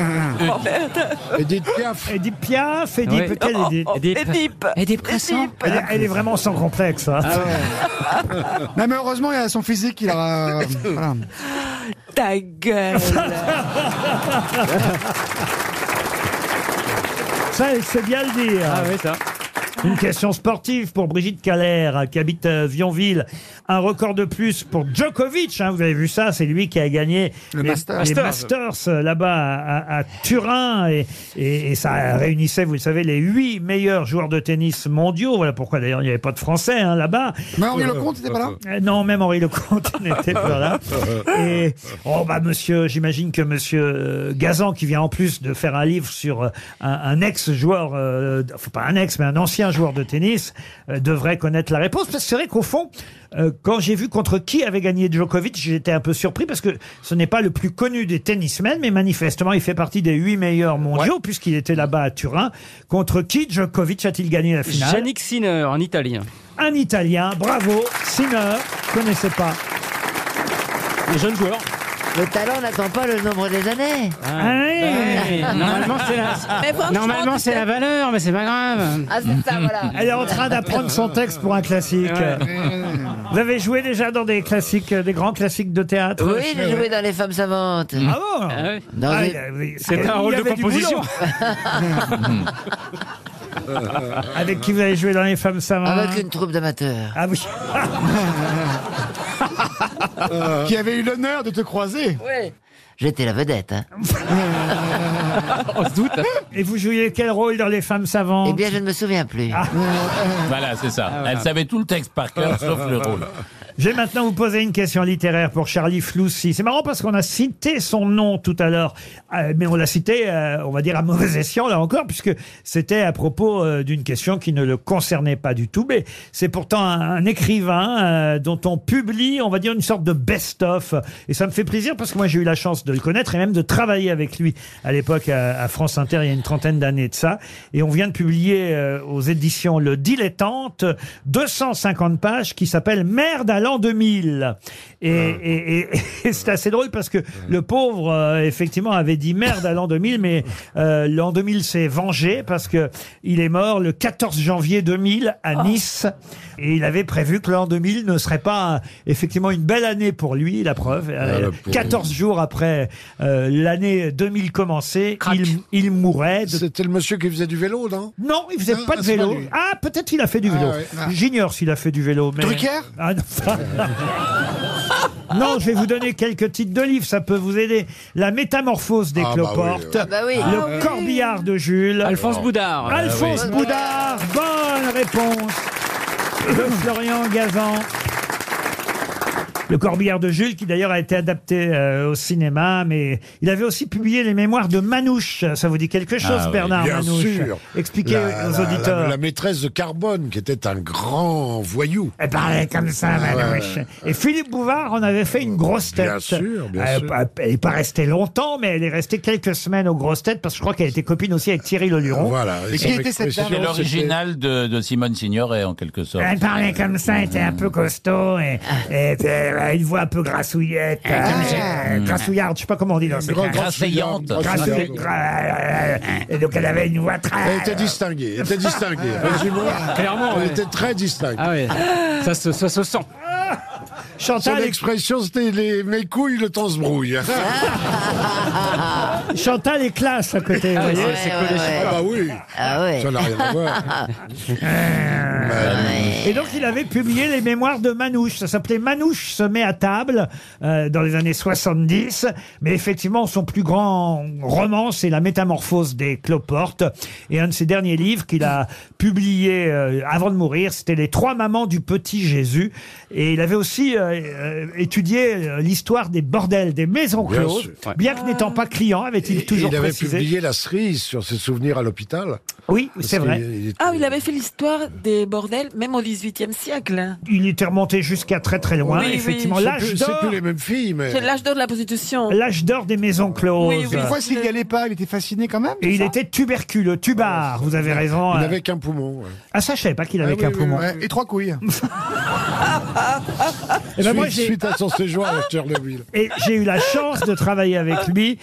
[SPEAKER 8] merde.
[SPEAKER 4] Edith Piaf.
[SPEAKER 2] Edith Piaf, Edith,
[SPEAKER 6] Ouais.
[SPEAKER 2] quelle
[SPEAKER 6] Oh,
[SPEAKER 2] Edith
[SPEAKER 6] oh, Édipe. Édipe. Édipe Cresson.
[SPEAKER 2] Édipe. Elle, est- elle est vraiment sans complexe. hein.
[SPEAKER 3] Ah Non, mais heureusement, il a son physique, il a. voilà.
[SPEAKER 8] Ta
[SPEAKER 5] Ah,
[SPEAKER 8] gueule.
[SPEAKER 2] Ça, elle sait bien le dire.
[SPEAKER 6] Ah oui, ça.
[SPEAKER 2] Une question sportive pour Brigitte Calère, qui habite à Vionville. Un record de plus pour Djokovic. hein, vous avez vu ça, c'est lui qui a gagné
[SPEAKER 3] Le
[SPEAKER 2] les,
[SPEAKER 3] Masters.
[SPEAKER 2] les
[SPEAKER 3] Masters.
[SPEAKER 2] Masters, euh, là-bas à, à- à Turin. Et, et- et ça réunissait, vous le savez, les huit meilleurs joueurs de tennis mondiaux. Voilà pourquoi d'ailleurs il n'y avait pas de Français hein, là-bas.
[SPEAKER 3] Mais Henri Lecomte, n'était pas là
[SPEAKER 2] Euh, non, même Henri Lecomte n'était pas là. Et oh bah monsieur, j'imagine que monsieur euh, Gazan qui vient en plus de faire un livre sur euh, un, un ex-joueur, euh, d- enfin, pas un ex, mais un ancien joueur de tennis euh, devrait connaître la réponse parce que c'est vrai qu'au fond, euh, quand j'ai vu contre qui avait gagné Djokovic, j'étais un peu surpris parce que ce n'est pas le plus connu des tennismen, mais manifestement il fait partie des huit meilleurs mondiaux puisqu'il était là-bas à Turin. Contre qui Djokovic a-t-il gagné la finale
[SPEAKER 6] Yannick Sinner, en italien.
[SPEAKER 2] un Italien. Bravo, Sinner. Connaissez pas.
[SPEAKER 6] Les jeunes joueurs. Ah
[SPEAKER 5] Le talent n'attend pas le nombre des années.
[SPEAKER 2] Hey
[SPEAKER 6] Normalement, c'est
[SPEAKER 5] Ah Mais
[SPEAKER 6] la...
[SPEAKER 5] franchement,
[SPEAKER 6] Normalement,
[SPEAKER 5] tu
[SPEAKER 6] c'est
[SPEAKER 5] sais-
[SPEAKER 6] la valeur, mais c'est pas grave.
[SPEAKER 5] Ah, c'est ça, voilà.
[SPEAKER 2] Elle est en train d'apprendre son texte pour un classique. Vous avez joué déjà dans des classiques, euh, des grands classiques de théâtre
[SPEAKER 5] Oui, j'ai joué dans Les Femmes Savantes.
[SPEAKER 2] Ah bon
[SPEAKER 6] Ah ouais.
[SPEAKER 5] Dans
[SPEAKER 2] Ah,
[SPEAKER 5] une-
[SPEAKER 2] euh, oui,
[SPEAKER 6] C'est
[SPEAKER 2] il y
[SPEAKER 6] un rôle de
[SPEAKER 2] avait du
[SPEAKER 6] composition.
[SPEAKER 2] boulot. Avec
[SPEAKER 6] Ah
[SPEAKER 2] qui vous avez joué dans Les Femmes Savantes
[SPEAKER 5] Avec une troupe d'amateurs.
[SPEAKER 2] Ah oui.
[SPEAKER 3] Euh, qui avait eu l'honneur de te croiser.
[SPEAKER 5] Oui. J'étais la vedette. hein.
[SPEAKER 2] Et vous jouiez quel rôle dans Les Femmes Savantes Ah.
[SPEAKER 5] Eh bien, je ne me souviens plus.
[SPEAKER 7] Voilà, c'est
[SPEAKER 6] Ah,
[SPEAKER 7] ça. Elle savait tout le texte par cœur, sauf le rôle.
[SPEAKER 2] Je vais maintenant vous poser une question littéraire pour Charlie Floussi. C'est marrant parce qu'on a cité son nom tout à l'heure, euh, mais on l'a cité, euh, on va dire, à mauvais escient, là encore, puisque c'était à propos euh, d'une question qui ne le concernait pas du tout. Mais c'est pourtant un, un écrivain euh, dont on publie, on va dire, une sorte de best-of. Et ça me fait plaisir parce que moi, j'ai eu la chance de le connaître et même de travailler avec lui à l'époque euh, à, à France Inter il y a une trentaine d'années de ça. Et on vient de publier euh, aux éditions Le Dilettante 250 pages qui s'appelle Merde à l'an 2000. Et, et- et- et c'est assez drôle parce que le pauvre, euh, effectivement, avait dit merde à l'an 2000, mais euh, l'an 2000 s'est vengé parce que il est mort le 14 janvier 2000 à Nice. Et il avait prévu que l'an 2000 ne serait pas euh, effectivement une belle année pour lui, la preuve. Euh,
[SPEAKER 4] la pauvre.
[SPEAKER 2] 14 jours après euh, l'année 2000 commencée, il, il mourait.
[SPEAKER 4] C'était le monsieur qui faisait du vélo, non
[SPEAKER 2] Non, il faisait pas de vélo. Ah, peut-être qu'il a fait du vélo.
[SPEAKER 4] ouais. Ah.
[SPEAKER 2] J'ignore s'il a fait du vélo. Mais...
[SPEAKER 3] Drucker
[SPEAKER 2] Ah, non. Non, je vais vous donner quelques titres de livres, ça peut vous aider. La métamorphose des
[SPEAKER 3] Ah, bah oui,
[SPEAKER 2] cloportes,
[SPEAKER 3] ouais. Ah, bah oui.
[SPEAKER 2] le
[SPEAKER 3] Ah, oui.
[SPEAKER 2] corbillard de Jules,
[SPEAKER 6] Alphonse Boudard.
[SPEAKER 2] Alphonse
[SPEAKER 6] Ah, oui.
[SPEAKER 2] Boudard, bonne réponse de Florian Gazan. Le Corbillard de Jules, qui d'ailleurs a été adapté euh, au cinéma, mais il avait aussi publié les mémoires de Manouche. Ça vous dit quelque chose,
[SPEAKER 4] Ah oui,
[SPEAKER 2] Bernard
[SPEAKER 4] Bien
[SPEAKER 2] Manouche
[SPEAKER 4] sûr.
[SPEAKER 2] Expliquez
[SPEAKER 4] La-
[SPEAKER 2] aux
[SPEAKER 4] la-
[SPEAKER 2] auditeurs.
[SPEAKER 4] La, la maîtresse de Carbone, qui était un grand voyou. Ah,
[SPEAKER 2] Elle parlait comme ça, Manouche. Et Philippe Bouvard en avait fait une grosse tête.
[SPEAKER 4] Bien sûr, bien
[SPEAKER 2] Euh,
[SPEAKER 4] sûr.
[SPEAKER 2] pas- Elle n'est pas restée longtemps, mais elle est restée quelques semaines aux grosses têtes, parce que je crois qu'elle était copine aussi avec Thierry Leluron.
[SPEAKER 4] Voilà.
[SPEAKER 7] C'est l'original de, de Simone Signoret, en quelque sorte.
[SPEAKER 2] Elle parlait comme ça, elle était un peu costaud et,
[SPEAKER 4] Ah.
[SPEAKER 2] et, euh, une voix un peu grassouillette, euh, grassouillarde, je sais pas comment on dit dans ces cas.
[SPEAKER 7] Grasseillante.
[SPEAKER 2] Grassouille- gra- euh, Et donc elle avait une voix très.
[SPEAKER 4] Elle était distinguée, elle était distinguée. Résumons,
[SPEAKER 6] Clairement,
[SPEAKER 4] elle
[SPEAKER 6] ouais.
[SPEAKER 4] était très distinguée.
[SPEAKER 6] Ah ouais. Ça se, ça se sent.
[SPEAKER 4] Son
[SPEAKER 2] Chantal,
[SPEAKER 4] expression, c'était les, mes couilles, le temps se brouille.
[SPEAKER 2] Chantal est classe à côté.
[SPEAKER 13] Ah,
[SPEAKER 2] vous voyez.
[SPEAKER 4] Ah bah oui. Ça n'a rien à voir.
[SPEAKER 2] Et donc, il avait publié les mémoires de Manouche. Ça s'appelait Manouche se met à table euh, dans les années 70. Mais effectivement, son plus grand roman, c'est La métamorphose des cloportes. Et un de ses derniers livres qu'il a publié euh, avant de mourir, c'était Les trois mamans du petit Jésus. Et il avait aussi euh, euh, étudié euh, l'histoire des bordels, des maisons
[SPEAKER 4] Bien
[SPEAKER 2] closes.
[SPEAKER 4] sûr, ouais.
[SPEAKER 2] Bien que n'étant pas client, avait-il
[SPEAKER 4] Et
[SPEAKER 2] toujours
[SPEAKER 4] il avait
[SPEAKER 2] précisé.
[SPEAKER 4] publié la cerise sur ses souvenirs à l'hôpital.
[SPEAKER 2] Oui,
[SPEAKER 4] Parce
[SPEAKER 2] c'est
[SPEAKER 4] qu'il-
[SPEAKER 2] vrai.
[SPEAKER 4] il était-
[SPEAKER 8] Ah, il avait fait l'histoire des bordels, même au XVIIIe siècle.
[SPEAKER 2] Il était remonté jusqu'à très très loin.
[SPEAKER 8] Oui, oui.
[SPEAKER 2] effectivement,
[SPEAKER 8] C'est
[SPEAKER 2] l'âge
[SPEAKER 8] plus-
[SPEAKER 2] d'or.
[SPEAKER 8] c'est plus les
[SPEAKER 4] mêmes filles, mais.
[SPEAKER 8] C'est l'âge d'or de la prostitution.
[SPEAKER 2] L'âge d'or des maisons closes.
[SPEAKER 8] Oui, oui.
[SPEAKER 3] Une fois s'il n'y allait pas, il était fasciné quand même.
[SPEAKER 2] Et il était tuberculeux, tubar, vous avez raison.
[SPEAKER 4] Il
[SPEAKER 2] hein.
[SPEAKER 4] n'avait qu'un poumon. ouais.
[SPEAKER 2] Ah, ça, je savais pas qu'il avait
[SPEAKER 4] Ah oui,
[SPEAKER 2] qu'un
[SPEAKER 4] oui,
[SPEAKER 2] poumon.
[SPEAKER 4] ouais.
[SPEAKER 3] Et trois couilles.
[SPEAKER 2] Eh ben, moi,
[SPEAKER 4] suite,
[SPEAKER 2] j'ai-
[SPEAKER 4] suite à son séjour à Chernobyl.
[SPEAKER 2] Et j'ai eu la chance de travailler avec lui.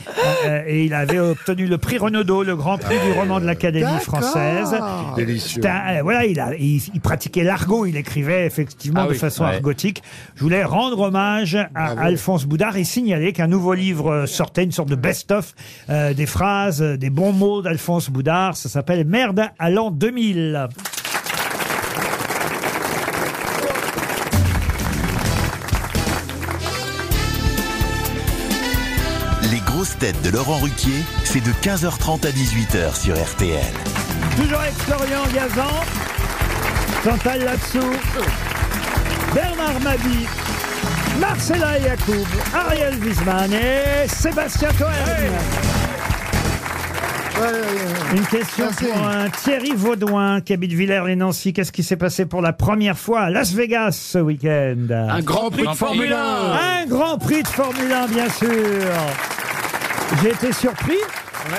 [SPEAKER 2] euh, et il avait obtenu le prix Renaudot, le grand prix du roman de l'Académie
[SPEAKER 3] D'accord.
[SPEAKER 2] française.
[SPEAKER 4] Délicieux.
[SPEAKER 2] C'était un- euh, voilà, il, a- il- il pratiquait l'argot, il écrivait effectivement
[SPEAKER 6] Ah
[SPEAKER 2] de
[SPEAKER 6] oui,
[SPEAKER 2] façon
[SPEAKER 6] ouais.
[SPEAKER 2] argotique. Je voulais rendre hommage à Alphonse Boudard et signaler qu'un nouveau livre euh, sortait, une sorte de best-of euh, des phrases, euh, des bons mots d'Alphonse Boudard. Ça s'appelle Merde à l'an 2000.
[SPEAKER 1] Les grosses têtes de Laurent Ruquier, c'est de 15h30 à 18h sur RTL.
[SPEAKER 2] Toujours avec Florian Gazan, Chantal Latsou, Bernard Mabi, Marcella Yacoub, Ariel Wiesman et Sébastien Cohen. Une question
[SPEAKER 3] Merci.
[SPEAKER 2] pour un Thierry Vaudouin qui habite Villers les Nancy. Qu'est-ce qui s'est passé pour la première fois à Las Vegas ce week-end
[SPEAKER 6] Un grand prix de Formule 1.
[SPEAKER 2] un grand prix de Formule 1, bien sûr. J'ai été surpris.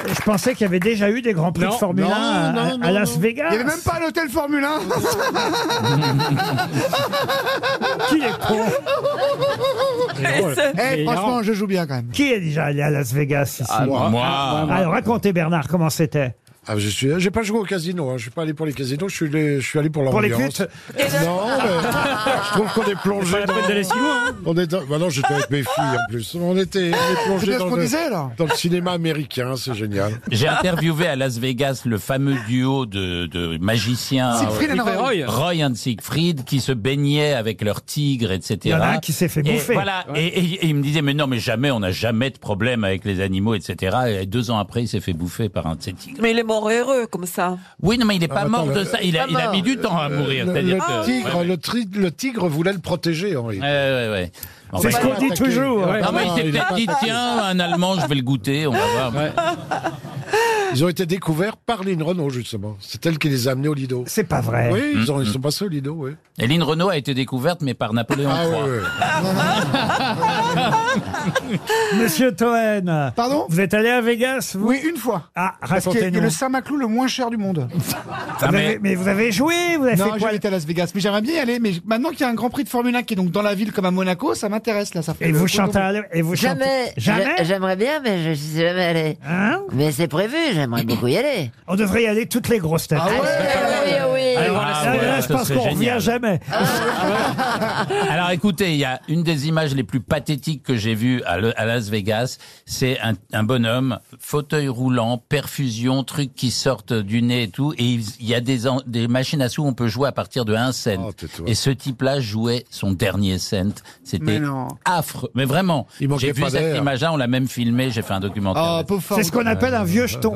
[SPEAKER 2] Je pensais qu'il y avait déjà eu des grands prix
[SPEAKER 6] Non,
[SPEAKER 2] de Formule
[SPEAKER 4] non,
[SPEAKER 2] 1 à,
[SPEAKER 4] non,
[SPEAKER 2] à
[SPEAKER 4] non,
[SPEAKER 2] Las
[SPEAKER 4] non.
[SPEAKER 2] Vegas.
[SPEAKER 3] Il n'y avait même pas l'hôtel Formule 1.
[SPEAKER 2] Qui est con
[SPEAKER 3] Eh, franchement, je joue bien quand même.
[SPEAKER 2] Qui est déjà allé à Las Vegas ici
[SPEAKER 6] Ah, moi.
[SPEAKER 7] Moi,
[SPEAKER 6] Ah, moi, moi.
[SPEAKER 2] Alors racontez Bernard comment c'était.
[SPEAKER 4] Ah, je suis, j'ai pas joué au casino, hein. je suis pas allé pour les casinos, je suis allé, je suis allé pour
[SPEAKER 2] Pour les
[SPEAKER 4] l'ambiance.
[SPEAKER 2] cuites
[SPEAKER 4] Non, mais je trouve qu'on est plongé
[SPEAKER 2] Pas la
[SPEAKER 4] dans.
[SPEAKER 2] peine d'aller si loin, hein.
[SPEAKER 4] On est dans- bah non, j'étais avec mes filles en plus. On était, on est
[SPEAKER 3] C'est
[SPEAKER 4] plongé
[SPEAKER 3] bien ce
[SPEAKER 4] dans,
[SPEAKER 3] qu'on
[SPEAKER 4] le...
[SPEAKER 3] disait, là.
[SPEAKER 4] dans le cinéma américain, c'est génial.
[SPEAKER 7] J'ai interviewé à Las Vegas le fameux duo de, de magiciens
[SPEAKER 4] Siegfried and Roy.
[SPEAKER 7] Roy. and Siegfried qui se baignaient avec leurs tigres, etc.
[SPEAKER 2] Il y en a un qui s'est fait
[SPEAKER 7] Et
[SPEAKER 2] bouffer.
[SPEAKER 7] Voilà. Et, et- et il me disait mais non mais jamais on n'a jamais de problème avec les animaux, etc. Et deux ans après il s'est fait bouffer par un de ces tigres.
[SPEAKER 8] Mais il est mort heureux comme ça.
[SPEAKER 7] Oui, non, mais il n'est
[SPEAKER 8] pas
[SPEAKER 7] mort de ça. Il a, il a mis du temps à
[SPEAKER 4] Euh,
[SPEAKER 7] mourir.
[SPEAKER 4] Le,
[SPEAKER 7] c'est-à-dire
[SPEAKER 4] le
[SPEAKER 7] que-
[SPEAKER 4] tigre,
[SPEAKER 7] Ouais, ouais.
[SPEAKER 4] le, tri- le tigre voulait le protéger, Henri.
[SPEAKER 7] Ouais, ouais, ouais. En
[SPEAKER 4] C'est
[SPEAKER 7] fait,
[SPEAKER 4] ce qu'on dit
[SPEAKER 7] attaqué.
[SPEAKER 4] toujours.
[SPEAKER 7] Non, mais il
[SPEAKER 4] Ouais,
[SPEAKER 7] s'est
[SPEAKER 4] il a
[SPEAKER 7] peut-être
[SPEAKER 4] pas
[SPEAKER 7] dit,
[SPEAKER 4] attaqué.
[SPEAKER 7] tiens, un Allemand, je vais le goûter, on va voir.
[SPEAKER 4] Ils ont été découverts par Lynn Renault, justement. C'est elle qui les a amenés au Lido.
[SPEAKER 2] C'est pas vrai.
[SPEAKER 4] Oui, ils, ont-
[SPEAKER 7] Mm,
[SPEAKER 4] ils
[SPEAKER 7] mm.
[SPEAKER 4] sont passés au Lido, oui.
[SPEAKER 7] Hélène Renault a été découverte, mais par Napoléon
[SPEAKER 4] Ah,
[SPEAKER 7] III.
[SPEAKER 4] ouais, ouais.
[SPEAKER 2] Monsieur Toen. Pardon Vous êtes allé à Vegas Oui,
[SPEAKER 3] une fois.
[SPEAKER 2] Ah,
[SPEAKER 3] Parce qu'il y a- il y a
[SPEAKER 2] racontez-nous.
[SPEAKER 3] le Saint-Maclou le moins cher du monde. Ah,
[SPEAKER 2] Vous avez- mais vous avez joué Vous avez
[SPEAKER 3] non,
[SPEAKER 2] fait quoi
[SPEAKER 3] j'étais à Las Vegas. Mais j'aimerais bien y aller. Mais maintenant qu'il y a un Grand Prix de Formule 1 qui est donc dans la ville comme à Monaco, ça m'intéresse là. Ça fait
[SPEAKER 2] Et
[SPEAKER 3] le
[SPEAKER 2] vous
[SPEAKER 3] coup
[SPEAKER 2] chantez
[SPEAKER 3] d'envoi.
[SPEAKER 2] à- et vous
[SPEAKER 5] Jamais. J'a- J'aimerais bien, mais je ne suis jamais allé. mais c'est prévu, j'aimerais beaucoup y aller.
[SPEAKER 2] Hein? On devrait y aller toutes les grosses têtes.
[SPEAKER 5] Ah ouais, oui, oui.
[SPEAKER 2] Alors,
[SPEAKER 7] Ah
[SPEAKER 2] là,
[SPEAKER 7] ouais,
[SPEAKER 2] là,
[SPEAKER 7] ce
[SPEAKER 2] je pense
[SPEAKER 7] serait
[SPEAKER 2] qu'on
[SPEAKER 7] génial.
[SPEAKER 2] revient jamais.
[SPEAKER 6] Ah,
[SPEAKER 7] Alors écoutez, il y a une des images les plus pathétiques que j'ai vues à, Le- à Las Vegas. C'est un, un bonhomme, fauteuil roulant, perfusion, trucs qui sortent du nez et tout. Et il il y a des, en- des machines à sous, on peut jouer à partir de un cent.
[SPEAKER 3] Oh,
[SPEAKER 7] et ce type-là jouait son dernier cent.
[SPEAKER 3] Mais
[SPEAKER 7] C'était
[SPEAKER 3] non.
[SPEAKER 7] affreux. Mais vraiment,
[SPEAKER 3] manquait
[SPEAKER 7] j'ai vu
[SPEAKER 3] pas
[SPEAKER 7] cette
[SPEAKER 3] d'air.
[SPEAKER 7] image-là, on l'a même filmé, j'ai fait un documentaire.
[SPEAKER 3] Oh, pauvre
[SPEAKER 2] C'est ce qu'on
[SPEAKER 3] Ford.
[SPEAKER 2] appelle un vieux jeton.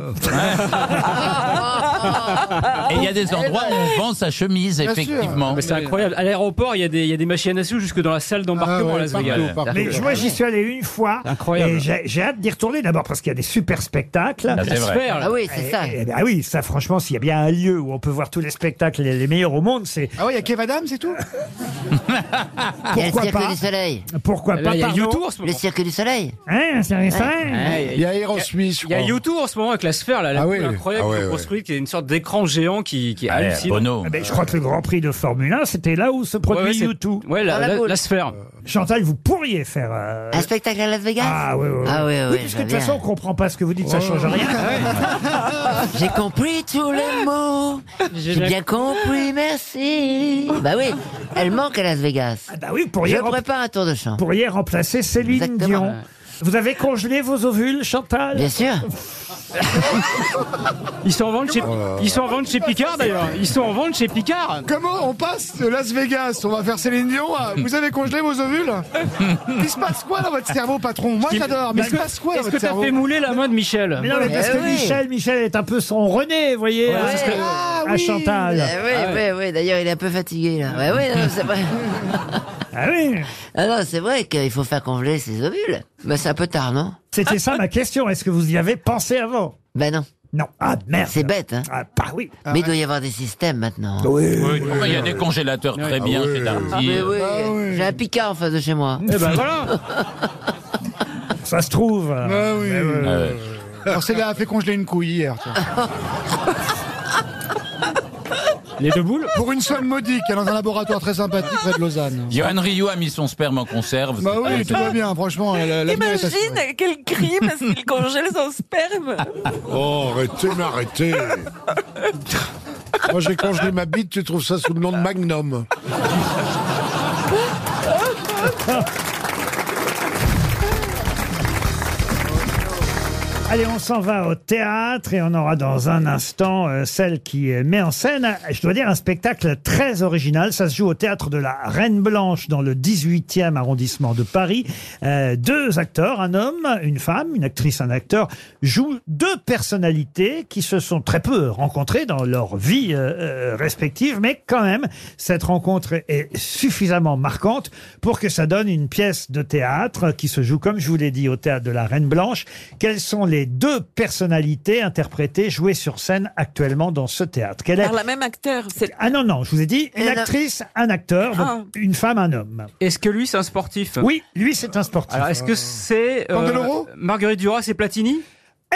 [SPEAKER 7] Et il y a des endroits où on vend sa chemise, effectivement.
[SPEAKER 6] Ah, Mais c'est incroyable. À l'aéroport, il y, a des- il y a des machines à sous jusque dans la salle
[SPEAKER 2] Ah
[SPEAKER 6] d'embarquement à Las Vegas.
[SPEAKER 2] Mais je- moi, j'y suis allé une fois.
[SPEAKER 6] Incroyable.
[SPEAKER 2] Et j'ai j'ai hâte d'y retourner d'abord parce qu'il y a des super spectacles.
[SPEAKER 6] Ah, c'est Ça se vrai. perd, là. Ah oui, c'est
[SPEAKER 2] Et-
[SPEAKER 6] ça.
[SPEAKER 2] et- ah oui, ça, franchement, s'il y a bien un lieu où on peut voir tous les spectacles les, les meilleurs au monde, c'est.
[SPEAKER 3] Ah ouais, il y a Kev Adams c'est tout
[SPEAKER 5] Il y a le
[SPEAKER 2] Pourquoi
[SPEAKER 5] cirque
[SPEAKER 2] pas
[SPEAKER 5] du soleil.
[SPEAKER 2] Pourquoi
[SPEAKER 6] Là,
[SPEAKER 2] pas
[SPEAKER 6] il y a
[SPEAKER 2] pardon
[SPEAKER 6] YouTube en ce moment.
[SPEAKER 5] Le cirque du soleil.
[SPEAKER 2] Hein, c'est vrai, c'est vrai.
[SPEAKER 6] Ouais,
[SPEAKER 4] Il y a Aerosmith, je
[SPEAKER 6] Il y a
[SPEAKER 4] crois.
[SPEAKER 6] YouTube en ce moment avec la sphère, là, la
[SPEAKER 4] Ah
[SPEAKER 6] boule
[SPEAKER 4] oui.
[SPEAKER 6] incroyable
[SPEAKER 4] Ah ouais,
[SPEAKER 6] qu'on
[SPEAKER 4] ouais.
[SPEAKER 6] construit, qui est une sorte d'écran géant qui, qui est
[SPEAKER 7] Ouais,
[SPEAKER 6] hallucinant.
[SPEAKER 7] Bono.
[SPEAKER 2] Ah ben, je crois que le Grand Prix de Formule 1, c'était là où se
[SPEAKER 6] Ouais, ouais,
[SPEAKER 2] produit
[SPEAKER 6] c'est-
[SPEAKER 2] YouTube.
[SPEAKER 6] Ouais, la,
[SPEAKER 2] Dans la
[SPEAKER 6] la-
[SPEAKER 2] boule.
[SPEAKER 6] la sphère.
[SPEAKER 2] Chantal, vous pourriez faire. euh,
[SPEAKER 5] Un spectacle à Las Vegas
[SPEAKER 2] Ah oui, oui, oui.
[SPEAKER 5] Ah oui, oui,
[SPEAKER 2] Oui, puisque de toute
[SPEAKER 5] j'aime
[SPEAKER 2] façon, on
[SPEAKER 5] bien.
[SPEAKER 2] comprend pas ce que vous dites, ça change rien.
[SPEAKER 5] J'ai compris tous
[SPEAKER 2] Ah.
[SPEAKER 5] les mots. J'ai bien compris, merci. Bah oui, elle manque à Las Vegas.
[SPEAKER 2] bah oui, pour y
[SPEAKER 5] Je
[SPEAKER 2] rem-
[SPEAKER 5] prépare un tour de chant.
[SPEAKER 2] Pour y remplacer Céline Dion. Vous avez congelé vos ovules, Chantal
[SPEAKER 5] Bien sûr.
[SPEAKER 6] Ils sont en vente chez, ils sont en vente chez Picard d'ailleurs. Ils sont en vente chez Picard.
[SPEAKER 3] Comment on passe de Las Vegas On va faire Céline Dion à Vous avez congelé vos ovules Il se passe quoi dans votre cerveau, patron Moi j'adore, mais il
[SPEAKER 6] Est-ce
[SPEAKER 3] se
[SPEAKER 6] que-
[SPEAKER 3] passe quoi dans
[SPEAKER 6] Est-ce que
[SPEAKER 3] votre
[SPEAKER 6] t'as
[SPEAKER 3] cerveau
[SPEAKER 6] fait mouler la main de Michel
[SPEAKER 2] Mais non, mais parce
[SPEAKER 5] Eh
[SPEAKER 2] que
[SPEAKER 5] oui.
[SPEAKER 2] Michel, Michel est un peu son René, vous voyez, à,
[SPEAKER 5] Ouais.
[SPEAKER 2] à
[SPEAKER 5] Ah oui.
[SPEAKER 2] Chantal.
[SPEAKER 5] Eh oui,
[SPEAKER 8] Ah
[SPEAKER 5] oui, oui. D'ailleurs, il est un peu fatigué, là. Ouais, oui, non, c'est vrai.
[SPEAKER 2] Ah oui
[SPEAKER 5] Ah non, c'est vrai qu'il faut faire congeler ses ovules. Bah, c'est un peu tard, non
[SPEAKER 2] C'était ça ma question, est-ce que vous y avez pensé avant
[SPEAKER 5] Ben non.
[SPEAKER 2] Non. Ah merde
[SPEAKER 5] C'est bête, hein
[SPEAKER 2] Ah bah oui
[SPEAKER 5] Mais il doit y avoir des systèmes maintenant.
[SPEAKER 2] Oui.
[SPEAKER 7] Ah Oui, enfin, il y a des congélateurs très bien chez Darty.
[SPEAKER 5] Ah, mais oui,
[SPEAKER 7] euh,
[SPEAKER 8] bah
[SPEAKER 5] j'ai un picard en face de chez moi.
[SPEAKER 6] Eh ben voilà.
[SPEAKER 2] Ça se trouve euh,
[SPEAKER 3] Ah oui.
[SPEAKER 2] mais ouais.
[SPEAKER 7] Ah ouais.
[SPEAKER 3] Marcella a fait congeler une couille hier. tiens.
[SPEAKER 6] Les deux boules
[SPEAKER 3] Pour une somme modique, elle est dans un laboratoire très sympathique près de Lausanne.
[SPEAKER 7] Johan Rioux a mis son sperme en conserve.
[SPEAKER 3] Bah oui, tout va bien, franchement. la- la- l'avenir est assuré.
[SPEAKER 5] Eh,
[SPEAKER 8] Imagine quel crime parce qu'il congèle son sperme.
[SPEAKER 4] Oh, arrêtez, mais arrêtez Moi, j'ai congelé ma bite, tu trouves ça sous le nom de Magnum.
[SPEAKER 2] Allez, on s'en va au théâtre et on aura dans un instant euh, celle qui euh, met en scène, euh, je dois dire, un spectacle très original. Ça se joue au théâtre de la Reine Blanche dans le 18e arrondissement de Paris. Euh, deux acteurs, un homme, une femme, une actrice, un acteur, jouent deux personnalités qui se sont très peu rencontrées dans leur vie euh, euh, respective, mais quand même, cette rencontre est suffisamment marquante pour que ça donne une pièce de théâtre qui se joue, comme je vous l'ai dit, au théâtre de la Reine Blanche. Quelles sont les deux personnalités interprétées, jouées sur scène actuellement dans ce théâtre Quelle est
[SPEAKER 8] Par la même acteur. C'est
[SPEAKER 2] Ah non, non, je vous ai dit, une
[SPEAKER 8] Et la-
[SPEAKER 2] actrice, un acteur, donc
[SPEAKER 8] Ah.
[SPEAKER 2] une femme, un homme.
[SPEAKER 6] Est-ce que lui c'est un sportif
[SPEAKER 2] Oui, lui, c'est un sportif.
[SPEAKER 6] Alors est-ce que c'est euh,
[SPEAKER 3] Candeloro
[SPEAKER 6] Marguerite Duras et Platini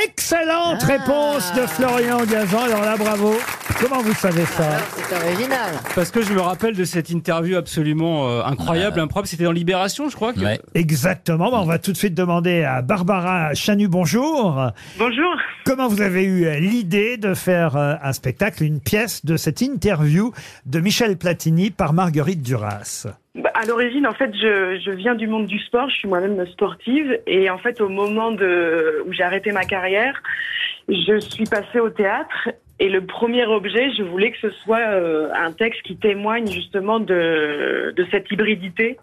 [SPEAKER 2] Excellente réponse de Florian Gazan. Alors là, bravo. Comment vous savez ça
[SPEAKER 5] C'est original.
[SPEAKER 6] Parce que je me rappelle de cette interview absolument euh, incroyable, improbable. C'était dans Libération, je crois. Que...
[SPEAKER 2] Exactement. Bah, on va tout de suite demander à Barbara Chanu, bonjour.
[SPEAKER 17] Bonjour.
[SPEAKER 2] Comment vous avez eu euh, l'idée de faire euh, un spectacle, une pièce de cette interview de Michel Platini par Marguerite Duras
[SPEAKER 11] Bah, À l'origine, en fait, je, je viens du monde du sport. Je suis moi-même sportive. Et en fait, au moment de, où j'ai arrêté ma carrière, je suis passée au théâtre. Et le premier objet, je voulais que ce soit euh, un texte qui témoigne justement de, de cette hybridité.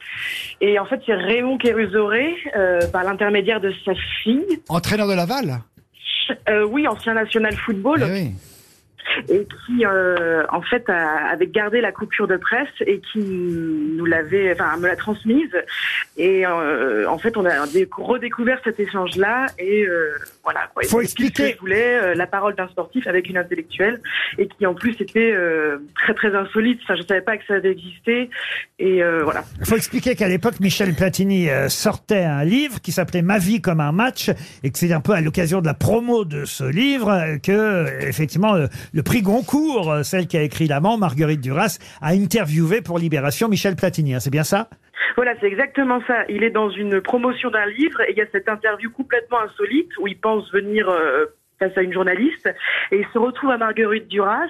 [SPEAKER 11] Et en fait, c'est Raymond Kérusoré, euh, par l'intermédiaire de sa fille,
[SPEAKER 3] Entraîneur de Laval
[SPEAKER 11] euh, oui, ancien national football,
[SPEAKER 2] Eh
[SPEAKER 11] et qui, euh, en fait, a- avait gardé la coupure de presse et qui nous l'avait, enfin, me l'a transmise. Et euh, en fait, on a dé- redécouvert cet échange-là. Et euh, voilà. Quoi. Et
[SPEAKER 2] Faut
[SPEAKER 11] c'est tout ce que
[SPEAKER 2] expliquer.
[SPEAKER 11] je voulais, euh, la parole d'un sportif avec une intellectuelle, et qui en plus était euh, très très insolite. Enfin, je savais pas que ça avait existé. Et euh, voilà.
[SPEAKER 2] Il faut expliquer qu'à l'époque, Michel Platini euh, sortait un livre qui s'appelait Ma vie comme un match et que c'est un peu à l'occasion de la promo de ce livre euh, que, euh, effectivement, le, le prix Goncourt, euh, celle qui a écrit L'amant, Marguerite Duras, a interviewé pour Libération Michel Platini. hein, c'est bien ça
[SPEAKER 11] Voilà, c'est exactement ça. Il est dans une promotion d'un livre et il y a cette interview complètement insolite où il pense venir euh, face à une journaliste et il se retrouve à Marguerite Duras,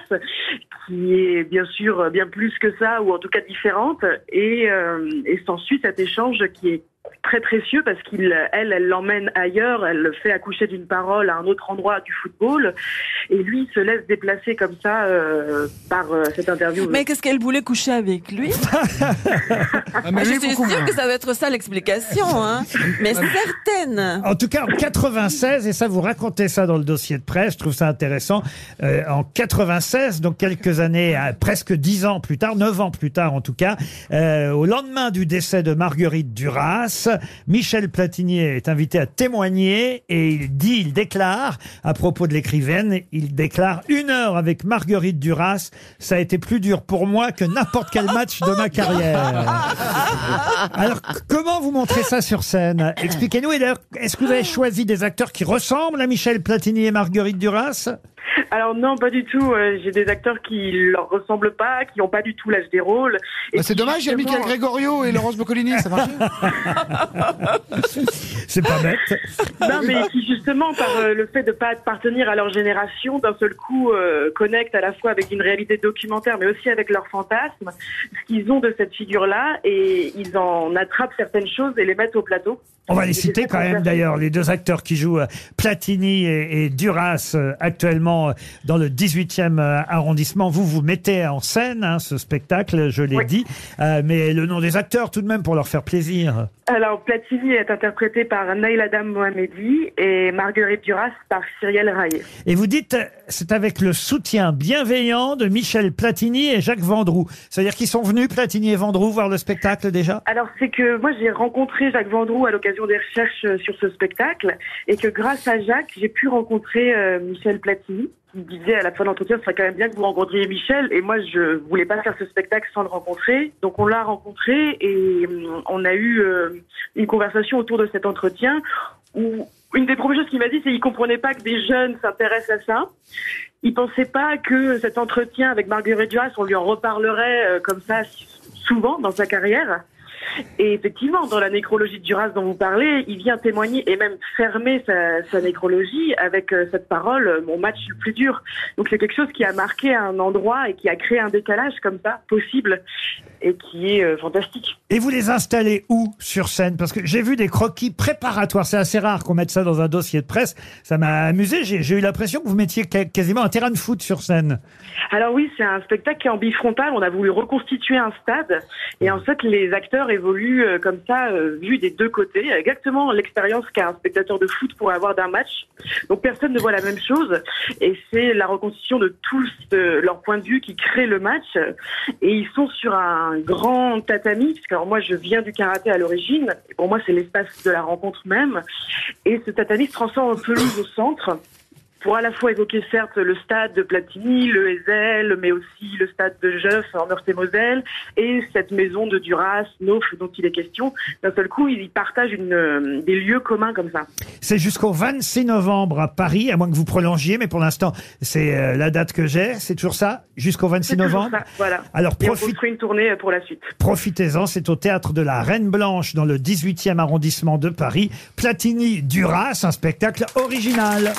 [SPEAKER 11] qui est bien sûr euh, bien plus que ça ou en tout cas différente. Et, euh, et s'ensuit cet échange qui est très précieux parce qu'il, elle, elle l'emmène ailleurs, elle le fait accoucher d'une parole à un autre endroit du football et lui il se laisse déplacer comme ça euh, par euh, cette interview.
[SPEAKER 8] Mais qu'est-ce qu'elle voulait coucher avec lui
[SPEAKER 2] Ah,
[SPEAKER 8] Ah,
[SPEAKER 2] mais
[SPEAKER 8] Je
[SPEAKER 2] lui,
[SPEAKER 8] suis
[SPEAKER 2] faut qu'on-
[SPEAKER 8] sûre que ça va être ça l'explication, hein. mais certaine.
[SPEAKER 2] En tout cas, en 96, et ça, vous racontez ça dans le dossier de presse, je trouve ça intéressant. euh, en 96, donc quelques années, euh, presque dix ans plus tard, neuf ans plus tard en tout cas, euh, au lendemain du décès de Marguerite Duras, Michel Platinier est invité à témoigner et il dit, il déclare, à propos de l'écrivaine, il déclare une heure avec Marguerite Duras, ça a été plus dur pour moi que n'importe quel match de ma carrière. Alors, c- comment vous montrez ça sur scène Expliquez-nous. Et d'ailleurs, est-ce que vous avez choisi des acteurs qui ressemblent à Michel Platini et Marguerite Duras
[SPEAKER 11] Alors non, pas du tout. Euh, J'ai des acteurs qui leur ressemblent pas, qui n'ont pas du tout l'âge des rôles. Et
[SPEAKER 3] Bah, C'est
[SPEAKER 11] qui,
[SPEAKER 3] dommage, il y a
[SPEAKER 11] justement-
[SPEAKER 3] Michael Gregorio et Laurence Boccolini, ça marche
[SPEAKER 2] C'est pas bête.
[SPEAKER 11] Non, mais qui justement, par euh, le fait de pas appartenir à leur génération, d'un seul coup euh, connectent à la fois avec une réalité documentaire, mais aussi avec leurs fantasmes, ce qu'ils ont de cette figure-là, et ils en attrapent certaines choses et les mettent au plateau.
[SPEAKER 2] On va les citer quand même d'ailleurs, les deux acteurs qui jouent euh, Platini et, et Duras euh, actuellement euh, dans le 18e euh, arrondissement. Vous vous mettez en scène hein, ce spectacle, je l'ai dit. Euh, mais le nom des acteurs tout de même pour leur faire plaisir.
[SPEAKER 11] Alors, Platini est interprété par Nail Adam Mohamedi et Marguerite Duras par Cyrielle Raillet.
[SPEAKER 2] Et vous dites, euh, c'est avec le soutien bienveillant de Michel Platini et Jacques Vendroux. C'est-à-dire qu'ils sont venus, Platini et Vendroux, voir le spectacle déjà
[SPEAKER 11] Alors, c'est que moi, j'ai rencontré Jacques Vendroux à l'occasion des recherches euh, sur ce spectacle et que grâce à Jacques, j'ai pu rencontrer euh, Michel Platini qui disait à la fin de l'entretien, ce serait quand même bien que vous rencontriez Michel. Et moi, je voulais pas faire ce spectacle sans le rencontrer. Donc, on l'a rencontré et hum, on a eu euh, une conversation autour de cet entretien où une des premières choses qu'il m'a dit, c'est qu'il comprenait pas que des jeunes s'intéressent à ça. Il pensait pas que cet entretien avec Marguerite Duras, on lui en reparlerait euh, comme ça souvent dans sa carrière. Et effectivement, dans la nécrologie de Duras dont vous parlez, il vient témoigner et même fermer sa, sa nécrologie avec euh, cette parole euh, mon match le plus dur. Donc c'est quelque chose qui a marqué un endroit et qui a créé un décalage comme ça possible et qui est euh, fantastique.
[SPEAKER 2] Et vous les installez où sur scène Parce que j'ai vu des croquis préparatoires. C'est assez rare qu'on mette ça dans un dossier de presse. Ça m'a amusé. J'ai j'ai eu l'impression que vous mettiez ca- quasiment un terrain de foot sur scène.
[SPEAKER 11] Alors oui, c'est un spectacle qui est en bifrontal. On a voulu reconstituer un stade et en fait les acteurs évoluent euh, comme ça, euh, vus des deux côtés, exactement l'expérience qu'un spectateur de foot pourrait avoir d'un match. Donc personne ne voit la même chose et c'est la reconstitution de tous euh, leur point de vue qui crée le match. Et ils sont sur un grand tatami, parce que alors moi je viens du karaté à l'origine. Et Pour moi c'est l'espace de la rencontre même et ce tatami se transforme en pelouse au centre. pour à la fois évoquer certes le stade de Platini, le Ezel, mais aussi le stade de Jeuf en Meurthe-et-Moselle et cette maison de Duras, Nauf dont il est question. D'un seul coup, ils y partagent une, euh, des lieux communs comme ça.
[SPEAKER 2] C'est jusqu'au 26 novembre à Paris, à moins que vous prolongiez, mais pour l'instant, c'est euh, la date que j'ai. C'est toujours ça Jusqu'au 26
[SPEAKER 11] C'est toujours
[SPEAKER 2] novembre
[SPEAKER 11] ça, Voilà.
[SPEAKER 2] Alors,
[SPEAKER 11] Et on
[SPEAKER 2] profite-
[SPEAKER 11] construit une tournée pour la suite.
[SPEAKER 2] Profitez-en, c'est au théâtre de la Reine Blanche dans le 18e arrondissement de Paris. Platini Duras, un spectacle original.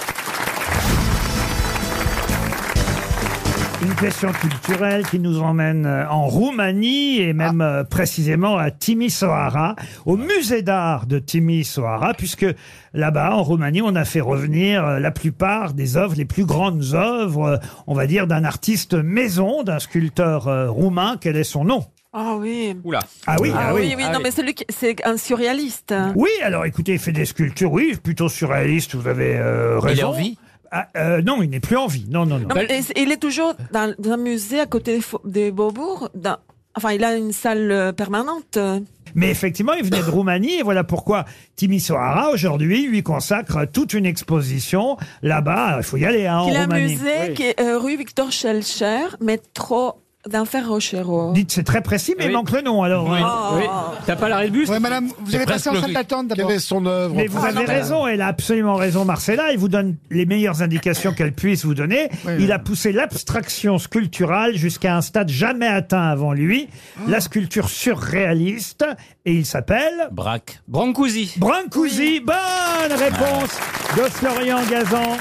[SPEAKER 2] Une question culturelle qui nous emmène euh, en Roumanie et même euh, précisément à Timisoara, au musée d'art de Timisoara, puisque là-bas, en Roumanie, on a fait revenir euh, la plupart des œuvres, les plus grandes œuvres, euh, on va dire, d'un artiste maison, d'un sculpteur euh, roumain. Quel est son nom
[SPEAKER 8] Ah oui.
[SPEAKER 6] Oula.
[SPEAKER 2] Ah oui, ah oui.
[SPEAKER 8] oui, non, mais celui qui- c'est un surréaliste.
[SPEAKER 2] Oui, alors écoutez, il fait des sculptures, oui, plutôt surréaliste, vous avez euh,
[SPEAKER 7] Il est
[SPEAKER 2] raison.
[SPEAKER 7] en vie
[SPEAKER 2] Ah, euh, Non, il n'est plus en vie. Non, non, non.
[SPEAKER 8] Non, mais il- il est toujours dans, dans un musée à côté des Fau- des Beaubourgs. dans- enfin, il a une salle euh, permanente.
[SPEAKER 2] Mais effectivement, il venait de Roumanie et voilà pourquoi Timisoara, aujourd'hui, lui consacre toute une exposition là-bas. Il faut y aller hein, en
[SPEAKER 8] Il a un
[SPEAKER 2] Roumanie.
[SPEAKER 8] musée qui est euh, rue Victor Schellcher, métro d'Enfer Rochero.
[SPEAKER 2] Dites, c'est très précis, mais il
[SPEAKER 8] Oui.
[SPEAKER 2] manque le nom alors.
[SPEAKER 8] Oui. Oui.
[SPEAKER 6] T'as pas l'arrêt de bus
[SPEAKER 3] Oui, madame, vous avez passé en salle d'attente d'abord. Quelle est son œuvre
[SPEAKER 2] Mais vous
[SPEAKER 3] Ah,
[SPEAKER 2] avez
[SPEAKER 3] non,
[SPEAKER 2] raison, elle a absolument raison, Marcella. Il vous donne les meilleures indications qu'elle puisse vous donner. Il a poussé l'abstraction sculpturale jusqu'à un stade jamais atteint avant lui,
[SPEAKER 3] Ah.
[SPEAKER 2] la sculpture surréaliste, et il s'appelle
[SPEAKER 7] Braque.
[SPEAKER 6] Brancusi.
[SPEAKER 2] Brancusi, bonne réponse de Florian Gazan.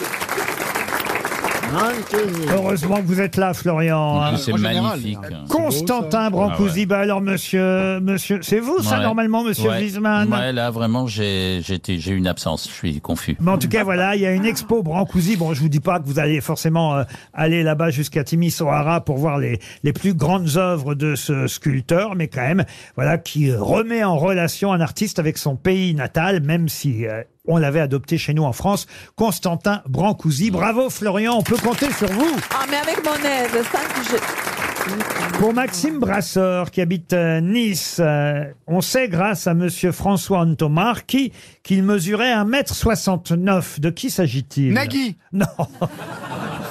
[SPEAKER 2] Heureusement que vous êtes là, Florian. hein.
[SPEAKER 7] C'est magnifique.
[SPEAKER 2] Constantin Brancusi, bah alors monsieur, monsieur, c'est vous ça
[SPEAKER 7] Ouais.
[SPEAKER 2] hein, normalement, monsieur
[SPEAKER 7] ouais.
[SPEAKER 2] Wiesmann
[SPEAKER 7] Ouais, là vraiment j'ai j'étais- j'ai eu une absence, je suis confus.
[SPEAKER 2] Mais en tout cas, voilà, il y a une expo Brancusi. Bon, je vous dis pas que vous allez forcément euh, aller là-bas jusqu'à Timisoara pour voir les, les plus grandes œuvres de ce sculpteur, mais quand même, voilà, qui euh, remet en relation un artiste avec son pays natal, même si euh, on l'avait adopté chez nous en France. Constantin Brancusi. Bravo, Florian, on peut compter sur vous.
[SPEAKER 8] Ah, mais avec mon aide, ça que je...
[SPEAKER 2] Pour Maxime Brasseur, qui habite euh, Nice, euh, on sait grâce à monsieur François Antomarchi qu'il mesurait 1m69. De qui s'agit-il
[SPEAKER 3] Nagui
[SPEAKER 2] Non.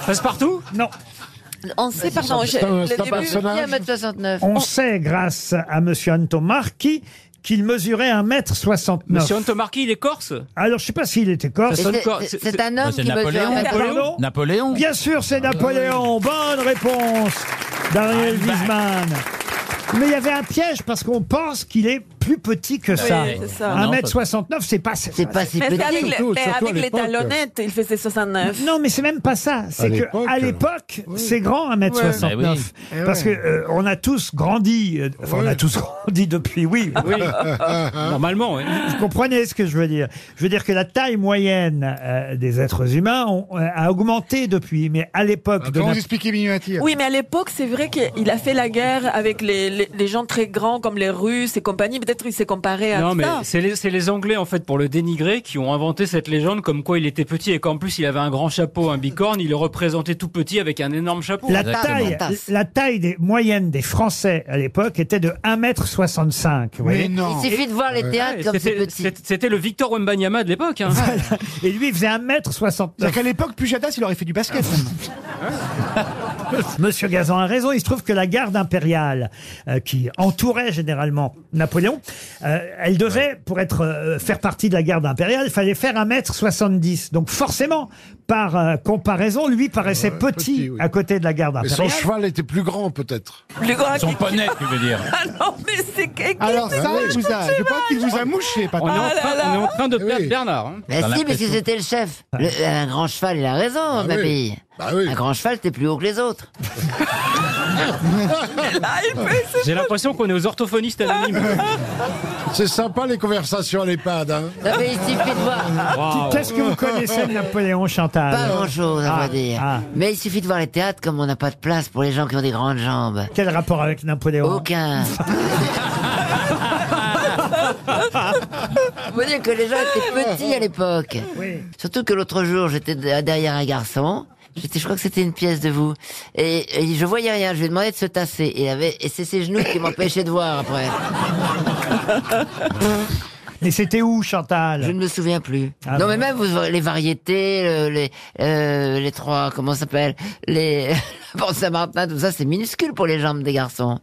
[SPEAKER 6] Passe-partout
[SPEAKER 2] Non.
[SPEAKER 8] On sait, pardon, j'ai- le début, il y a
[SPEAKER 5] 1m69.
[SPEAKER 2] On sait grâce à monsieur Antomarchi qu'il mesurait 1m69.
[SPEAKER 6] Monsieur Antomarchi, il est corse
[SPEAKER 2] Alors, je sais pas s'il était corse.
[SPEAKER 6] Ça sonne Et c'est- corse. c'est- c'est un homme Bah, c'est qui mesure
[SPEAKER 2] Napoléon.
[SPEAKER 6] 1m69.
[SPEAKER 2] Napoléon.
[SPEAKER 7] Napoléon
[SPEAKER 2] Bien sûr, c'est Napoléon. Bonne réponse, Daniel Wiesmann. Mais il y avait un piège parce qu'on pense qu'il est plus petit que
[SPEAKER 8] Oui,
[SPEAKER 2] ça.
[SPEAKER 8] c'est ça.
[SPEAKER 2] 1m69, c'est pas C'est
[SPEAKER 5] pas si
[SPEAKER 8] Mais Ah, c'est avec, les-
[SPEAKER 2] Surtout-
[SPEAKER 8] mais
[SPEAKER 2] surtout à
[SPEAKER 8] avec les
[SPEAKER 2] l'époque.
[SPEAKER 8] talonnettes, il faisait 69.
[SPEAKER 2] Non, mais c'est même pas ça. C'est que à l'époque, c'est grand
[SPEAKER 8] euh, Ouais.
[SPEAKER 2] 1m69.
[SPEAKER 8] Bah oui. Eh
[SPEAKER 2] Parce que
[SPEAKER 8] ouais.
[SPEAKER 2] euh, on a tous grandi, euh, enfin on a tous grandi depuis, oui.
[SPEAKER 6] Oui. Normalement, oui.
[SPEAKER 2] Vous comprenez ce que je veux dire Je veux dire que la taille moyenne euh, des êtres humains ont- euh, a augmenté depuis, mais à l'époque de
[SPEAKER 3] Comment
[SPEAKER 2] Nap-
[SPEAKER 3] vous expliquez Minuati
[SPEAKER 8] Oui, mais à l'époque, c'est vrai qu'il a fait la guerre avec les, les- les gens très grands comme les Russes et compagnie. Peut-être il s'est comparé à
[SPEAKER 6] Non,
[SPEAKER 8] tout
[SPEAKER 6] mais
[SPEAKER 8] ça.
[SPEAKER 6] c'est les, c'est les Anglais, en fait, pour le dénigrer, qui ont inventé cette légende comme quoi il était petit et qu'en plus il avait un grand chapeau, un bicorne, il le représentait tout petit avec un énorme chapeau.
[SPEAKER 2] la taille, la taille des, moyenne des Français à l'époque était de 1m65. vous voyez.
[SPEAKER 5] Il suffit de voir les théâtres comme c'est
[SPEAKER 6] c'était-
[SPEAKER 5] petit.
[SPEAKER 6] c'était- C'était le Victor Wembanyama de l'époque. hein.
[SPEAKER 2] Et lui, il faisait 1m69.
[SPEAKER 3] C'est-à-dire qu'à l'époque, Pujadas, il aurait fait du basket.
[SPEAKER 2] Ah.
[SPEAKER 3] Hein
[SPEAKER 2] Monsieur Gazan a raison. Il se trouve que la garde impériale euh, qui entourait généralement Napoléon, euh, elle devait, pour être euh, faire partie de la garde impériale, il fallait faire 1m70. Donc forcément, par euh, comparaison, lui paraissait petit, à côté de la garde
[SPEAKER 4] Et son
[SPEAKER 2] impériale.
[SPEAKER 4] cheval était plus grand, peut-être.
[SPEAKER 7] Ils sont pas nets, tu veux dire.
[SPEAKER 8] Ah non, mais c'est quelqu'un
[SPEAKER 3] Alors ça,
[SPEAKER 8] c'est Ah
[SPEAKER 3] il vous a- je pense qu'il vous a mouché, Patrick.
[SPEAKER 6] On est en train,
[SPEAKER 8] là.
[SPEAKER 6] on est en train de
[SPEAKER 3] Eh
[SPEAKER 6] perdre
[SPEAKER 3] oui.
[SPEAKER 6] Bernard. hein.
[SPEAKER 5] Mais
[SPEAKER 3] Dans
[SPEAKER 5] si,
[SPEAKER 3] la
[SPEAKER 5] mais si
[SPEAKER 3] pression.
[SPEAKER 5] c'était le chef. Le- un grand cheval, il a raison, ma
[SPEAKER 3] Bah oui.
[SPEAKER 5] bille. Un grand cheval, t'es plus haut que les autres.
[SPEAKER 8] Ah,
[SPEAKER 6] J'ai l'impression qu'on est aux orthophonistes anonymes.
[SPEAKER 4] C'est sympa les conversations à l'EHPAD. Hein.
[SPEAKER 5] Non, mais il suffit de voir.
[SPEAKER 2] Qu'est-ce que vous connaissez de Napoléon, Chantal
[SPEAKER 5] Pas grand-chose, à
[SPEAKER 2] Ah,
[SPEAKER 5] vrai dire.
[SPEAKER 2] ah.
[SPEAKER 5] Mais il suffit de voir les théâtres comme on n'a pas de place pour les gens qui ont des grandes jambes.
[SPEAKER 2] Quel rapport avec Napoléon
[SPEAKER 5] Aucun. Vous dire que les gens étaient petits à l'époque. Surtout que l'autre jour, j'étais de- derrière un garçon. J'étais, je crois que c'était une pièce de vous. Et, et je voyais rien. Je lui ai demandé de se tasser. Et, il avait, et c'est ses genoux qui m'empêchaient de voir après.
[SPEAKER 2] Mais c'était où, Chantal Ah
[SPEAKER 5] Je ne me souviens plus. non, mais même vous, les variétés, euh, les, euh, les trois, comment ça s'appelle Les. Bon, Saint-Martin, tout ça, c'est minuscule pour les jambes des garçons.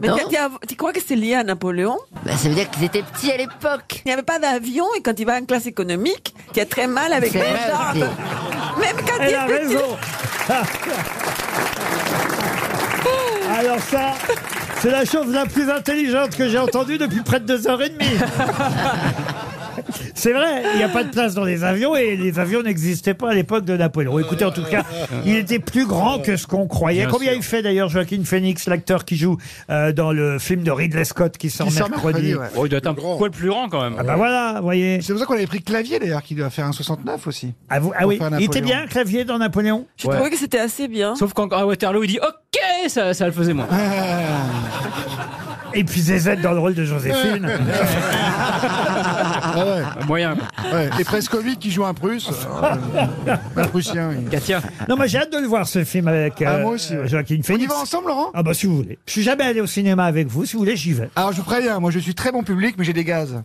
[SPEAKER 8] Mais
[SPEAKER 5] Non
[SPEAKER 8] t'as- t'as- tu crois que c'est lié à Napoléon
[SPEAKER 5] Bah, Ça veut dire qu'ils étaient petits à l'époque.
[SPEAKER 8] Il n'y avait pas d'avion et quand il va en classe économique, qui a très mal avec
[SPEAKER 5] C'est
[SPEAKER 8] les
[SPEAKER 5] vrai
[SPEAKER 8] jambes.
[SPEAKER 5] aussi.
[SPEAKER 8] Même quand
[SPEAKER 2] Elle
[SPEAKER 8] il
[SPEAKER 2] a
[SPEAKER 8] est petit.
[SPEAKER 2] raison. Alors ça, c'est la chose la plus intelligente que j'ai entendue depuis près de deux heures et demie. C'est vrai, il n'y a pas de place dans les avions et les avions n'existaient pas à l'époque de Napoléon. Écoutez, en tout cas, il était plus grand que ce qu'on croyait.
[SPEAKER 18] Bien
[SPEAKER 2] Combien
[SPEAKER 18] sûr.
[SPEAKER 2] il fait d'ailleurs Joaquin Phoenix, l'acteur qui joue euh, dans le film de Ridley Scott qui sort mercredi
[SPEAKER 6] Oh, il doit être un poil plus grand quand même.
[SPEAKER 2] Ah bah voilà, vous voyez.
[SPEAKER 3] C'est pour ça qu'on avait pris Clavier d'ailleurs, qui doit faire un 69 aussi.
[SPEAKER 2] Ah, vous- ah
[SPEAKER 3] Pour
[SPEAKER 2] oui,
[SPEAKER 3] faire
[SPEAKER 2] il était
[SPEAKER 3] Napoléon.
[SPEAKER 2] bien clavier dans Napoléon
[SPEAKER 8] Je trouvais que c'était assez bien.
[SPEAKER 6] Sauf quand à Waterloo, il dit OK, ça, ça le faisait moins.
[SPEAKER 2] Ah. Et puis ZZ dans le rôle de Joséphine.
[SPEAKER 6] Euh, Moyen.
[SPEAKER 3] Ah Et Prescovic qui joue un Prusse. euh, un Prussien. oui.
[SPEAKER 2] Non, mais j'ai hâte de le voir ce film avec
[SPEAKER 3] Ah,
[SPEAKER 2] euh,
[SPEAKER 3] moi aussi, ouais.
[SPEAKER 2] Joaquin Phoenix.
[SPEAKER 3] va ensemble, Laurent
[SPEAKER 2] Ah bah si vous voulez. Je suis jamais allé au cinéma avec vous. Si vous voulez, j'y vais.
[SPEAKER 3] Alors je vous préviens, moi je suis très bon public, mais j'ai des gaz.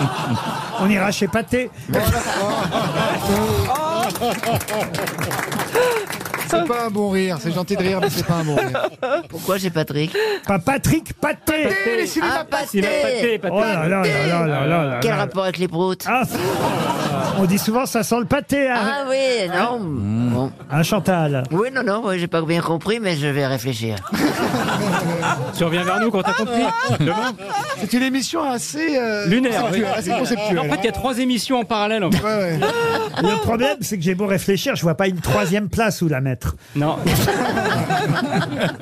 [SPEAKER 2] On ira chez Pathé.
[SPEAKER 8] Oh.
[SPEAKER 3] C'est pas un bon rire, c'est gentil de rire, mais c'est pas un bon rire.
[SPEAKER 5] Pourquoi j'ai Patrick
[SPEAKER 2] Pas Patrick, Pathé.
[SPEAKER 3] Pathé, les cinémas
[SPEAKER 5] Ah, Pathé.
[SPEAKER 3] Pathé.
[SPEAKER 2] Oh là là là là là là là
[SPEAKER 5] Quel
[SPEAKER 2] là.
[SPEAKER 5] rapport avec les proutes
[SPEAKER 2] Ah, On dit souvent ça sent le pâté. hein.
[SPEAKER 5] Ah oui, non. Bon.
[SPEAKER 2] Hein, Chantal
[SPEAKER 5] Oui, non, non, oui, j'ai pas bien compris, mais je vais réfléchir.
[SPEAKER 6] Tu reviens vers nous quand t'as compris. Demain.
[SPEAKER 3] C'est une émission assez euh,
[SPEAKER 6] Lunaire. oui.
[SPEAKER 3] conceptuelle, assez conceptuelle.
[SPEAKER 6] En fait,
[SPEAKER 2] hein.
[SPEAKER 6] il y a trois émissions en parallèle. En fait.
[SPEAKER 2] Le problème, c'est que j'ai beau réfléchir, je vois pas une troisième place où la mettre.
[SPEAKER 6] Non.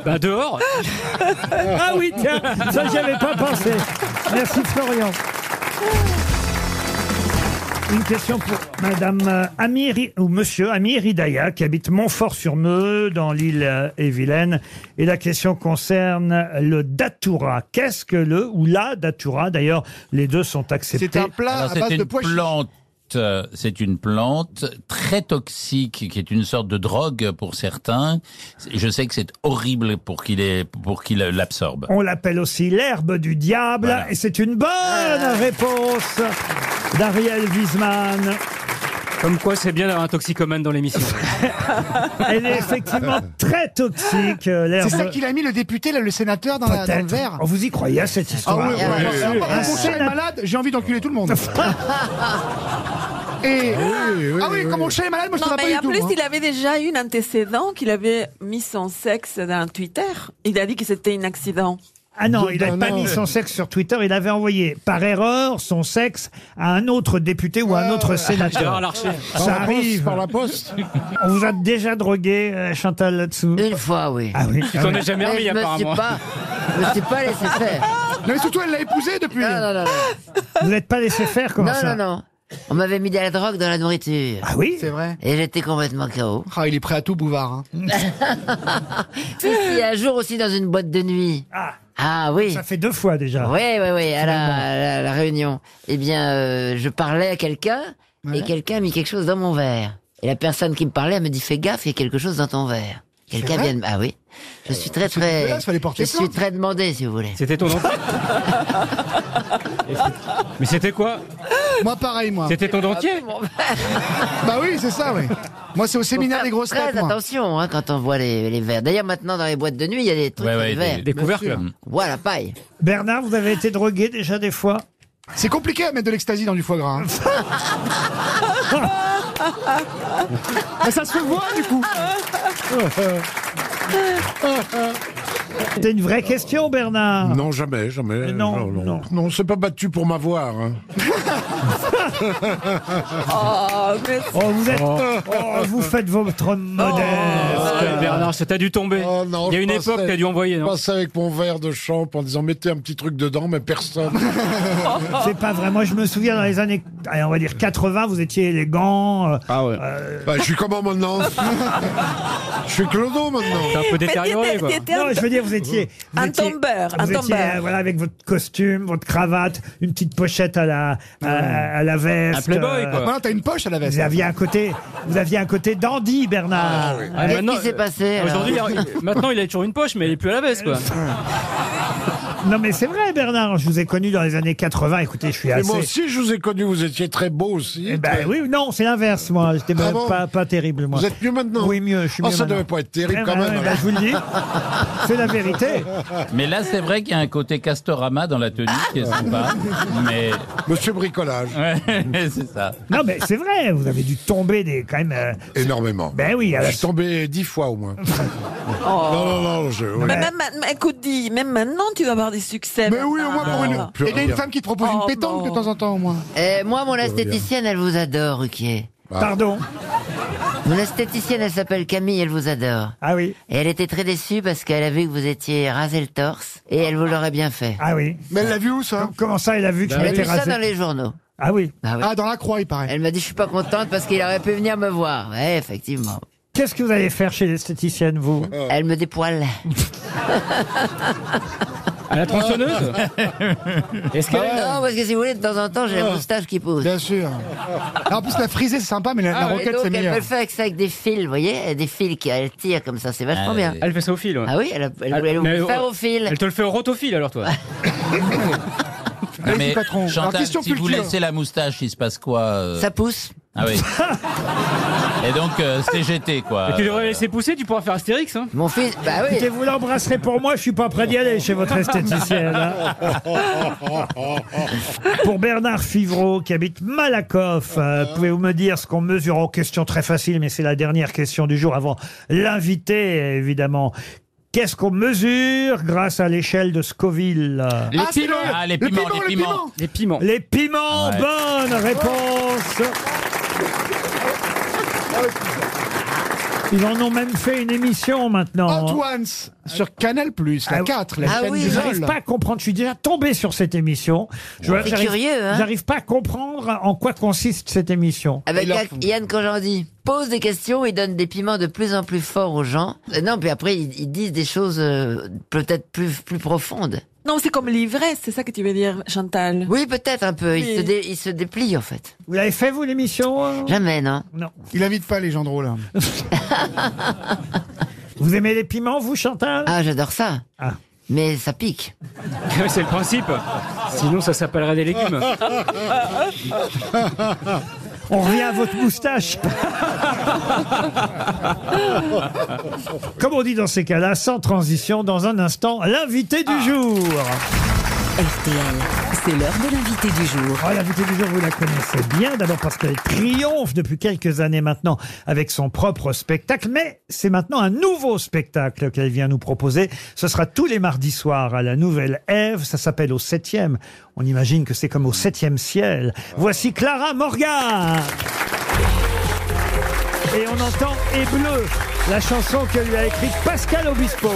[SPEAKER 6] bah dehors.
[SPEAKER 2] Ah oui, tiens, ça j'y avais pas pensé. Merci Florian. Une question pour Madame euh, Amir ou Monsieur Amir Hidaya qui habite Montfort-sur-Meux dans l'île euh, et Vilaine. Et la question concerne le datura. Qu'est-ce que le ou la datura D'ailleurs, les deux sont acceptés.
[SPEAKER 7] Alors, c'est une plante. euh, C'est une plante très toxique qui est une sorte de drogue pour certains. Je sais que c'est horrible pour qu'il ait- pour qu'il l'absorbe.
[SPEAKER 2] On l'appelle aussi l'herbe du diable. Et c'est une bonne réponse d'Ariel Wiesman.
[SPEAKER 6] Comme quoi, c'est bien d'avoir un toxicomane dans l'émission.
[SPEAKER 2] Elle est effectivement très toxique, euh, l'herbe.
[SPEAKER 3] C'est ça qu'il a mis le député, là, le sénateur, dans, la- dans le
[SPEAKER 2] Peut-être.
[SPEAKER 3] verre.
[SPEAKER 2] Oh, Vous y croyez à cette
[SPEAKER 3] Ah
[SPEAKER 2] histoire
[SPEAKER 3] oui, oui, oui, oui.
[SPEAKER 2] Un Ah
[SPEAKER 3] Mon chat est
[SPEAKER 2] sénateur-
[SPEAKER 3] malade, j'ai envie d'enculer tout le monde. Et... ah oui, quand mon chat est malade, moi je ne
[SPEAKER 8] non,
[SPEAKER 3] pas
[SPEAKER 8] mais
[SPEAKER 3] du
[SPEAKER 8] en
[SPEAKER 3] tout.
[SPEAKER 8] plus,
[SPEAKER 3] hein.
[SPEAKER 8] il avait déjà eu un antécédent qu'il avait mis son sexe dans Twitter. Il a dit que c'était un accident.
[SPEAKER 2] Ah non, il n'avait pas mis son sexe sur Twitter, il avait envoyé par erreur son sexe à un autre député ou à un
[SPEAKER 3] Euh,
[SPEAKER 2] autre sénateur.
[SPEAKER 6] Gérard Larcher.
[SPEAKER 4] Par la
[SPEAKER 2] Ça
[SPEAKER 4] poste,
[SPEAKER 2] arrive.
[SPEAKER 4] Par la poste.
[SPEAKER 2] On vous a déjà drogué, euh, Chantal, là-dessous
[SPEAKER 5] Une fois, oui.
[SPEAKER 2] Ah oui.
[SPEAKER 6] Tu t'en es jamais
[SPEAKER 5] Mais
[SPEAKER 6] remis,
[SPEAKER 5] je me suis
[SPEAKER 6] apparemment.
[SPEAKER 5] pas, je me suis pas laissé faire.
[SPEAKER 3] Non, mais surtout, elle l'a épousé depuis.
[SPEAKER 5] Non, non, non, non.
[SPEAKER 2] Vous n'êtes pas laissé faire comme
[SPEAKER 5] Non,
[SPEAKER 2] ça
[SPEAKER 5] non, non. On m'avait mis de la drogue dans la nourriture.
[SPEAKER 2] Ah oui
[SPEAKER 3] C'est vrai.
[SPEAKER 5] Et j'étais complètement KO.
[SPEAKER 3] Ah, il est prêt à tout, Bouvard. hein.
[SPEAKER 5] Si, si, un jour aussi dans une boîte de nuit.
[SPEAKER 2] Ah,
[SPEAKER 5] Ah oui.
[SPEAKER 2] ça fait deux fois déjà.
[SPEAKER 5] Oui, oui, oui, à la, à la- à la réunion. Eh bien, euh, je parlais à quelqu'un et quelqu'un a mis quelque chose dans mon verre. Et la personne qui me parlait elle me dit Fais gaffe, il y a quelque chose dans ton verre. Quelqu'un
[SPEAKER 3] vrai Euh,
[SPEAKER 5] vient de... Ah oui. Je suis très, très.
[SPEAKER 3] dégueulasse, fallait porter
[SPEAKER 5] Je suis
[SPEAKER 3] plainte.
[SPEAKER 5] très demandé, si vous voulez.
[SPEAKER 6] C'était ton dentiste. Mais c'était quoi
[SPEAKER 3] Moi, pareil, moi.
[SPEAKER 6] C'était ton
[SPEAKER 5] Ah,
[SPEAKER 6] dentier
[SPEAKER 3] Bah oui, c'est ça, oui. Moi, c'est au séminaire des grosses
[SPEAKER 5] Très
[SPEAKER 3] têtes, moi.
[SPEAKER 5] attention hein, quand on voit les, les verres. D'ailleurs, maintenant, dans les boîtes de nuit, il y a des trucs
[SPEAKER 7] Ouais,
[SPEAKER 5] sur
[SPEAKER 7] ouais,
[SPEAKER 5] les verres.
[SPEAKER 7] des-
[SPEAKER 6] Des couvercles.
[SPEAKER 5] Voilà, paille.
[SPEAKER 2] Bernard, vous avez été drogué déjà des fois
[SPEAKER 3] C'est compliqué à mettre de l'extasie dans du foie gras. hein. Mais ça se voit, du coup.
[SPEAKER 2] C'était une vraie question, Bernard.
[SPEAKER 4] Non, jamais, jamais.
[SPEAKER 2] Ah. Non,
[SPEAKER 4] non.
[SPEAKER 2] non.
[SPEAKER 4] Non, c'est pas battu pour m'avoir. hein.
[SPEAKER 8] Oh, mais
[SPEAKER 2] Oh, vous êtes. Oh, vous faites votre modeste.
[SPEAKER 6] Oh, Ouais, Bernard, ça t'a dû tomber.
[SPEAKER 4] Oh, non,
[SPEAKER 6] Il y a
[SPEAKER 4] je
[SPEAKER 6] une époque,
[SPEAKER 4] passais-
[SPEAKER 6] t'as dû envoyer,
[SPEAKER 4] Je
[SPEAKER 6] non
[SPEAKER 4] passais avec mon verre de champ en disant mettez un petit truc dedans, mais personne.
[SPEAKER 2] C'est pas vrai. Moi, je me souviens dans les années, allez, on va dire 80, vous étiez élégant. euh,
[SPEAKER 6] Ah ouais.
[SPEAKER 4] Bah, je suis comment maintenant Je suis Clodo maintenant.
[SPEAKER 6] T'es un peu détérioré, quoi.
[SPEAKER 2] Non, je veux dire, vous étiez. vous
[SPEAKER 8] Un
[SPEAKER 2] étiez-
[SPEAKER 8] tombeur, un
[SPEAKER 2] vous étiez,
[SPEAKER 8] tombeur.
[SPEAKER 2] euh, voilà, avec votre costume, votre cravate, une petite pochette à la, à, à la veste.
[SPEAKER 6] Un playboy,
[SPEAKER 2] euh,
[SPEAKER 6] quoi.
[SPEAKER 4] Ah,
[SPEAKER 3] Maintenant, t'as une poche à la veste.
[SPEAKER 2] Vous aviez un côté, vous aviez un côté dandy, Bernard.
[SPEAKER 6] Ah,
[SPEAKER 5] Qu'est-ce
[SPEAKER 6] maintenant-
[SPEAKER 5] qui s'est passé alors
[SPEAKER 6] Aujourd'hui, il a- maintenant, il a toujours une poche, mais elle est plus à la veste, quoi.
[SPEAKER 2] Non, mais c'est vrai, vrai, Bernard, je vous ai connu dans les années 80. Écoutez, je suis
[SPEAKER 4] Mais
[SPEAKER 2] assez...
[SPEAKER 4] moi aussi, je vous ai connu, vous étiez très beau aussi.
[SPEAKER 2] Eh ben oui, non, c'est l'inverse, moi. J'étais
[SPEAKER 4] Ah
[SPEAKER 2] même
[SPEAKER 4] bon
[SPEAKER 2] pas, pas terrible, moi.
[SPEAKER 4] Vous êtes mieux maintenant
[SPEAKER 2] Oui, mieux, je suis
[SPEAKER 4] Oh,
[SPEAKER 2] mieux
[SPEAKER 4] ça
[SPEAKER 2] maintenant.
[SPEAKER 4] devait pas être terrible
[SPEAKER 2] Eh
[SPEAKER 4] quand
[SPEAKER 2] ben,
[SPEAKER 4] même,
[SPEAKER 2] eh ben,
[SPEAKER 4] alors.
[SPEAKER 2] je vous le dis, c'est la vérité.
[SPEAKER 7] Mais là, c'est vrai qu'il y a un côté castorama dans la tenue qui est sympa. Mais...
[SPEAKER 4] Monsieur bricolage.
[SPEAKER 7] c'est ça.
[SPEAKER 2] Non, mais c'est vrai, vous avez dû tomber des, quand même... euh,
[SPEAKER 4] Énormément.
[SPEAKER 2] Ben oui, à la-
[SPEAKER 4] Je suis tombé dix fois au moins. Non, non, non, je. oui.
[SPEAKER 8] Mais même, ma- écoute, dis, même maintenant, tu dois avoir des succès. Mais oui, au moins
[SPEAKER 4] pour une-
[SPEAKER 5] Et il y a une femme
[SPEAKER 8] qui te propose une pétanque de temps en temps, au moins.
[SPEAKER 5] Et moi, mon esthéticienne, elle vous adore, Ruquier.
[SPEAKER 3] Bah.
[SPEAKER 2] Pardon
[SPEAKER 5] Mon esthéticienne, elle s'appelle Camille, elle vous adore.
[SPEAKER 2] Ah oui
[SPEAKER 5] Et elle était très déçue parce qu'elle a vu que vous étiez rasé le torse et elle vous l'aurait bien fait.
[SPEAKER 2] Ah oui
[SPEAKER 5] Mais elle l'a vu où, ça
[SPEAKER 2] Comment ça, elle a vu que je
[SPEAKER 5] Bah Elle a
[SPEAKER 2] m'étais
[SPEAKER 5] vu ça
[SPEAKER 2] rasé
[SPEAKER 5] dans les journaux.
[SPEAKER 2] Ah oui
[SPEAKER 5] Ah, dans la croix, il paraît. Elle m'a dit, je suis pas contente parce qu'il aurait pu venir me voir. Ouais, effectivement.
[SPEAKER 2] Qu'est-ce que vous allez faire chez l'esthéticienne, vous
[SPEAKER 4] Oh.
[SPEAKER 5] Elle me dépoile.
[SPEAKER 6] À la tronçonneuse Est-ce qu'elle est-
[SPEAKER 5] Non, parce que si vous voulez, de temps en temps, j'ai la
[SPEAKER 6] Ah.
[SPEAKER 5] moustache qui pousse.
[SPEAKER 3] Bien sûr. Alors, en plus, la frisée, c'est sympa, mais la, la
[SPEAKER 5] Ah, et
[SPEAKER 3] roquette,
[SPEAKER 5] donc,
[SPEAKER 3] c'est
[SPEAKER 5] Elle
[SPEAKER 3] meilleur.
[SPEAKER 5] peut le faire avec ça, avec des fils, vous voyez Des fils qui elle tire comme ça, c'est vachement
[SPEAKER 6] Ah,
[SPEAKER 5] bien.
[SPEAKER 6] Elle fait ça au fil. ouais.
[SPEAKER 5] Ah oui, elle, a- elle, elle,
[SPEAKER 6] Elle- mais- oh,
[SPEAKER 5] le fait au fil.
[SPEAKER 6] Elle te le fait au rotofil alors toi.
[SPEAKER 7] Non, Ah, mais
[SPEAKER 6] patron.
[SPEAKER 7] Chantal,
[SPEAKER 6] Alors, question
[SPEAKER 7] si vous
[SPEAKER 6] culture.
[SPEAKER 7] laissez la moustache, il se passe quoi euh
[SPEAKER 5] Ça pousse.
[SPEAKER 7] Ah oui. Et donc, euh, CGT,
[SPEAKER 2] Ah.
[SPEAKER 7] quoi.
[SPEAKER 6] Et tu devrais laisser pousser, tu pourras faire Astérix. Hein.
[SPEAKER 5] Mon fils, bah
[SPEAKER 2] Écoutez, vous l'embrasserez pour moi, je suis pas prêt d'y aller chez votre esthéticienne. hein. Pour Bernard Fivreau, qui habite Malakoff, euh, pouvez-vous me dire ce qu'on mesure en question très facile, mais c'est la dernière question du jour avant l'invité, évidemment. Qu'est-ce qu'on mesure grâce à l'échelle de Scoville
[SPEAKER 7] Les Ah, c'est piments. le- Ah, les le piments, piment, les le piments. piment.
[SPEAKER 6] Les piments.
[SPEAKER 2] Les piments,
[SPEAKER 7] Ouais.
[SPEAKER 2] bonne réponse Ils en ont même fait une émission maintenant. Ah
[SPEAKER 3] Antoine, sur Canal+, la 4, la chaîne
[SPEAKER 2] oui,
[SPEAKER 3] du
[SPEAKER 2] j'arrive
[SPEAKER 3] vol.
[SPEAKER 2] pas à comprendre. Je suis déjà tombé sur cette émission. Je-
[SPEAKER 5] C'est
[SPEAKER 2] j'arrive-
[SPEAKER 5] curieux, hein
[SPEAKER 2] J'arrive pas à comprendre en quoi consiste cette émission.
[SPEAKER 5] Avec Ah ben, Yann- Yann Cojandi. Pose des questions, il donne des piments de plus en plus forts aux gens. Euh, Non, puis après, ils, ils disent des choses euh, peut-être plus, plus profondes.
[SPEAKER 8] Non, c'est comme l'ivresse, c'est ça que tu veux dire, Chantal
[SPEAKER 5] Oui, peut-être un peu. Il se, dé- il se déplie, en fait.
[SPEAKER 2] Vous l'avez fait, vous, l'émission euh
[SPEAKER 5] Jamais, non
[SPEAKER 2] Non.
[SPEAKER 3] Il invite pas les gens drôles. hein.
[SPEAKER 2] Vous aimez les piments, vous, Chantal
[SPEAKER 5] Ah, j'adore ça. Mais ça pique.
[SPEAKER 6] c'est le principe. Sinon ça s'appellerait des légumes.
[SPEAKER 2] On revient à votre moustache. Comme on dit dans ces cas-là, sans transition, dans un instant, l'invité
[SPEAKER 10] Ah.
[SPEAKER 2] du jour.
[SPEAKER 10] RTL, c'est l'heure de l'invité du jour.
[SPEAKER 2] Oh, l'invité du jour, vous la connaissez bien, d'abord parce qu'elle triomphe depuis quelques années maintenant avec son propre spectacle, mais c'est maintenant un nouveau spectacle qu'elle vient nous proposer. Ce sera tous les mardis soirs à la Nouvelle Ève, ça s'appelle au 7e. On imagine que c'est comme au 7e ciel. Voici Clara Morgan. Et on entend Et bleu, la chanson que lui a écrite Pascal Obispo.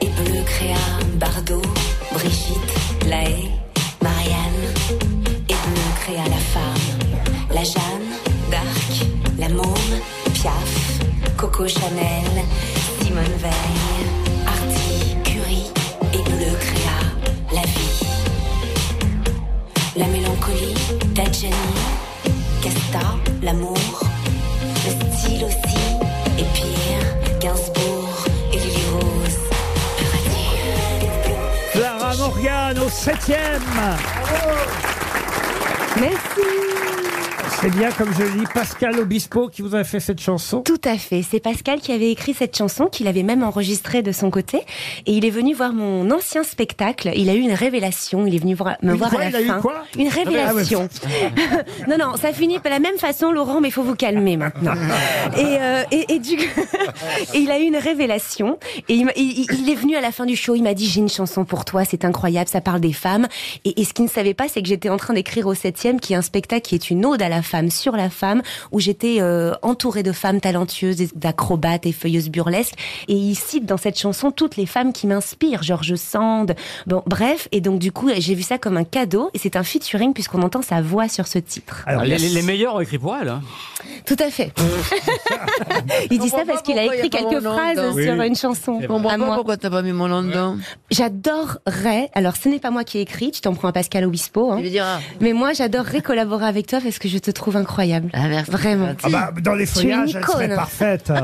[SPEAKER 18] Et Bleu Créa, Bardot, Brigitte, Lahaye, Marianne. Et Bleu Créa, la femme, la Jeanne, d'Arc, la Môme, Piaf, Coco Chanel, Simone Veil, Artie, Curie. Et Bleu Créa, la vie. La mélancolie, Dadjani, Casta, l'amour, le style aussi, et pire, Gainsbourg, et Lily Rose.
[SPEAKER 2] Clara Morgan au 7e.
[SPEAKER 19] Merci.
[SPEAKER 2] C'est bien comme je lis Pascal Obispo qui vous a fait cette chanson.
[SPEAKER 19] Tout à fait. C'est Pascal qui avait écrit cette chanson, qu'il avait même enregistrée de son côté. Et il est venu voir mon ancien spectacle. Il a eu une révélation. Il est venu voir- me
[SPEAKER 2] Une
[SPEAKER 19] voir
[SPEAKER 2] quoi
[SPEAKER 19] à
[SPEAKER 2] Il
[SPEAKER 19] la
[SPEAKER 2] a eu
[SPEAKER 19] fin.
[SPEAKER 2] quoi
[SPEAKER 19] une
[SPEAKER 2] Ah ouais.
[SPEAKER 19] révélation. non, non, ça finit par la même façon, Laurent, mais il faut vous calmer maintenant. Et, euh, et, et du coup, et il a eu une révélation. Et il, m'a- il- il- il est venu à la fin du show. Il m'a dit J'ai une chanson pour toi, c'est incroyable, ça parle des femmes. Et, et ce qu'il ne savait pas, c'est que j'étais en train d'écrire au septième, qui est un spectacle qui est une ode à la femme sur la femme, où j'étais euh, entourée de femmes talentueuses, et d'acrobates et feuilleuses burlesques. Et il cite dans cette chanson toutes les femmes qui m'inspirent, George Sand. Bon, bref. Et donc, du coup, j'ai vu ça comme un cadeau. Et c'est un featuring puisqu'on entend sa voix sur ce titre.
[SPEAKER 6] Alors, Ah, les, les- les meilleurs ont écrit pour elle. hein.
[SPEAKER 19] Tout à fait. il dit ça parce qu'il a
[SPEAKER 5] pourquoi
[SPEAKER 19] écrit
[SPEAKER 5] il y a pas
[SPEAKER 19] quelques
[SPEAKER 5] mon nom
[SPEAKER 19] phrases
[SPEAKER 5] dedans.
[SPEAKER 19] sur
[SPEAKER 5] Oui.
[SPEAKER 19] une chanson.
[SPEAKER 5] Je comprends
[SPEAKER 19] à
[SPEAKER 5] pas
[SPEAKER 19] moi.
[SPEAKER 5] pourquoi t'as pas mis mon nom dedans.
[SPEAKER 19] J'adorerais, alors ce n'est pas moi qui ai écrit, tu t'en prends à Pascal Obispo, hein. mais moi j'adorerais collaborer avec toi parce que je te trouve incroyable. Vraiment.
[SPEAKER 2] Ah bah, dans les
[SPEAKER 19] Tu es
[SPEAKER 2] feuillages,
[SPEAKER 19] une
[SPEAKER 2] elle serait
[SPEAKER 19] icône.
[SPEAKER 2] parfaite.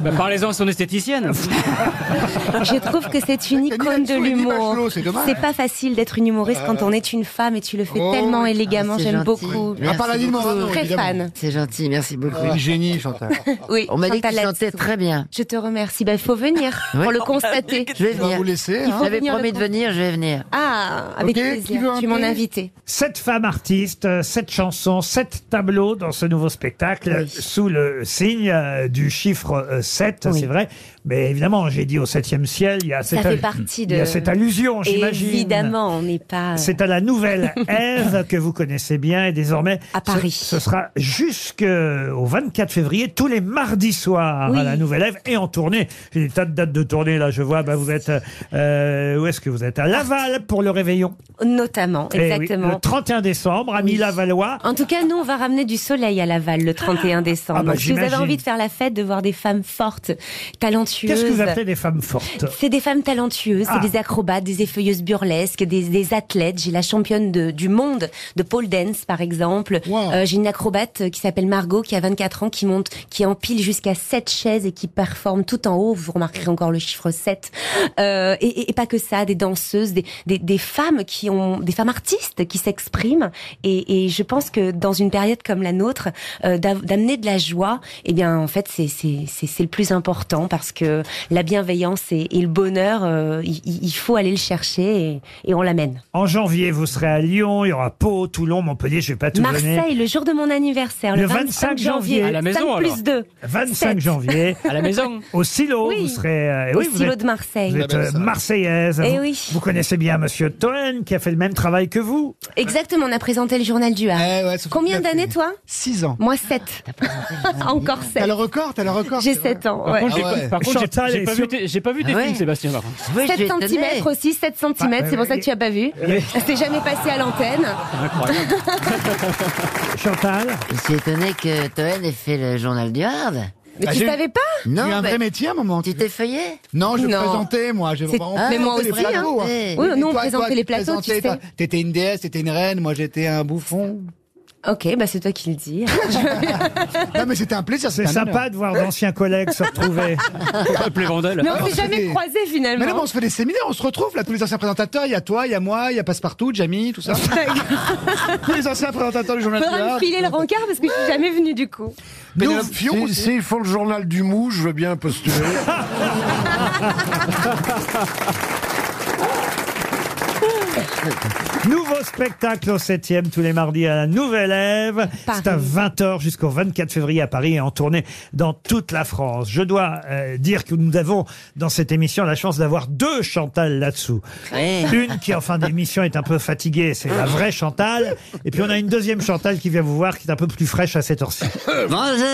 [SPEAKER 6] Bah, Parlez-en à son esthéticienne.
[SPEAKER 19] Je trouve que c'est une icône de l'humour.
[SPEAKER 6] c'est dommage.
[SPEAKER 19] C'est pas facile d'être une humoriste quand on est une femme et tu le fais tellement élégamment,
[SPEAKER 5] Euh. Oh, ah, c'est
[SPEAKER 19] j'aime
[SPEAKER 5] gentil.
[SPEAKER 19] beaucoup.
[SPEAKER 5] Merci beaucoup.
[SPEAKER 19] Très fan.
[SPEAKER 5] C'est gentil, merci beaucoup.
[SPEAKER 19] Une
[SPEAKER 5] génie, Chantal.
[SPEAKER 19] Oui,
[SPEAKER 5] On m'a dit que tu
[SPEAKER 19] Chantal
[SPEAKER 5] chantais
[SPEAKER 19] Latsou.
[SPEAKER 5] très bien.
[SPEAKER 19] Je te remercie. Ben, il faut venir
[SPEAKER 5] Ouais.
[SPEAKER 19] pour le constater.
[SPEAKER 5] Je vais venir.
[SPEAKER 19] Il faut
[SPEAKER 5] J'avais
[SPEAKER 19] venir le
[SPEAKER 5] promis de
[SPEAKER 19] constater.
[SPEAKER 5] venir, je vais venir.
[SPEAKER 19] Ah, avec plaisir. Tu es mon invité.
[SPEAKER 2] Sept femmes artistes, euh, sept chansons, sept tableaux dans ce nouveau spectacle euh, sous le signe euh, du chiffre 7,
[SPEAKER 19] Oui.
[SPEAKER 2] c'est vrai. Mais évidemment, j'ai dit au septième ciel, il y a
[SPEAKER 19] Ça
[SPEAKER 2] cette,
[SPEAKER 19] fait
[SPEAKER 2] al-
[SPEAKER 19] partie de.
[SPEAKER 2] il y a cette allusion, j'imagine.
[SPEAKER 19] Évidemment, on n'est pas. euh,
[SPEAKER 2] C'est à la nouvelle Ève que vous connaissez bien et désormais à Paris. Ce, ce sera jusqu'au 24 février tous les mardis soirs à la nouvelle Ève et en tournée. J'ai des tas de dates de tournée là. Je vois, bah, vous êtes euh, où est-ce que vous êtes à Laval pour le réveillon.
[SPEAKER 19] Notamment,
[SPEAKER 2] Eh oui,
[SPEAKER 19] exactement.
[SPEAKER 2] le 31 décembre à Milavalois.
[SPEAKER 19] En tout cas, nous, on va ramener du soleil à Laval le 31 décembre.
[SPEAKER 2] Ah bah,
[SPEAKER 19] Donc, si vous avez
[SPEAKER 2] j'imagine.
[SPEAKER 19] envie de faire la fête, de voir des femmes fortes, talentueuses.
[SPEAKER 2] Qu'est-ce que vous appelez des femmes fortes
[SPEAKER 19] C'est des femmes talentueuses,
[SPEAKER 2] Ah.
[SPEAKER 19] c'est des acrobates, des effeuilleuses burlesques, des, des athlètes. J'ai la championne de- du monde de pole dance, par exemple. Euh, J'ai une acrobate qui s'appelle Margot, qui a 24 ans, qui monte, qui empile jusqu'à 7 chaises et qui performe tout en haut. Vous remarquerez encore le chiffre 7. Euh, et, et- et pas que ça, des danseuses, des, des, des femmes qui ont, des femmes artistes qui s'expriment. Et, et je pense que dans une période comme la nôtre, euh, d'av- d'amener de la joie, eh bien, en fait, c'est c'est- c'est- c'est le plus important parce que la bienveillance et, et le bonheur, euh, il, il- il faut aller le chercher et, et on l'amène.
[SPEAKER 2] En janvier, vous serez à Lyon, il y aura Pau, Toulon, Montpellier, je vais pas tout donner.
[SPEAKER 19] Marseille, le jour de mon anniversaire, le, 25 janvier. 5 plus 2.
[SPEAKER 2] 25
[SPEAKER 19] Sept.
[SPEAKER 2] janvier. Au silo, vous serez. euh,
[SPEAKER 19] Au
[SPEAKER 2] oui, vous
[SPEAKER 19] silo
[SPEAKER 2] êtes-
[SPEAKER 19] de Marseille.
[SPEAKER 2] Vous êtes
[SPEAKER 19] Ah ben
[SPEAKER 2] euh,
[SPEAKER 19] ça.
[SPEAKER 2] marseillaise.
[SPEAKER 19] Eh
[SPEAKER 2] vous,
[SPEAKER 19] oui.
[SPEAKER 2] vous connaissez bien Monsieur Toen qui a fait le même travail que vous.
[SPEAKER 19] Exactement, on a présenté le journal du Havre.
[SPEAKER 3] Eh
[SPEAKER 19] Combien d'années, toi
[SPEAKER 3] 6 ans. Ah,
[SPEAKER 19] Moi, 7. Encore 7. T'as le
[SPEAKER 3] record, t'as le record.
[SPEAKER 19] J'ai 7 ans,
[SPEAKER 6] Par
[SPEAKER 19] ouais.
[SPEAKER 6] contre, j'ai pas- Ah par contre, j'ai-
[SPEAKER 2] Chantal
[SPEAKER 6] j'ai
[SPEAKER 2] est
[SPEAKER 6] pas,
[SPEAKER 2] sur-
[SPEAKER 6] vu tes- j'ai pas vu tes
[SPEAKER 2] Ah ouais.
[SPEAKER 6] films, Sébastien. par contre.
[SPEAKER 19] 7 cm aussi,
[SPEAKER 3] Bah,
[SPEAKER 19] 7 cm,
[SPEAKER 2] Ah, ouais,
[SPEAKER 19] c'est pour
[SPEAKER 2] ouais.
[SPEAKER 19] ça que tu as pas vu. C'est jamais passé à l'antenne.
[SPEAKER 6] Incroyable.
[SPEAKER 2] Chantal
[SPEAKER 5] Je suis étonné que Toen ait fait le journal du Hard.
[SPEAKER 19] Mais tu savais pas
[SPEAKER 5] Non,
[SPEAKER 3] Ah, Il y a un
[SPEAKER 5] mais-
[SPEAKER 3] vrai métier à un moment.
[SPEAKER 5] Tu t'es feuillé
[SPEAKER 3] Non, je
[SPEAKER 5] Non.
[SPEAKER 3] présentais, moi. J'ai
[SPEAKER 5] C'est-
[SPEAKER 3] vraiment
[SPEAKER 5] Ah, mais moi
[SPEAKER 3] présenté
[SPEAKER 5] aussi,
[SPEAKER 3] les plateaux,
[SPEAKER 5] hein.
[SPEAKER 3] hein.
[SPEAKER 5] Oui,
[SPEAKER 3] Mais
[SPEAKER 5] nous, on
[SPEAKER 3] toi,
[SPEAKER 5] présentait
[SPEAKER 3] toi,
[SPEAKER 5] les
[SPEAKER 3] tu
[SPEAKER 5] plateaux, tu
[SPEAKER 3] présentais,
[SPEAKER 5] sais.
[SPEAKER 3] toi, T'étais une déesse, t'étais une reine, moi j'étais un bouffon.
[SPEAKER 19] Ok, bah c'est toi qui le dis.
[SPEAKER 3] non, mais c'était un plaisir.
[SPEAKER 2] C'est sympa de voir d'anciens collègues se retrouver.
[SPEAKER 19] Mais on
[SPEAKER 3] Ah,
[SPEAKER 19] s'est jamais croisés finalement.
[SPEAKER 3] Mais non, mais on se fait des séminaires, on se retrouve là, tous les anciens présentateurs. Il y a toi, il y a moi, il y a Passepartout, Jamie, tout ça. tous les anciens présentateurs du journal.
[SPEAKER 19] Faudra me filer le rencard parce que je suis jamais venue du coup.
[SPEAKER 4] Nous, si- s'ils font le journal du mou, je veux bien postuler.
[SPEAKER 2] Nouveau spectacle au 7e tous les mardis à la Nouvelle Ève. C'est à 20h jusqu'au 24 février à Paris et en tournée dans toute la France. Je dois euh, dire que nous avons dans cette émission la chance d'avoir deux Chantal là-dessous.
[SPEAKER 5] Ouais.
[SPEAKER 2] Une qui en fin d'émission est un peu fatiguée, c'est la vraie Chantal. Et puis on a une deuxième Chantal qui vient vous voir qui est un peu plus fraîche à cette heure-ci.
[SPEAKER 20] Bonjour,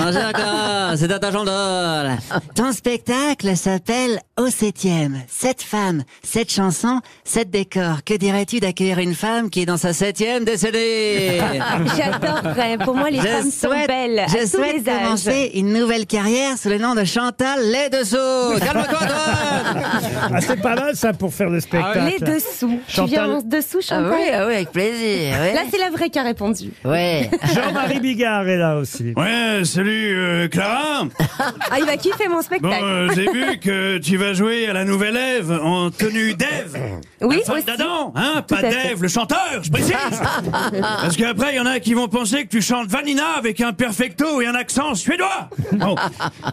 [SPEAKER 20] bonjour encore, c'est Tata Chandol.
[SPEAKER 21] Ton spectacle s'appelle Au septième. Sept femmes, sept chansons, sept décors. Que dirais-tu d'accueillir une femme qui est dans sa septième décennie
[SPEAKER 19] J'adorerais. hein. Pour moi, les
[SPEAKER 21] Je
[SPEAKER 19] femmes sont
[SPEAKER 21] souhaite-
[SPEAKER 19] belles à
[SPEAKER 21] Je
[SPEAKER 19] tous
[SPEAKER 21] souhaite
[SPEAKER 19] les âges.
[SPEAKER 21] commencer une nouvelle carrière sous le nom de Chantal Les Dessous. Calme-toi,
[SPEAKER 2] Ah, c'est pas mal ça pour faire le spectacle.
[SPEAKER 19] Ah Les dessous. Tu viens en
[SPEAKER 2] Chantal.
[SPEAKER 19] dessous, Chantal
[SPEAKER 5] Ah oui, ah oui, avec plaisir. ouais.
[SPEAKER 19] Là, c'est la vraie qui a répondu.
[SPEAKER 5] Ouais.
[SPEAKER 2] Jean-Marie Bigard est là aussi.
[SPEAKER 22] Ouais, salut euh, Clara.
[SPEAKER 19] Ah, il va kiffer mon
[SPEAKER 22] Bon,
[SPEAKER 19] spectacle.
[SPEAKER 22] euh, j'ai vu que tu vas jouer à la Nouvelle Ève en tenue d'Ève.
[SPEAKER 19] Oui,
[SPEAKER 22] la femme
[SPEAKER 19] aussi.
[SPEAKER 22] d'Adam, hein,
[SPEAKER 19] Tout
[SPEAKER 22] pas
[SPEAKER 19] à fait.
[SPEAKER 22] d'Ève, le chanteur, je précise. Parce qu'après, il y en a qui vont penser que tu chantes Vanina avec un perfecto et un accent suédois. Bon,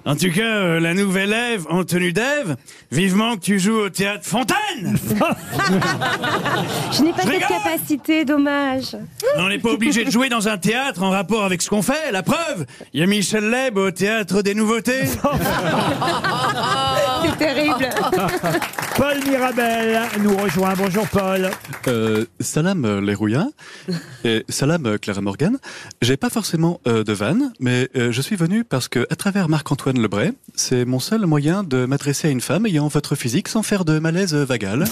[SPEAKER 22] en tout cas, euh, la Nouvelle Ève en tenue d'Ève, vivement que tu joues au théâtre Fontaine.
[SPEAKER 19] Je n'ai pas cette capacité, dommage.
[SPEAKER 22] On n'est pas obligé de jouer dans un théâtre en rapport avec ce qu'on fait. La preuve, il y a Michel Leb au théâtre des nouveautés.
[SPEAKER 2] c'est terrible. Paul Mirabel nous rejoint. Bonjour Paul.
[SPEAKER 23] Euh, salam euh, les rouillards. et salam euh, Clara Morgan. J'ai pas forcément euh, de vanne, mais euh, je suis venu parce que à travers Marc-Antoine Lebray, c'est mon seul moyen de m'adresser à une femme ayant votre physique sans faire de malaise euh, vagal.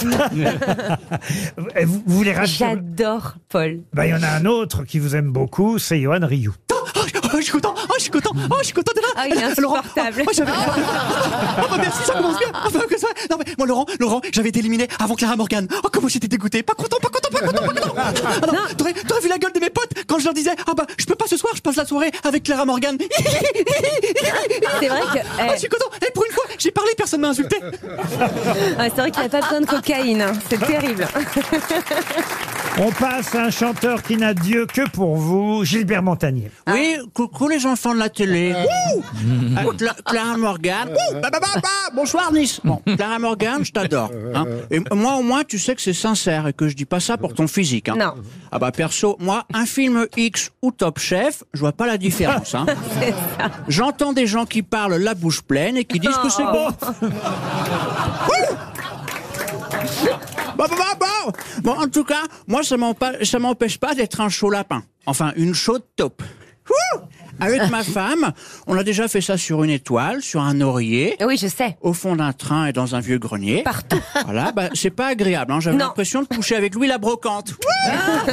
[SPEAKER 2] vous, voulez rassurer
[SPEAKER 19] J'adore Paul.
[SPEAKER 2] Bah, Il y en a un autre qui vous aime beaucoup, c'est Johan Rioux.
[SPEAKER 24] Oh, je suis content, oh, je suis content, oh, je suis content de là.
[SPEAKER 19] Ah, il est Ah.
[SPEAKER 24] insupportable. Oh, j'avais- oh, bah, merci, ça commence bien. Ah, bah, que ça- Non, mais moi, Laurent, Laurent, j'avais été éliminé avant Clara Morgan. Oh, comment j'étais dégoûté. Pas content, pas content, pas content, pas content. Ah, non, t'aurais, t'aurais vu la gueule de mes potes quand je leur disais, ah, bah, je peux pas ce soir, je passe la soirée avec Clara Morgan. C'est
[SPEAKER 19] vrai que, eh.
[SPEAKER 24] Oh, je suis content. Et pour une fois, j'ai parlé, personne m'a insulté.
[SPEAKER 19] Ah, c'est vrai qu'il n'a pas besoin de cocaïne, hein. c'est terrible.
[SPEAKER 2] On passe à un chanteur qui n'a Dieu que pour vous, Gilbert Montagnier.
[SPEAKER 21] Oui, coucou les enfants de la télé. Ouh Ah, Cla- Clara Morgan. Ouh, bah, bah, bah, bah, bonsoir Nice. Bon, Clara Morgan, je t'adore. hein. Et moi au moins, tu sais que c'est sincère et que je dis pas ça pour ton physique. hein.
[SPEAKER 19] Non.
[SPEAKER 21] Ah bah perso, moi, un film X ou Top Chef, je vois pas la différence. hein. J'entends des gens qui parlent la bouche pleine et qui disent que
[SPEAKER 13] Oh.
[SPEAKER 21] c'est bon. Bon, bon, bon, bon. Bon, en tout cas, moi, ça m'empa- ça m'empêche pas d'être un chaud lapin. Enfin, une chaude taupe. Ouh Avec ma femme, on a déjà fait ça sur une étoile, sur un oreiller.
[SPEAKER 19] Oui, je sais.
[SPEAKER 21] Au fond d'un train et dans un vieux grenier.
[SPEAKER 19] Partout.
[SPEAKER 21] Voilà, bah, c'est pas agréable. Hein. J'avais
[SPEAKER 19] Non.
[SPEAKER 21] l'impression de coucher avec lui la brocante. Ouh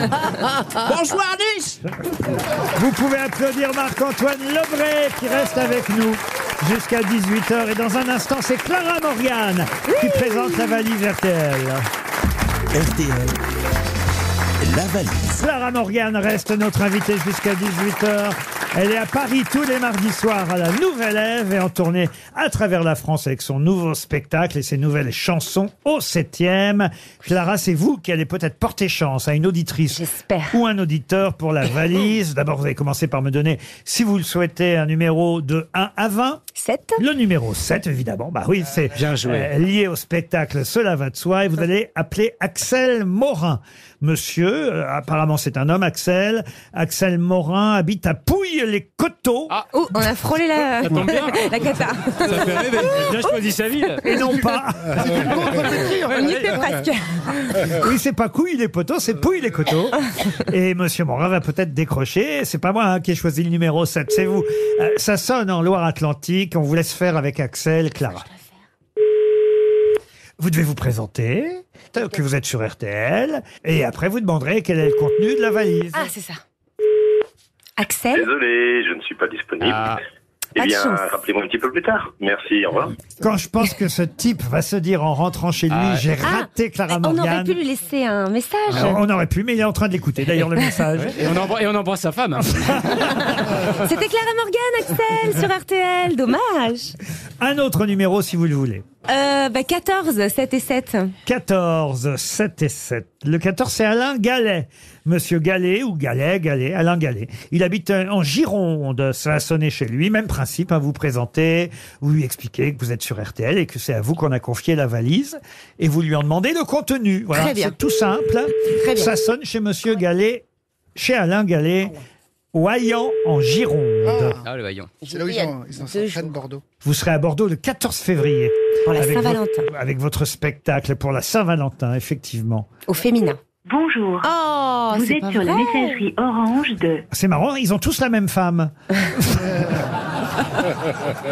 [SPEAKER 21] Bonsoir, Nice
[SPEAKER 2] Vous pouvez applaudir Marc-Antoine Lebray qui reste avec nous jusqu'à 18h. Et dans un instant, c'est Clara Morgan qui présente la valise RTL. RTL. La valise. Clara Morgan reste notre invitée jusqu'à 18h. Elle est à Paris tous les mardis soirs à la Nouvelle Ève et en tournée à travers la France avec son nouveau spectacle et ses nouvelles chansons au septième. Clara, c'est vous qui allez peut-être porter chance à une auditrice ou un auditeur pour la valise. D'abord, vous allez commencer par me donner, si vous le souhaitez, un numéro de 1 à 20.
[SPEAKER 19] 7.
[SPEAKER 2] Le numéro 7, évidemment. Bah oui, c'est
[SPEAKER 25] Bien joué.
[SPEAKER 2] euh, lié au spectacle Cela va de soi et vous allez appeler Axel Morin. Monsieur, euh, apparemment c'est un homme, Axel. Axel Morin habite à Pouille-les-Coteaux.
[SPEAKER 19] Oh, on a frôlé la,
[SPEAKER 2] Ça tombe bien.
[SPEAKER 19] la cata.
[SPEAKER 2] Ça fait rêver.
[SPEAKER 6] Bien choisi sa ville.
[SPEAKER 2] Et non pas.
[SPEAKER 19] On y était presque.
[SPEAKER 2] Oui, c'est pas couille les poteaux, c'est pouille les coteaux. Et Monsieur Morin va peut-être décrocher. C'est pas moi hein, qui ai choisi le numéro 7, c'est vous. Euh, ça sonne en Loire-Atlantique. On vous laisse faire avec Axel, Clara. Vous devez vous présenter, euh, que vous êtes sur RTL, et après vous demanderez quel est le contenu de la valise.
[SPEAKER 19] Ah, c'est ça. Axel
[SPEAKER 26] Désolé, je ne suis pas disponible.
[SPEAKER 6] Ah.
[SPEAKER 26] eh
[SPEAKER 19] Pas de
[SPEAKER 26] bien,
[SPEAKER 19] chance.
[SPEAKER 26] rappelez-moi un petit peu plus tard. Merci, au revoir.
[SPEAKER 2] Quand je pense que ce type va se dire en rentrant chez lui,
[SPEAKER 26] Ah.
[SPEAKER 2] j'ai
[SPEAKER 19] Ah,
[SPEAKER 2] raté Clara
[SPEAKER 19] On aurait
[SPEAKER 2] Morgan.
[SPEAKER 19] pu lui laisser un message.
[SPEAKER 2] Alors, Ah, on aurait pu, mais il est en train de l'écouter d'ailleurs le message.
[SPEAKER 6] Et on, embr- et on embrasse sa femme.
[SPEAKER 19] C'était Clara Morgan, Axel, sur RTL. Dommage.
[SPEAKER 2] Un autre numéro si vous le voulez.
[SPEAKER 19] Euh, bah 14, 7 et 7.
[SPEAKER 2] 14, 7 et 7. Le 14, c'est Alain Gallet. Monsieur Gallet, ou Gallet, Gallet, Alain Gallet. Il habite euh, en Gironde. Ça a sonné chez lui. Même principe, à vous présenter, vous lui expliquez que vous êtes sur RTL et que c'est à vous qu'on a confié la valise. Et vous lui en demandez le contenu. Voilà,
[SPEAKER 27] Très bien.
[SPEAKER 2] c'est tout simple.
[SPEAKER 27] Très bien.
[SPEAKER 2] Ça sonne chez Monsieur Gallet, chez Alain Gallet, Oyan, en Gironde.
[SPEAKER 6] Ah, le vaillant.
[SPEAKER 3] C'est là où ils sont, ils sont s'entraînent Bordeaux.
[SPEAKER 2] Vous serez à Bordeaux le 14 février.
[SPEAKER 3] Pour la
[SPEAKER 2] Avec
[SPEAKER 3] Saint-Valentin.
[SPEAKER 2] votre- Avec votre spectacle pour la Saint-Valentin, effectivement.
[SPEAKER 19] Au féminin.
[SPEAKER 17] Bonjour. Vous
[SPEAKER 19] Oh, c'est
[SPEAKER 17] êtes
[SPEAKER 19] pas
[SPEAKER 17] sur la
[SPEAKER 19] vrai.
[SPEAKER 17] messagerie orange de
[SPEAKER 2] C'est marrant, ils ont tous la même femme.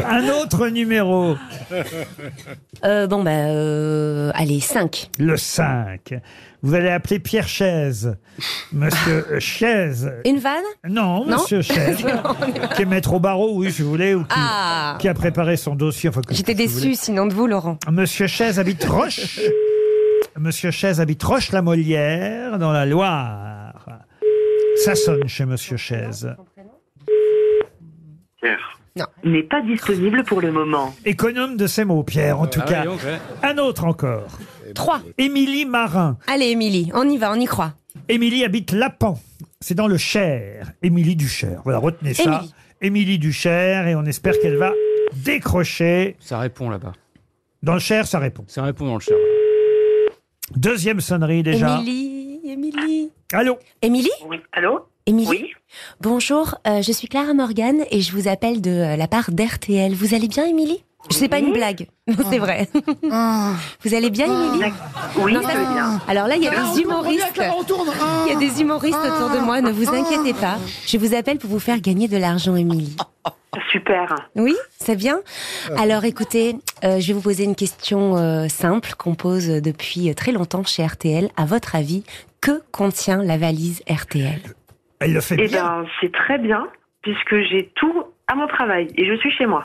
[SPEAKER 2] Un autre numéro,
[SPEAKER 19] Euh, bon, bah, euh, allez, 5.
[SPEAKER 2] le 5. Vous allez appeler Pierre Chaise. Monsieur euh, Chaise.
[SPEAKER 19] Une vanne Non
[SPEAKER 2] Non, monsieur Chaise.
[SPEAKER 19] C'est bon, on y va.
[SPEAKER 2] qui est maître au barreau, oui, si vous voulez, ou qui,
[SPEAKER 19] Ah.
[SPEAKER 2] qui a préparé son dossier. enfin, que-
[SPEAKER 19] J'étais
[SPEAKER 2] si vous voulez.
[SPEAKER 19] déçue sinon de vous, Laurent.
[SPEAKER 2] Monsieur Chaise habite Roche. Monsieur Chaise habite Roche-la-Molière, dans la Loire. Ça sonne chez Monsieur Chaise.
[SPEAKER 26] Pierre.
[SPEAKER 17] n'est pas disponible pour le moment.
[SPEAKER 2] Économe de ses mots, Pierre,
[SPEAKER 6] Euh,
[SPEAKER 2] en tout
[SPEAKER 17] Ah oui,
[SPEAKER 2] cas.
[SPEAKER 17] donc, ouais.
[SPEAKER 2] Un autre encore.
[SPEAKER 19] 3.
[SPEAKER 2] Émilie Marin.
[SPEAKER 19] Allez, Émilie, on y va, on y croit.
[SPEAKER 2] Émilie habite Lapan. C'est dans le Cher. Émilie du Cher. Voilà, retenez ça.
[SPEAKER 6] Émilie.
[SPEAKER 2] Émilie du Cher, et on espère qu'elle va décrocher.
[SPEAKER 6] Ça répond là-bas.
[SPEAKER 2] Dans le Cher, ça répond.
[SPEAKER 6] Ça répond dans le cher.
[SPEAKER 2] Deuxième sonnerie déjà.
[SPEAKER 19] Émilie, Émilie.
[SPEAKER 2] Allô
[SPEAKER 19] Émilie
[SPEAKER 17] Oui, allô
[SPEAKER 19] Émilie Bonjour, euh, je suis Clara Morgan et je vous appelle de euh, la part d'RTL. Vous allez bien, Émilie C'est pas une blague, Non, c'est vrai. Vous allez bien, Émilie
[SPEAKER 11] Oui,
[SPEAKER 19] Non, ça-
[SPEAKER 11] je vais bien.
[SPEAKER 19] Alors là, il y a
[SPEAKER 11] Clara, Ah, on
[SPEAKER 19] des
[SPEAKER 11] tourne, on y est,
[SPEAKER 19] humoristes.
[SPEAKER 11] Clara, on tourne. Ah,
[SPEAKER 19] Il y a des humoristes
[SPEAKER 11] ah,
[SPEAKER 19] autour de moi, ne vous
[SPEAKER 11] ah,
[SPEAKER 19] inquiétez pas. Je vous appelle pour vous faire gagner de l'argent, Émilie.
[SPEAKER 11] Super.
[SPEAKER 19] Oui, c'est bien.
[SPEAKER 11] Ah.
[SPEAKER 19] Alors écoutez, euh, je vais vous poser une question euh, simple qu'on pose depuis très longtemps chez RTL. À votre avis, que contient la valise RTL
[SPEAKER 2] Elle le fait
[SPEAKER 11] Eh bien, c'est très bien, puisque j'ai tout à mon travail et je suis chez moi.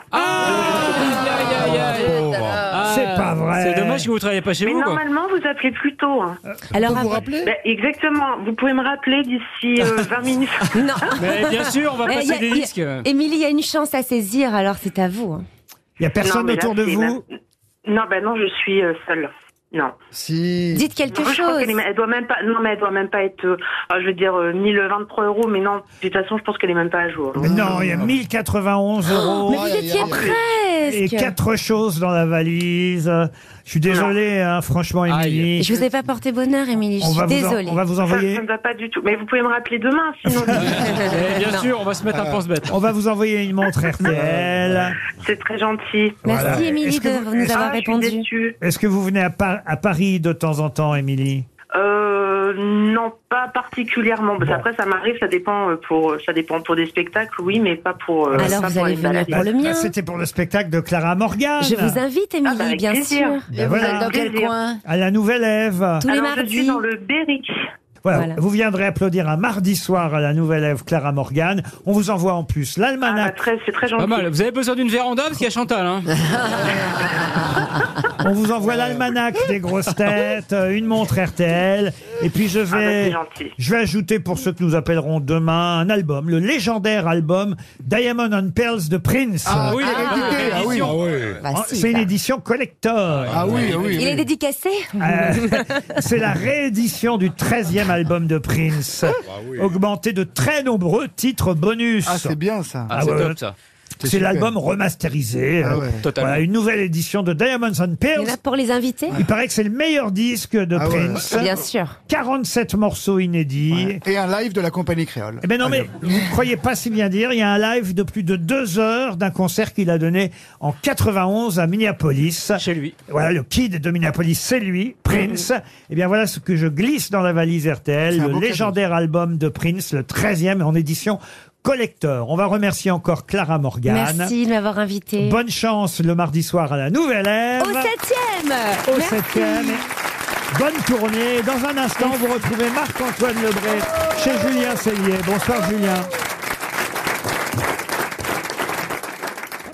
[SPEAKER 2] C'est pas vrai.
[SPEAKER 6] Ah,
[SPEAKER 2] Euh,
[SPEAKER 6] C'est dommage que vous travaillez pas chez
[SPEAKER 11] Mais
[SPEAKER 6] vous. quoi.
[SPEAKER 11] normalement, vous appelez plus tôt. hein.
[SPEAKER 19] Euh, Alors,
[SPEAKER 6] vous
[SPEAKER 19] rappeler
[SPEAKER 11] Ben, Exactement. Vous pouvez me rappeler d'ici euh, 20 minutes.
[SPEAKER 19] non.
[SPEAKER 6] Mais bien sûr, on va
[SPEAKER 19] Eh,
[SPEAKER 6] passer
[SPEAKER 19] y a-
[SPEAKER 6] des
[SPEAKER 19] y a-
[SPEAKER 6] disques.
[SPEAKER 19] Émilie, il y a une chance à saisir, alors c'est à vous. hein.
[SPEAKER 2] Il n'y a personne
[SPEAKER 11] Non, mais là,
[SPEAKER 2] autour de
[SPEAKER 11] c'est
[SPEAKER 2] vous
[SPEAKER 11] ma- Non, ben non, je suis euh, seule. Non.
[SPEAKER 2] Si.
[SPEAKER 19] Dites quelque
[SPEAKER 11] Je crois
[SPEAKER 19] chose.
[SPEAKER 11] qu'elle est- Elle doit même pas. Non, mais elle doit même pas être. euh, ah, je veux dire euh, 1023 euros, mais non. De toute façon, je pense qu'elle est même pas à jour.
[SPEAKER 17] Oh,
[SPEAKER 2] Mais non, il y a 1091 euros.
[SPEAKER 11] mais vous Aïe, étiez aïe, aïe.
[SPEAKER 2] Et
[SPEAKER 19] presque.
[SPEAKER 2] quatre choses dans la valise. Je suis désolé, hein, franchement, Émilie.
[SPEAKER 19] Je vous ai pas porté bonheur, Émilie. Je
[SPEAKER 2] On
[SPEAKER 19] suis
[SPEAKER 2] va vous en-
[SPEAKER 19] désolée.
[SPEAKER 2] on va vous envoyer-
[SPEAKER 11] Ça, ça ne va pas du tout. Mais vous pouvez me rappeler demain, sinon.
[SPEAKER 6] Eh, bien sûr, on va se mettre un pense-bête.
[SPEAKER 2] Euh, On va vous envoyer une montre RTL.
[SPEAKER 11] C'est très gentil.
[SPEAKER 2] Merci, Voilà.
[SPEAKER 19] Émilie,
[SPEAKER 11] Est-ce que
[SPEAKER 19] de nous avoir
[SPEAKER 11] Ah, Je
[SPEAKER 19] répondu.
[SPEAKER 11] suis déçue.
[SPEAKER 2] Est-ce que vous venez à, Par- à Paris de temps en temps, Émilie
[SPEAKER 11] Euh, non, pas particulièrement. Parce que Après, ça m'arrive, ça dépend euh, pour ça dépend pour des spectacles, oui, mais pas pour. euh, pas pour les balades.
[SPEAKER 2] Bah, bah, C'était pour le spectacle de Clara Morgan.
[SPEAKER 19] Je vous invite, Émilie,
[SPEAKER 11] bah, avec
[SPEAKER 19] bien
[SPEAKER 11] plaisir.
[SPEAKER 19] sûr.
[SPEAKER 2] Ben voilà. À la Nouvelle Ève.
[SPEAKER 19] Tous les
[SPEAKER 11] Alors, Je suis
[SPEAKER 19] mardis.
[SPEAKER 11] dans le Berry.
[SPEAKER 2] Voilà,
[SPEAKER 11] Voilà.
[SPEAKER 2] Vous viendrez applaudir un mardi soir à la Nouvelle Ève Clara Morgan. On vous envoie en plus l'almanach.
[SPEAKER 11] c'est Ah, très
[SPEAKER 6] Pas mal. Vous avez besoin d'une véranda parce qu'il y a Chantal. Hein.
[SPEAKER 2] On vous envoie l'almanach des grosses têtes, euh, une montre RTL. Et puis je vais,
[SPEAKER 11] Ah bah, c'est gentil.
[SPEAKER 2] je vais ajouter pour ceux que nous appellerons demain un album, le légendaire album Diamond and Pearls de Prince.
[SPEAKER 13] Ah oui, ah, écoutez, ah oui, ah oui.
[SPEAKER 2] En- C'est une édition collector.
[SPEAKER 13] Ah oui, ah oui,
[SPEAKER 19] Il est dédicacé
[SPEAKER 2] Euh, C'est la réédition du 13e album de Prince,
[SPEAKER 3] Ah, oui.
[SPEAKER 2] augmenté de très nombreux titres bonus.
[SPEAKER 3] Ah, c'est bien ça.
[SPEAKER 2] Ah, ouais, ouais.
[SPEAKER 3] C'est
[SPEAKER 2] C'est
[SPEAKER 3] super.
[SPEAKER 2] l'album remasterisé.
[SPEAKER 3] Ah ouais.
[SPEAKER 2] Euh, voilà, une nouvelle édition de Diamonds and
[SPEAKER 19] Il y
[SPEAKER 2] Pearls.
[SPEAKER 19] en a pour les invités
[SPEAKER 2] Il paraît que c'est le meilleur disque de
[SPEAKER 3] Ah ouais.
[SPEAKER 2] Prince.
[SPEAKER 19] Bien sûr.
[SPEAKER 2] 47 morceaux inédits.
[SPEAKER 3] Et un live de la compagnie créole. Ah,
[SPEAKER 2] Eh ben non, mais vous ne croyez pas si bien dire. Il y a un live de plus de deux heures d'un concert qu'il a donné en 91 à Minneapolis. Chez
[SPEAKER 6] lui.
[SPEAKER 2] Voilà, le kid de Minneapolis, c'est lui, Prince. Eh bien voilà ce que je glisse dans la valise RTL,
[SPEAKER 3] C'est un beau
[SPEAKER 2] le
[SPEAKER 3] cadeau.
[SPEAKER 2] légendaire album de Prince, le 13e en édition collector. On va remercier encore Clara Morgan.
[SPEAKER 19] Merci de m'avoir invité.
[SPEAKER 2] Bonne chance le mardi soir à la Nouvelle Ève.
[SPEAKER 19] Au septième
[SPEAKER 2] Au
[SPEAKER 19] Merci.
[SPEAKER 2] septième. Bonne tournée. Dans un instant, vous retrouvez Marc-Antoine Lebré chez Julien Cellier. Bonsoir Julien.